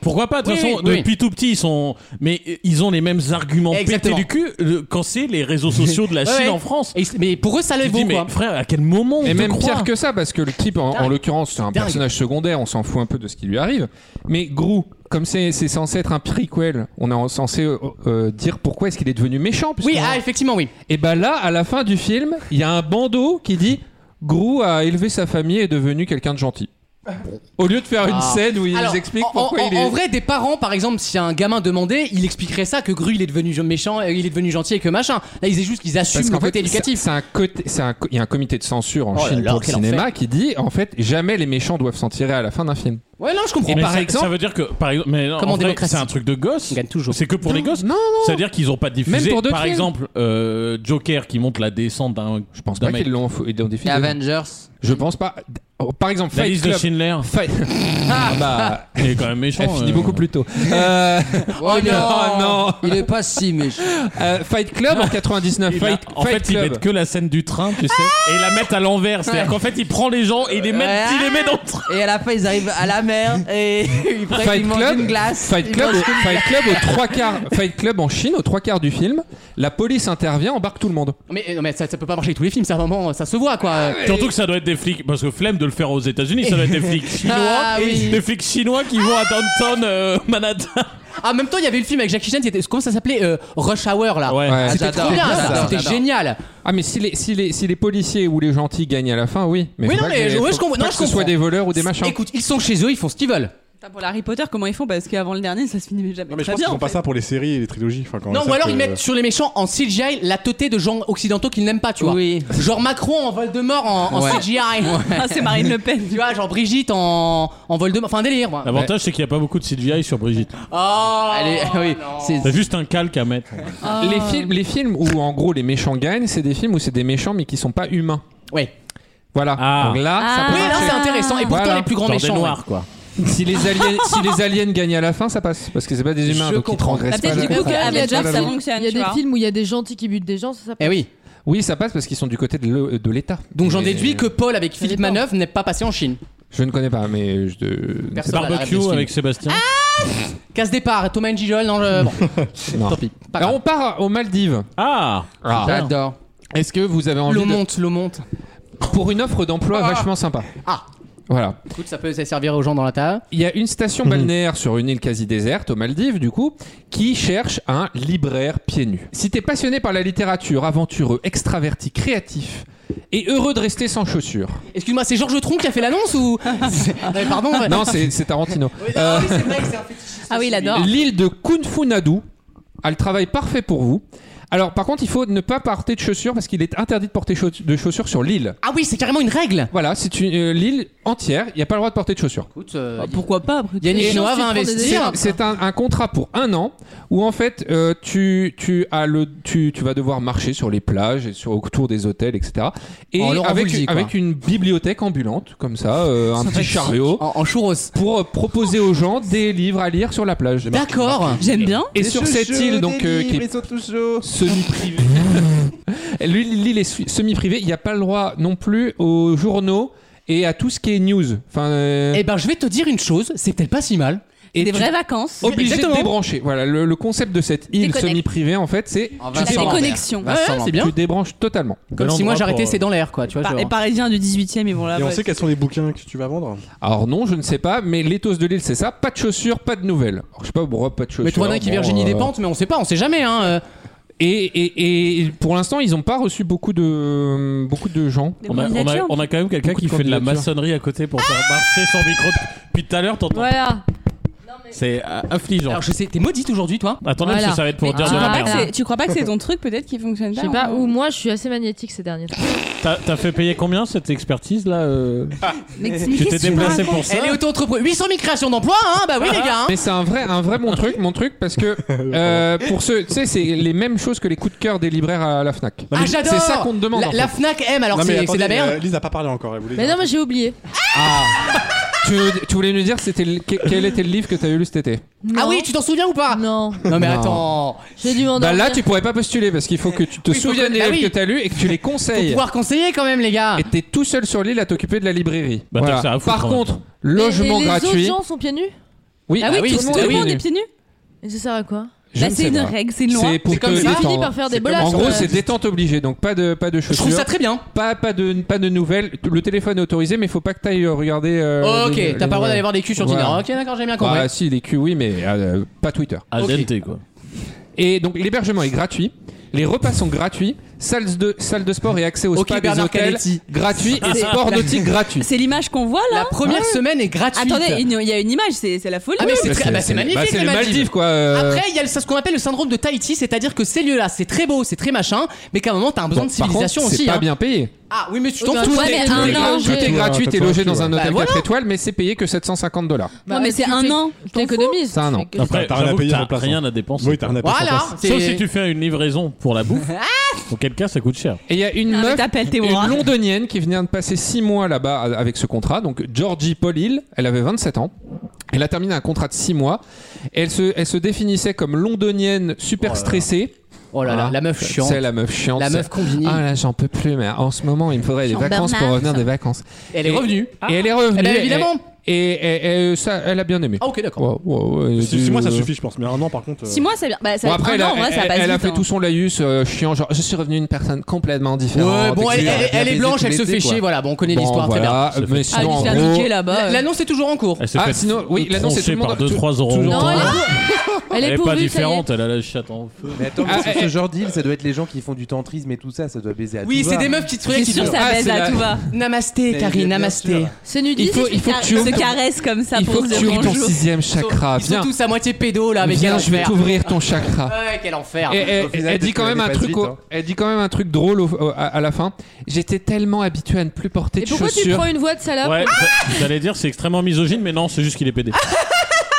[SPEAKER 4] Pourquoi pas De toute
[SPEAKER 2] Oui,
[SPEAKER 4] façon,
[SPEAKER 2] oui, oui.
[SPEAKER 4] depuis tout petit, ils sont. Mais euh, ils ont les mêmes arguments
[SPEAKER 2] Exactement.
[SPEAKER 4] pétés du cul euh, quand c'est les réseaux sociaux de la
[SPEAKER 2] Ouais,
[SPEAKER 4] Chine
[SPEAKER 2] ouais.
[SPEAKER 4] en France.
[SPEAKER 2] Et ils- mais pour eux, ça les
[SPEAKER 4] Tu te dis,
[SPEAKER 2] vaut
[SPEAKER 4] mais
[SPEAKER 2] quoi.
[SPEAKER 4] frère, à quel moment on
[SPEAKER 5] Et
[SPEAKER 4] te
[SPEAKER 5] même
[SPEAKER 4] croit
[SPEAKER 5] pire que ça, parce que le type, en, en
[SPEAKER 2] Dingue.
[SPEAKER 5] l'occurrence, c'est un
[SPEAKER 2] Dingue.
[SPEAKER 5] personnage secondaire, on s'en fout un peu de ce qui lui arrive. Mais Gru, comme c'est c'est censé être un prequel, on est en- censé euh, euh, dire pourquoi est-ce qu'il est devenu méchant.
[SPEAKER 2] Oui, ah, effectivement, oui.
[SPEAKER 5] Et bah là, à la fin du film, il y a un bandeau qui dit Gru a élevé sa famille et est devenu quelqu'un de gentil. Au lieu de faire une
[SPEAKER 2] Ah.
[SPEAKER 5] scène où ils
[SPEAKER 2] Alors,
[SPEAKER 5] expliquent
[SPEAKER 2] en,
[SPEAKER 5] pourquoi
[SPEAKER 2] en-
[SPEAKER 5] il est.
[SPEAKER 2] en vrai, des parents, par exemple, si un gamin demandait, il expliquerait ça que Gru, il est devenu méchant, euh, il est devenu gentil et que machin. Là, ils disent juste qu'ils assument
[SPEAKER 5] Parce
[SPEAKER 2] le
[SPEAKER 5] qu'en
[SPEAKER 2] côté
[SPEAKER 5] fait,
[SPEAKER 2] éducatif.
[SPEAKER 5] c'est- c'est un côté- c'est un co- il y a un comité de censure en
[SPEAKER 2] Oh là
[SPEAKER 5] Chine
[SPEAKER 2] là,
[SPEAKER 5] pour le
[SPEAKER 2] quel
[SPEAKER 5] cinéma
[SPEAKER 2] enfer.
[SPEAKER 5] qui dit en fait jamais les méchants doivent s'en tirer à la fin d'un film.
[SPEAKER 2] Ouais, non, je comprends.
[SPEAKER 4] Mais
[SPEAKER 2] par
[SPEAKER 4] ça,
[SPEAKER 2] exemple,
[SPEAKER 4] ça veut dire que par exemple, mais non,
[SPEAKER 2] Comme en
[SPEAKER 4] en vrai,
[SPEAKER 2] démocratie.
[SPEAKER 4] c'est un truc de gosse.
[SPEAKER 2] on gagne toujours.
[SPEAKER 4] C'est que pour les gosses.
[SPEAKER 5] Non,
[SPEAKER 4] C'est-à-dire qu'ils ont pas diffusé.
[SPEAKER 5] Même pour d'autres
[SPEAKER 4] par
[SPEAKER 5] films.
[SPEAKER 4] exemple, euh, Joker qui monte la descente d'un.
[SPEAKER 5] Je pense
[SPEAKER 4] d'un
[SPEAKER 5] pas
[SPEAKER 4] mec.
[SPEAKER 5] qu'ils l'ont ils l'ont diffusé.
[SPEAKER 3] Les Avengers.
[SPEAKER 5] Je pense pas. Oh, Par exemple,
[SPEAKER 4] La
[SPEAKER 5] Fight
[SPEAKER 4] liste de
[SPEAKER 5] Club.
[SPEAKER 4] Schindler.
[SPEAKER 5] Fight- Ah bah,
[SPEAKER 4] Il est quand même méchant.
[SPEAKER 5] elle finit
[SPEAKER 4] euh.
[SPEAKER 5] beaucoup plus tôt. Euh,
[SPEAKER 3] Oh
[SPEAKER 5] non, non.
[SPEAKER 3] Il est pas si méchant.
[SPEAKER 5] euh, Fight Club en 99.
[SPEAKER 4] Il
[SPEAKER 5] Fight,
[SPEAKER 4] a- en
[SPEAKER 5] Fight
[SPEAKER 4] fait, ils
[SPEAKER 5] Club.
[SPEAKER 4] mettent que la scène du train, tu sais, et ils la mettent à l'envers. C'est-à-dire qu'en fait, il prend les gens et il les met,
[SPEAKER 3] Ouais.
[SPEAKER 4] il les met dans le train.
[SPEAKER 3] Et à la fin, ils arrivent à la mer et ils prennent
[SPEAKER 5] Fight
[SPEAKER 3] ils mangent
[SPEAKER 5] Club,
[SPEAKER 3] une glace.
[SPEAKER 5] Fight
[SPEAKER 3] Ils
[SPEAKER 5] Club,
[SPEAKER 3] mangent-
[SPEAKER 5] au, Fight Club aux trois quarts. Fight Club en Chine aux trois quarts du film, la police intervient, embarque tout le monde.
[SPEAKER 2] Mais, euh, non, mais ça, ça peut pas marcher avec tous les films, ça, vraiment, ça se voit, quoi.
[SPEAKER 4] Surtout que ça doit être des flics, parce que flemme de le faire aux États-Unis, ça doit être des flics chinois,
[SPEAKER 2] Ah, oui.
[SPEAKER 4] des flics chinois qui vont à Downtown euh, Manhattan.
[SPEAKER 2] Ah, en même temps, il y avait le film avec Jackie Chan, c'était, comment ça s'appelait euh, Rush Hour, là.
[SPEAKER 4] Ouais.
[SPEAKER 5] Ouais.
[SPEAKER 2] C'était
[SPEAKER 3] j'adore,
[SPEAKER 2] trop bien,
[SPEAKER 3] j'adore,
[SPEAKER 2] ça. C'était
[SPEAKER 3] j'adore.
[SPEAKER 2] génial.
[SPEAKER 5] Ah mais si les, si les, si les policiers ou les gentils gagnent à la fin, oui. Mais
[SPEAKER 2] Oui,
[SPEAKER 5] faut
[SPEAKER 2] non,
[SPEAKER 5] pas
[SPEAKER 2] mais
[SPEAKER 5] que-
[SPEAKER 2] je- ouais,
[SPEAKER 5] faut
[SPEAKER 2] je comprends-
[SPEAKER 5] pas
[SPEAKER 2] non,
[SPEAKER 5] que
[SPEAKER 2] je
[SPEAKER 5] ce soit
[SPEAKER 2] comprends.
[SPEAKER 5] Oh, des voleurs ou des machins.
[SPEAKER 2] Écoute, ils sont chez eux, ils font ce qu'ils veulent.
[SPEAKER 8] Putain, Pour l'Harry Potter, comment ils font Parce qu'avant le dernier, ça se finit jamais.
[SPEAKER 7] Non, mais je
[SPEAKER 8] très
[SPEAKER 7] pense
[SPEAKER 8] bien,
[SPEAKER 7] qu'ils font
[SPEAKER 8] en
[SPEAKER 7] pas
[SPEAKER 8] fait.
[SPEAKER 7] ça pour les séries et les trilogies. Enfin, quand
[SPEAKER 2] Non,
[SPEAKER 7] ils
[SPEAKER 2] ou
[SPEAKER 7] savent
[SPEAKER 2] alors
[SPEAKER 7] que-
[SPEAKER 2] ils mettent sur les méchants en CGI la teuté de gens occidentaux qu'ils n'aiment pas, tu vois.
[SPEAKER 3] Oui.
[SPEAKER 2] Genre Macron en Voldemort en, en
[SPEAKER 3] Ouais.
[SPEAKER 2] CGI.
[SPEAKER 8] Ah, c'est Marine Le Pen.
[SPEAKER 2] Tu vois, genre Brigitte en, en Voldemort. Enfin, un délire, moi.
[SPEAKER 4] L'avantage, c'est qu'il n'y a pas beaucoup de CGI sur Brigitte.
[SPEAKER 2] Oh
[SPEAKER 3] Elle est- oui, c'est-
[SPEAKER 4] T'as juste un calque à mettre.
[SPEAKER 2] Ah,
[SPEAKER 3] Ah.
[SPEAKER 5] Les, films, les films où en gros les méchants gagnent, c'est des films où c'est des méchants mais qui sont pas humains.
[SPEAKER 2] Ouais.
[SPEAKER 5] Voilà.
[SPEAKER 4] Ah.
[SPEAKER 5] Donc là, ça peut
[SPEAKER 2] Oui, là,
[SPEAKER 5] marcher.
[SPEAKER 2] c'est intéressant. Et pourtant,
[SPEAKER 5] Voilà.
[SPEAKER 2] les plus grands
[SPEAKER 4] Genre des
[SPEAKER 2] méchants.
[SPEAKER 4] noirs,
[SPEAKER 2] ouais.
[SPEAKER 4] quoi.
[SPEAKER 5] Si les, aliens, si les aliens gagnent à la fin, ça passe. Parce que c'est pas des humains,
[SPEAKER 2] Je
[SPEAKER 5] donc ils
[SPEAKER 2] comprends. Ah,
[SPEAKER 5] transgressent
[SPEAKER 8] Bah, peut-être
[SPEAKER 5] pas la-
[SPEAKER 8] du coup que
[SPEAKER 5] ils transgressent
[SPEAKER 8] Avengers,
[SPEAKER 5] pas la
[SPEAKER 8] ça
[SPEAKER 5] loi.
[SPEAKER 8] fonctionne.
[SPEAKER 6] Il y a
[SPEAKER 8] tu vois.
[SPEAKER 6] des films où il y a des gentils qui butent des gens, ça, ça
[SPEAKER 2] Eh oui.
[SPEAKER 5] Oui, ça passe parce qu'ils sont du côté de l'e- de l'État.
[SPEAKER 2] Donc j'en
[SPEAKER 5] Mais-
[SPEAKER 2] déduis que Paul avec Philippe
[SPEAKER 6] dépend.
[SPEAKER 2] Manœuvre n'est pas passé en Chine.
[SPEAKER 5] Je ne connais pas, mais je. de-
[SPEAKER 2] Personne.
[SPEAKER 5] c'est
[SPEAKER 4] Barbecue avec Sébastien.
[SPEAKER 2] Ah Casse départ, Thomas N. Gijol dans le. Bon,
[SPEAKER 5] pas- non.
[SPEAKER 2] tant pis. Pas
[SPEAKER 5] Alors
[SPEAKER 2] grave.
[SPEAKER 5] on part aux Maldives.
[SPEAKER 4] Ah
[SPEAKER 5] J'adore. Est-ce que vous avez envie
[SPEAKER 2] L'eau
[SPEAKER 5] de-
[SPEAKER 2] monte, l'eau monte.
[SPEAKER 5] pour une offre d'emploi
[SPEAKER 2] Ah.
[SPEAKER 5] vachement sympa
[SPEAKER 2] Ah.
[SPEAKER 5] Voilà.
[SPEAKER 2] Écoute, ça peut ça servir aux gens dans la table.
[SPEAKER 5] Il y a une station balnéaire sur une île quasi déserte, aux Maldives du coup, qui cherche un libraire pieds nus. Si t'es passionné par la littérature, aventureux, extraverti, créatif et heureux de rester sans chaussures.
[SPEAKER 2] Excuse-moi, c'est Georges Tron qui a fait l'annonce ou. Ouais, Pardon. ouais.
[SPEAKER 5] Non, c'est c'est Tarantino. Euh,
[SPEAKER 2] c'est vrai que c'est un fétichiste.
[SPEAKER 8] Ah oui, il adore.
[SPEAKER 5] L'île de Kunfunadu a le travail parfait pour vous. Alors par contre, il faut ne pas porter de chaussures parce qu'il est interdit de porter chauss- de chaussures sur l'île.
[SPEAKER 2] Ah oui, c'est carrément une règle.
[SPEAKER 5] Voilà, c'est une euh, l'île entière, il n'y a pas le droit de porter de chaussures.
[SPEAKER 2] Écoute, euh,
[SPEAKER 8] Bah, Pourquoi pas après tout.
[SPEAKER 2] Yannick
[SPEAKER 5] Et-
[SPEAKER 2] Noah va
[SPEAKER 6] Et-
[SPEAKER 5] C'est-
[SPEAKER 2] investir.
[SPEAKER 5] C'est un, un contrat pour un an où en fait euh, tu, tu, as le, tu, tu vas devoir marcher sur les plages et sur, autour des hôtels, etc. Et
[SPEAKER 2] En Laurent
[SPEAKER 5] avec,
[SPEAKER 2] Voulzy, quoi.
[SPEAKER 5] avec une bibliothèque ambulante, comme ça, euh, un petit chariot,
[SPEAKER 2] En, en churros.
[SPEAKER 5] pour euh, proposer aux gens des livres à lire sur la
[SPEAKER 2] euh,
[SPEAKER 5] plage.
[SPEAKER 2] D'accord.
[SPEAKER 8] J'aime bien.
[SPEAKER 5] Et sur cette île, donc, euh, qui est
[SPEAKER 10] sont tout chauds.
[SPEAKER 5] semi-privée, l'île l'île est su- semi-privée, il n'y a pas le droit non plus aux journaux et à tout ce qui est news. Enfin, euh,
[SPEAKER 2] Eh ben, je vais te dire une chose, c'est peut-être pas si mal.
[SPEAKER 8] Des Oh,
[SPEAKER 5] tu-
[SPEAKER 8] vraies vacances.
[SPEAKER 5] obligé de
[SPEAKER 2] Exactement.
[SPEAKER 5] débrancher. Voilà, le, le concept de cette île
[SPEAKER 8] Déconnecte.
[SPEAKER 5] semi-privée, en fait, c'est
[SPEAKER 3] En
[SPEAKER 5] tu
[SPEAKER 8] La
[SPEAKER 3] Vincent
[SPEAKER 5] débranches.
[SPEAKER 3] Lambert.
[SPEAKER 8] déconnexion.
[SPEAKER 3] Vincent
[SPEAKER 2] Ouais,
[SPEAKER 3] Lambert.
[SPEAKER 2] c'est bien.
[SPEAKER 5] Tu débranches totalement.
[SPEAKER 2] Comme si
[SPEAKER 4] endroit
[SPEAKER 2] moi j'arrêtais,
[SPEAKER 4] pour- euh,
[SPEAKER 2] c'est dans l'air, quoi. Tu vois,
[SPEAKER 8] Par-
[SPEAKER 2] genre.
[SPEAKER 8] Les Parisiens du 18 e ils vont là
[SPEAKER 7] Et on sait quels sont les bouquins que tu vas vendre Ah,
[SPEAKER 5] Alors non, je ne sais pas, mais l'éthos de l'île, c'est ça. Pas de chaussures, pas de nouvelles. Alors, je sais pas pourquoi pas de chaussures.
[SPEAKER 2] Mais tu vois bien qui
[SPEAKER 5] Bon,
[SPEAKER 2] Virginie
[SPEAKER 5] euh,
[SPEAKER 2] des Pentes, mais on sait pas, on sait jamais, hein. euh.
[SPEAKER 5] Et, et, et pour l'instant, ils n'ont pas reçu beaucoup de beaucoup de gens.
[SPEAKER 8] Des
[SPEAKER 4] On a, on a-
[SPEAKER 8] candidatures.
[SPEAKER 4] on a quand même quelqu'un
[SPEAKER 5] Beaucoup
[SPEAKER 4] qui
[SPEAKER 5] de
[SPEAKER 4] fait de la
[SPEAKER 5] candidatures.
[SPEAKER 4] maçonnerie à côté pour faire marcher son micro. Depuis tout à l'heure, t'entends.
[SPEAKER 6] Voilà.
[SPEAKER 4] C'est euh, affligeant.
[SPEAKER 2] Alors je sais, t'es maudite aujourd'hui, toi
[SPEAKER 4] Attendez, parce que
[SPEAKER 6] Voilà.
[SPEAKER 4] ça va être pour
[SPEAKER 6] Mais
[SPEAKER 4] dire
[SPEAKER 6] tu
[SPEAKER 4] de
[SPEAKER 8] Tu
[SPEAKER 4] la
[SPEAKER 8] crois pas
[SPEAKER 4] merde.
[SPEAKER 8] que
[SPEAKER 6] Voilà.
[SPEAKER 8] c'est- Tu crois pas que c'est ton truc peut-être qui fonctionne
[SPEAKER 6] Je
[SPEAKER 8] pas
[SPEAKER 6] sais pas,
[SPEAKER 8] hein
[SPEAKER 6] ou moi je suis assez magnétique ces derniers temps.
[SPEAKER 4] T'as t'as fait payer combien cette expertise là euh Tu t'es déplacé pour ça
[SPEAKER 3] Eh
[SPEAKER 2] Elle est auto-entrepreneur. 800 000 créations d'emplois, hein Bah oui, les gars, hein.
[SPEAKER 5] Mais c'est un vrai un vrai bon truc, mon truc, parce que euh, pour ceux, tu sais, c'est les mêmes choses que les coups de cœur des libraires à la Fnac.
[SPEAKER 3] Bah,
[SPEAKER 2] Ah, j'adore
[SPEAKER 5] C'est ça qu'on te demande.
[SPEAKER 2] La,
[SPEAKER 5] en fait.
[SPEAKER 2] la Fnac aime, alors
[SPEAKER 7] Non, mais
[SPEAKER 2] c'est c'est de la
[SPEAKER 7] attendez,
[SPEAKER 2] merde.
[SPEAKER 7] euh, Lise n'a pas parlé encore. Elle voulait
[SPEAKER 6] Mais
[SPEAKER 7] dire.
[SPEAKER 6] non, mais j'ai oublié.
[SPEAKER 5] Tu, veux- tu voulais nous dire, c'était le- que- quel était le livre que tu as lu cet été
[SPEAKER 2] Ah
[SPEAKER 6] Non.
[SPEAKER 2] oui, tu t'en souviens ou
[SPEAKER 3] Ah.
[SPEAKER 2] pas
[SPEAKER 6] Non,
[SPEAKER 2] Non, mais
[SPEAKER 5] Non.
[SPEAKER 2] attends.
[SPEAKER 6] j'ai dû m'endormir.
[SPEAKER 5] Bah là, tu pourrais pas postuler parce qu'il faut que tu te
[SPEAKER 2] Oui, faut
[SPEAKER 5] souviennes
[SPEAKER 2] que-
[SPEAKER 5] des
[SPEAKER 2] bah
[SPEAKER 5] livres
[SPEAKER 2] oui.
[SPEAKER 5] que t'as lus et que tu les
[SPEAKER 2] Faut
[SPEAKER 5] conseilles.
[SPEAKER 2] pouvoir conseiller quand même, les gars.
[SPEAKER 3] Ah.
[SPEAKER 5] Et t'es tout seul sur l'île à t'occuper de la librairie.
[SPEAKER 4] Bah, t'as que ça à foutre,
[SPEAKER 5] Par
[SPEAKER 4] en
[SPEAKER 5] contre,
[SPEAKER 6] Mais-
[SPEAKER 5] logement
[SPEAKER 6] et les
[SPEAKER 5] gratuit.
[SPEAKER 6] autres gens sont pieds nus
[SPEAKER 5] Oui,
[SPEAKER 8] Ah
[SPEAKER 5] bah
[SPEAKER 8] oui, tout
[SPEAKER 5] monde
[SPEAKER 8] le
[SPEAKER 5] est
[SPEAKER 8] monde
[SPEAKER 5] nu.
[SPEAKER 8] est pieds nus
[SPEAKER 6] Et ça sert à quoi
[SPEAKER 5] Je
[SPEAKER 8] Bah,
[SPEAKER 5] ne
[SPEAKER 8] c'est
[SPEAKER 5] sais
[SPEAKER 8] une
[SPEAKER 5] pas.
[SPEAKER 8] règle, c'est une loi.
[SPEAKER 5] C'est pour
[SPEAKER 2] C'est
[SPEAKER 5] te
[SPEAKER 2] comme ça.
[SPEAKER 6] Ça finit
[SPEAKER 5] détendre.
[SPEAKER 6] par faire des euh,
[SPEAKER 5] En
[SPEAKER 6] bolosses.
[SPEAKER 5] gros,
[SPEAKER 6] quoi.
[SPEAKER 5] c'est détente obligée, donc pas de pas de
[SPEAKER 2] Je trouve
[SPEAKER 5] chaussures,
[SPEAKER 2] ça très bien.
[SPEAKER 5] pas pas de pas de nouvelles. Le téléphone est autorisé, mais faut pas que t'ailles euh, regarder. euh,
[SPEAKER 2] Oh, ok, t'as pas
[SPEAKER 5] les- les
[SPEAKER 2] le droit
[SPEAKER 5] nouvelles.
[SPEAKER 2] d'aller voir des culs sur
[SPEAKER 5] Voilà.
[SPEAKER 2] Tinder. Ok, d'accord, j'ai bien compris.
[SPEAKER 5] Bah si, les culs, oui, mais euh, pas Twitter.
[SPEAKER 4] À
[SPEAKER 2] Ok.
[SPEAKER 4] dente, quoi.
[SPEAKER 5] Et donc l'hébergement est gratuit, les repas sont gratuits, salles de salles de sport et accès au
[SPEAKER 2] Ok,
[SPEAKER 5] spa des
[SPEAKER 2] Bernard
[SPEAKER 5] hôtels
[SPEAKER 2] Canetti.
[SPEAKER 5] gratuit et sport nautique gratuit.
[SPEAKER 8] C'est l'image qu'on voit là.
[SPEAKER 2] La première semaine est gratuite.
[SPEAKER 8] Ah Attendez, il y a une image, c'est c'est la folie.
[SPEAKER 2] Ah, mais c'est très- bah, c'est magnifique,
[SPEAKER 5] bah, c'est
[SPEAKER 2] les
[SPEAKER 5] les
[SPEAKER 2] Maldives.
[SPEAKER 5] Maldives quoi. euh,
[SPEAKER 2] Après, il y a le- ce qu'on appelle le syndrome de Tahiti, c'est-à-dire que ces lieux-là, c'est très beau, c'est très machin, mais qu'à un moment, t'as un besoin
[SPEAKER 5] bon,
[SPEAKER 2] de civilisation
[SPEAKER 5] par contre,
[SPEAKER 2] aussi.
[SPEAKER 5] C'est pas
[SPEAKER 2] hein.
[SPEAKER 5] bien payé.
[SPEAKER 2] Ah oui, mais tu t'en
[SPEAKER 6] Ouais,
[SPEAKER 8] Bah,
[SPEAKER 2] fous.
[SPEAKER 6] mais
[SPEAKER 2] t'es-
[SPEAKER 6] un
[SPEAKER 2] t'es-
[SPEAKER 6] an,
[SPEAKER 2] gratuit.
[SPEAKER 5] Tout est gratuit, t'es logé dans un
[SPEAKER 2] Bah,
[SPEAKER 5] hôtel
[SPEAKER 2] voilà.
[SPEAKER 5] 4 écoles, mais c'est payé que 750 dollars.
[SPEAKER 8] Non, mais c'est
[SPEAKER 6] tu
[SPEAKER 8] un
[SPEAKER 6] t'é-
[SPEAKER 8] an.
[SPEAKER 6] Tu t'économises.
[SPEAKER 5] C'est un an.
[SPEAKER 6] Tu fais que-
[SPEAKER 4] Après,
[SPEAKER 7] t'as rien à
[SPEAKER 4] j'avoue
[SPEAKER 7] payer
[SPEAKER 4] que
[SPEAKER 7] en
[SPEAKER 4] t'as
[SPEAKER 7] place,
[SPEAKER 4] rien à dépenser.
[SPEAKER 7] Oui, t'as un appel sans
[SPEAKER 2] Voilà,
[SPEAKER 7] place.
[SPEAKER 2] c'est-
[SPEAKER 4] Sauf si tu fais une livraison pour la bouffe. Auquel cas, ça coûte cher.
[SPEAKER 5] Et il y a une
[SPEAKER 8] Ah, mais
[SPEAKER 5] meuf,
[SPEAKER 8] t'appelles tes
[SPEAKER 5] une
[SPEAKER 8] bras.
[SPEAKER 5] londonienne qui vient de passer 6 mois là-bas avec ce contrat. Donc Georgie Paul Hill, elle avait 27 ans. Elle a terminé un contrat de 6 mois. Elle se, elle se définissait comme londonienne super stressée.
[SPEAKER 2] Oh là là,
[SPEAKER 5] Voilà.
[SPEAKER 2] la meuf chiante.
[SPEAKER 5] C'est la meuf chiante.
[SPEAKER 2] La
[SPEAKER 5] c'est-
[SPEAKER 2] meuf combinée.
[SPEAKER 5] Ah là, j'en peux plus, mais en ce moment, il me faudrait des vacances pour revenir des vacances.
[SPEAKER 2] Elle est
[SPEAKER 5] Et-
[SPEAKER 2] revenue.
[SPEAKER 8] Ah.
[SPEAKER 5] Et elle est revenue.
[SPEAKER 2] Eh ben, évidemment.
[SPEAKER 5] Et, et- et ça, elle a bien aimé.
[SPEAKER 2] Ah ok, d'accord.
[SPEAKER 5] Ouais, ouais, euh, ouais,
[SPEAKER 7] Si-
[SPEAKER 5] du-
[SPEAKER 7] si moi ça suffit, je pense. Mais un an par contre. euh,
[SPEAKER 8] 6 mois, c'est bien. Bah, ça
[SPEAKER 5] Bon, après,
[SPEAKER 8] un
[SPEAKER 5] elle, a-
[SPEAKER 8] an, en vrai, ça
[SPEAKER 5] elle-
[SPEAKER 8] passe
[SPEAKER 5] elle a
[SPEAKER 8] vite,
[SPEAKER 5] fait
[SPEAKER 8] hein.
[SPEAKER 5] tout son laïus euh, chiant, genre je suis revenue une personne complètement différente.
[SPEAKER 2] Ouais, bon,
[SPEAKER 5] et
[SPEAKER 2] elle,
[SPEAKER 5] que j'ai
[SPEAKER 2] elle-
[SPEAKER 5] bien
[SPEAKER 2] elle est
[SPEAKER 5] baisé
[SPEAKER 2] blanche,
[SPEAKER 5] tout
[SPEAKER 2] elle se
[SPEAKER 5] l'été,
[SPEAKER 2] fait
[SPEAKER 5] quoi.
[SPEAKER 2] chier, voilà, bon, on connaît
[SPEAKER 5] Bon,
[SPEAKER 2] l'histoire, très bien.
[SPEAKER 5] voilà,
[SPEAKER 4] Ça fait
[SPEAKER 5] mais
[SPEAKER 8] Ah,
[SPEAKER 5] sinon,
[SPEAKER 8] il
[SPEAKER 5] en
[SPEAKER 8] se l'a
[SPEAKER 5] gros-
[SPEAKER 8] niqué là-bas.
[SPEAKER 2] L- L'annonce est toujours en cours.
[SPEAKER 4] Elle s'est
[SPEAKER 5] Ah,
[SPEAKER 4] fait
[SPEAKER 5] sinon, oui, l'annonce est tout
[SPEAKER 4] troncher
[SPEAKER 5] le monde
[SPEAKER 4] par
[SPEAKER 5] en- tout-
[SPEAKER 4] 2-3 euros.
[SPEAKER 5] toujours
[SPEAKER 6] Non,
[SPEAKER 5] en-
[SPEAKER 6] elle est-
[SPEAKER 4] Elle
[SPEAKER 6] elle est
[SPEAKER 4] est pas
[SPEAKER 6] pourvue, ça y est.
[SPEAKER 4] différente, elle a la chatte en feu.
[SPEAKER 10] Mais attends,
[SPEAKER 5] Ah,
[SPEAKER 10] mais sur
[SPEAKER 5] eh,
[SPEAKER 10] ce genre d'île, ça doit être les gens qui font du tantrisme et tout ça, ça doit baiser à
[SPEAKER 2] Oui,
[SPEAKER 10] tout
[SPEAKER 2] c'est
[SPEAKER 10] va.
[SPEAKER 2] des meufs qui se
[SPEAKER 8] C'est
[SPEAKER 2] qui
[SPEAKER 8] sûr,
[SPEAKER 2] font
[SPEAKER 8] ça
[SPEAKER 5] Ah,
[SPEAKER 8] baise
[SPEAKER 5] c'est
[SPEAKER 8] à
[SPEAKER 5] la-
[SPEAKER 8] tout va.
[SPEAKER 2] Namasté,
[SPEAKER 10] Mais
[SPEAKER 2] Karine,
[SPEAKER 10] bien
[SPEAKER 2] namasté.
[SPEAKER 10] sûr.
[SPEAKER 6] C'est nudiste.
[SPEAKER 5] Il faut- il faut que tu
[SPEAKER 8] C'est te caresse comme ça
[SPEAKER 5] Il
[SPEAKER 8] pour
[SPEAKER 5] faut
[SPEAKER 8] dire
[SPEAKER 5] que tu ouvres ton
[SPEAKER 8] bonjour.
[SPEAKER 5] sixième chakra.
[SPEAKER 2] Ils sont
[SPEAKER 5] Viens,
[SPEAKER 2] tous à moitié pédo là avec Ah,
[SPEAKER 5] viens,
[SPEAKER 2] quel
[SPEAKER 5] je vais
[SPEAKER 2] enfer.
[SPEAKER 5] t'ouvrir ton chakra.
[SPEAKER 2] Ouais, quel enfer.
[SPEAKER 5] Et- et-
[SPEAKER 10] Au final,
[SPEAKER 5] elle, dit
[SPEAKER 10] peut-être
[SPEAKER 5] quand
[SPEAKER 10] qu'il
[SPEAKER 5] même un
[SPEAKER 10] allait pas
[SPEAKER 5] truc
[SPEAKER 10] vite,
[SPEAKER 5] au-
[SPEAKER 10] hein.
[SPEAKER 5] elle dit quand même un truc drôle au- au- à, à la fin. J'étais tellement habitué à ne plus porter
[SPEAKER 6] Et
[SPEAKER 5] de
[SPEAKER 6] pourquoi tu
[SPEAKER 5] chaussures.
[SPEAKER 6] prends une voix de salope
[SPEAKER 4] Ouais, j'a- j'allais dire c'est extrêmement misogyne, mais non, c'est juste qu'il est pédé.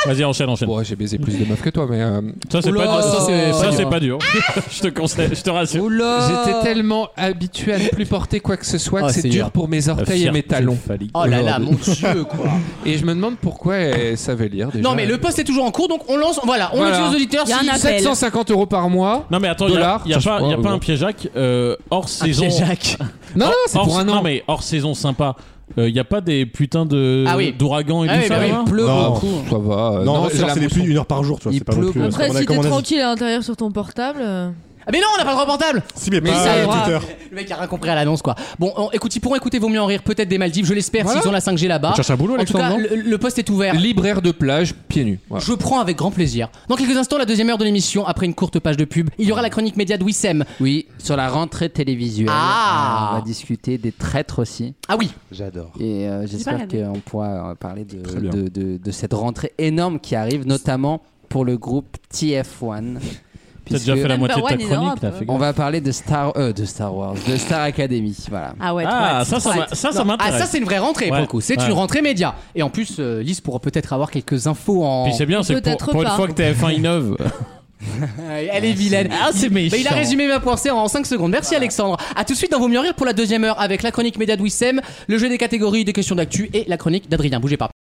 [SPEAKER 4] Vas-y, enchaîne, enchaîne.
[SPEAKER 5] Bon, j'ai baisé plus de meufs que toi, mais euh,
[SPEAKER 4] Ça, c'est
[SPEAKER 2] Oula,
[SPEAKER 4] pas,
[SPEAKER 2] ça, c'est pas
[SPEAKER 4] ça, c'est
[SPEAKER 2] dur.
[SPEAKER 4] pas dur. je te conseille, je te rassure.
[SPEAKER 3] Oh.
[SPEAKER 2] Oula
[SPEAKER 5] j'étais tellement habitué à ne plus porter quoi que ce soit
[SPEAKER 2] Oh,
[SPEAKER 5] que c'est
[SPEAKER 2] Seigneur.
[SPEAKER 5] dur pour mes
[SPEAKER 4] La
[SPEAKER 5] orteils et mes
[SPEAKER 4] fierté
[SPEAKER 5] talons.
[SPEAKER 4] phallique.
[SPEAKER 2] Oh là là,
[SPEAKER 5] Aujourd'hui.
[SPEAKER 2] mon dieu quoi.
[SPEAKER 5] Et je me demande pourquoi elle savait lire. Déjà.
[SPEAKER 2] Non mais le poste est toujours en cours donc on lance voilà, on
[SPEAKER 5] Voilà.
[SPEAKER 2] le dit aux auditeurs
[SPEAKER 8] Il y a
[SPEAKER 2] si-
[SPEAKER 8] un appel.
[SPEAKER 5] 750 euros par mois.
[SPEAKER 4] Non, mais attends, il n'y a,
[SPEAKER 5] Dollars,
[SPEAKER 4] y a
[SPEAKER 5] ça, je
[SPEAKER 4] pas, y a
[SPEAKER 5] crois,
[SPEAKER 4] pas
[SPEAKER 5] ouais.
[SPEAKER 4] un piégeac euh, hors saison.
[SPEAKER 2] Jacques.
[SPEAKER 5] Non, non,
[SPEAKER 4] Hors-
[SPEAKER 5] c'est
[SPEAKER 4] hors-
[SPEAKER 5] pour un
[SPEAKER 4] Non,
[SPEAKER 5] an.
[SPEAKER 4] mais hors saison sympa. Il n'y a pas des putains de
[SPEAKER 2] Ah oui.
[SPEAKER 4] d'ouragans et
[SPEAKER 2] Ah
[SPEAKER 4] tout
[SPEAKER 2] oui,
[SPEAKER 4] ça.
[SPEAKER 2] bah oui.
[SPEAKER 4] là
[SPEAKER 5] Il pleut
[SPEAKER 7] Non.
[SPEAKER 5] beaucoup. Ça va. euh,
[SPEAKER 7] Non, genre,
[SPEAKER 5] la
[SPEAKER 7] c'est des
[SPEAKER 5] mousson.
[SPEAKER 7] pluies une heure par jour, tu vois.
[SPEAKER 5] Il
[SPEAKER 7] c'est pas non
[SPEAKER 5] pleut
[SPEAKER 7] plus, euh, comme
[SPEAKER 6] Après,
[SPEAKER 7] on a-
[SPEAKER 6] si
[SPEAKER 7] comme
[SPEAKER 6] t'es
[SPEAKER 7] on a-
[SPEAKER 6] tranquille à l'intérieur sur ton portable. euh,
[SPEAKER 2] Ah mais non, on n'a pas le droit portable.
[SPEAKER 7] Si, mais
[SPEAKER 5] Mais
[SPEAKER 7] pas
[SPEAKER 5] ça
[SPEAKER 7] euh,
[SPEAKER 5] ira.
[SPEAKER 7] Twitter.
[SPEAKER 2] Le mec a rien compris à l'annonce quoi. Bon, on- écoute, ils pourront écouter Vaut mieux en rire peut-être des Maldives, je l'espère
[SPEAKER 5] Voilà.
[SPEAKER 2] s'ils ont la 5G là-bas.
[SPEAKER 7] Tu cherches un boulot,
[SPEAKER 2] En tout
[SPEAKER 7] Alexandre,
[SPEAKER 2] cas,
[SPEAKER 7] non
[SPEAKER 2] le, le poste est ouvert.
[SPEAKER 5] Libraire de plage, pieds nus. Voilà.
[SPEAKER 2] Je prends avec grand plaisir. Dans quelques instants, la deuxième heure de l'émission, après une courte page de pub, il y aura la chronique média de Wissem.
[SPEAKER 3] Oui, sur la rentrée télévisuelle.
[SPEAKER 2] Ah.
[SPEAKER 3] euh, on va discuter des traîtres aussi.
[SPEAKER 2] Ah oui,
[SPEAKER 10] J'adore.
[SPEAKER 3] Et euh, j'espère
[SPEAKER 8] regardé.
[SPEAKER 3] qu'on pourra euh, parler de,
[SPEAKER 4] bien.
[SPEAKER 3] de, de- de cette rentrée énorme qui arrive, notamment pour le groupe TF1.
[SPEAKER 4] T'as
[SPEAKER 3] puisque
[SPEAKER 4] déjà fait la moitié
[SPEAKER 8] Number
[SPEAKER 4] de ta
[SPEAKER 8] one in Europe,
[SPEAKER 4] chronique, là. fais
[SPEAKER 3] On
[SPEAKER 4] gaffe.
[SPEAKER 3] va parler de Star, euh, de Star Wars, de Star Academy. Voilà.
[SPEAKER 8] Ah ouais,
[SPEAKER 4] Ah, ça, ça m'a- ça, ça
[SPEAKER 2] Non. Ah, ça,
[SPEAKER 4] m'intéresse.
[SPEAKER 2] c'est une vraie rentrée pour
[SPEAKER 4] Ouais.
[SPEAKER 2] le coup. C'est
[SPEAKER 4] Ouais.
[SPEAKER 2] une rentrée média. Et en plus, euh, Lise pourra peut-être avoir quelques infos en.
[SPEAKER 4] Puis c'est bien, c'est que pour,
[SPEAKER 6] Peut-être
[SPEAKER 4] pour une
[SPEAKER 6] pas.
[SPEAKER 4] fois que TF1 innove.
[SPEAKER 2] Euh, Elle est vilaine.
[SPEAKER 4] Ah, c'est méchant.
[SPEAKER 2] Mais il a résumé ma pensée en 5 secondes. Merci Alexandre. A tout de suite dans Vos mieux en rire pour la deuxième heure avec la chronique média de Wissem, le jeu des catégories, des questions d'actu et la chronique d'Adrien. Bougez pas.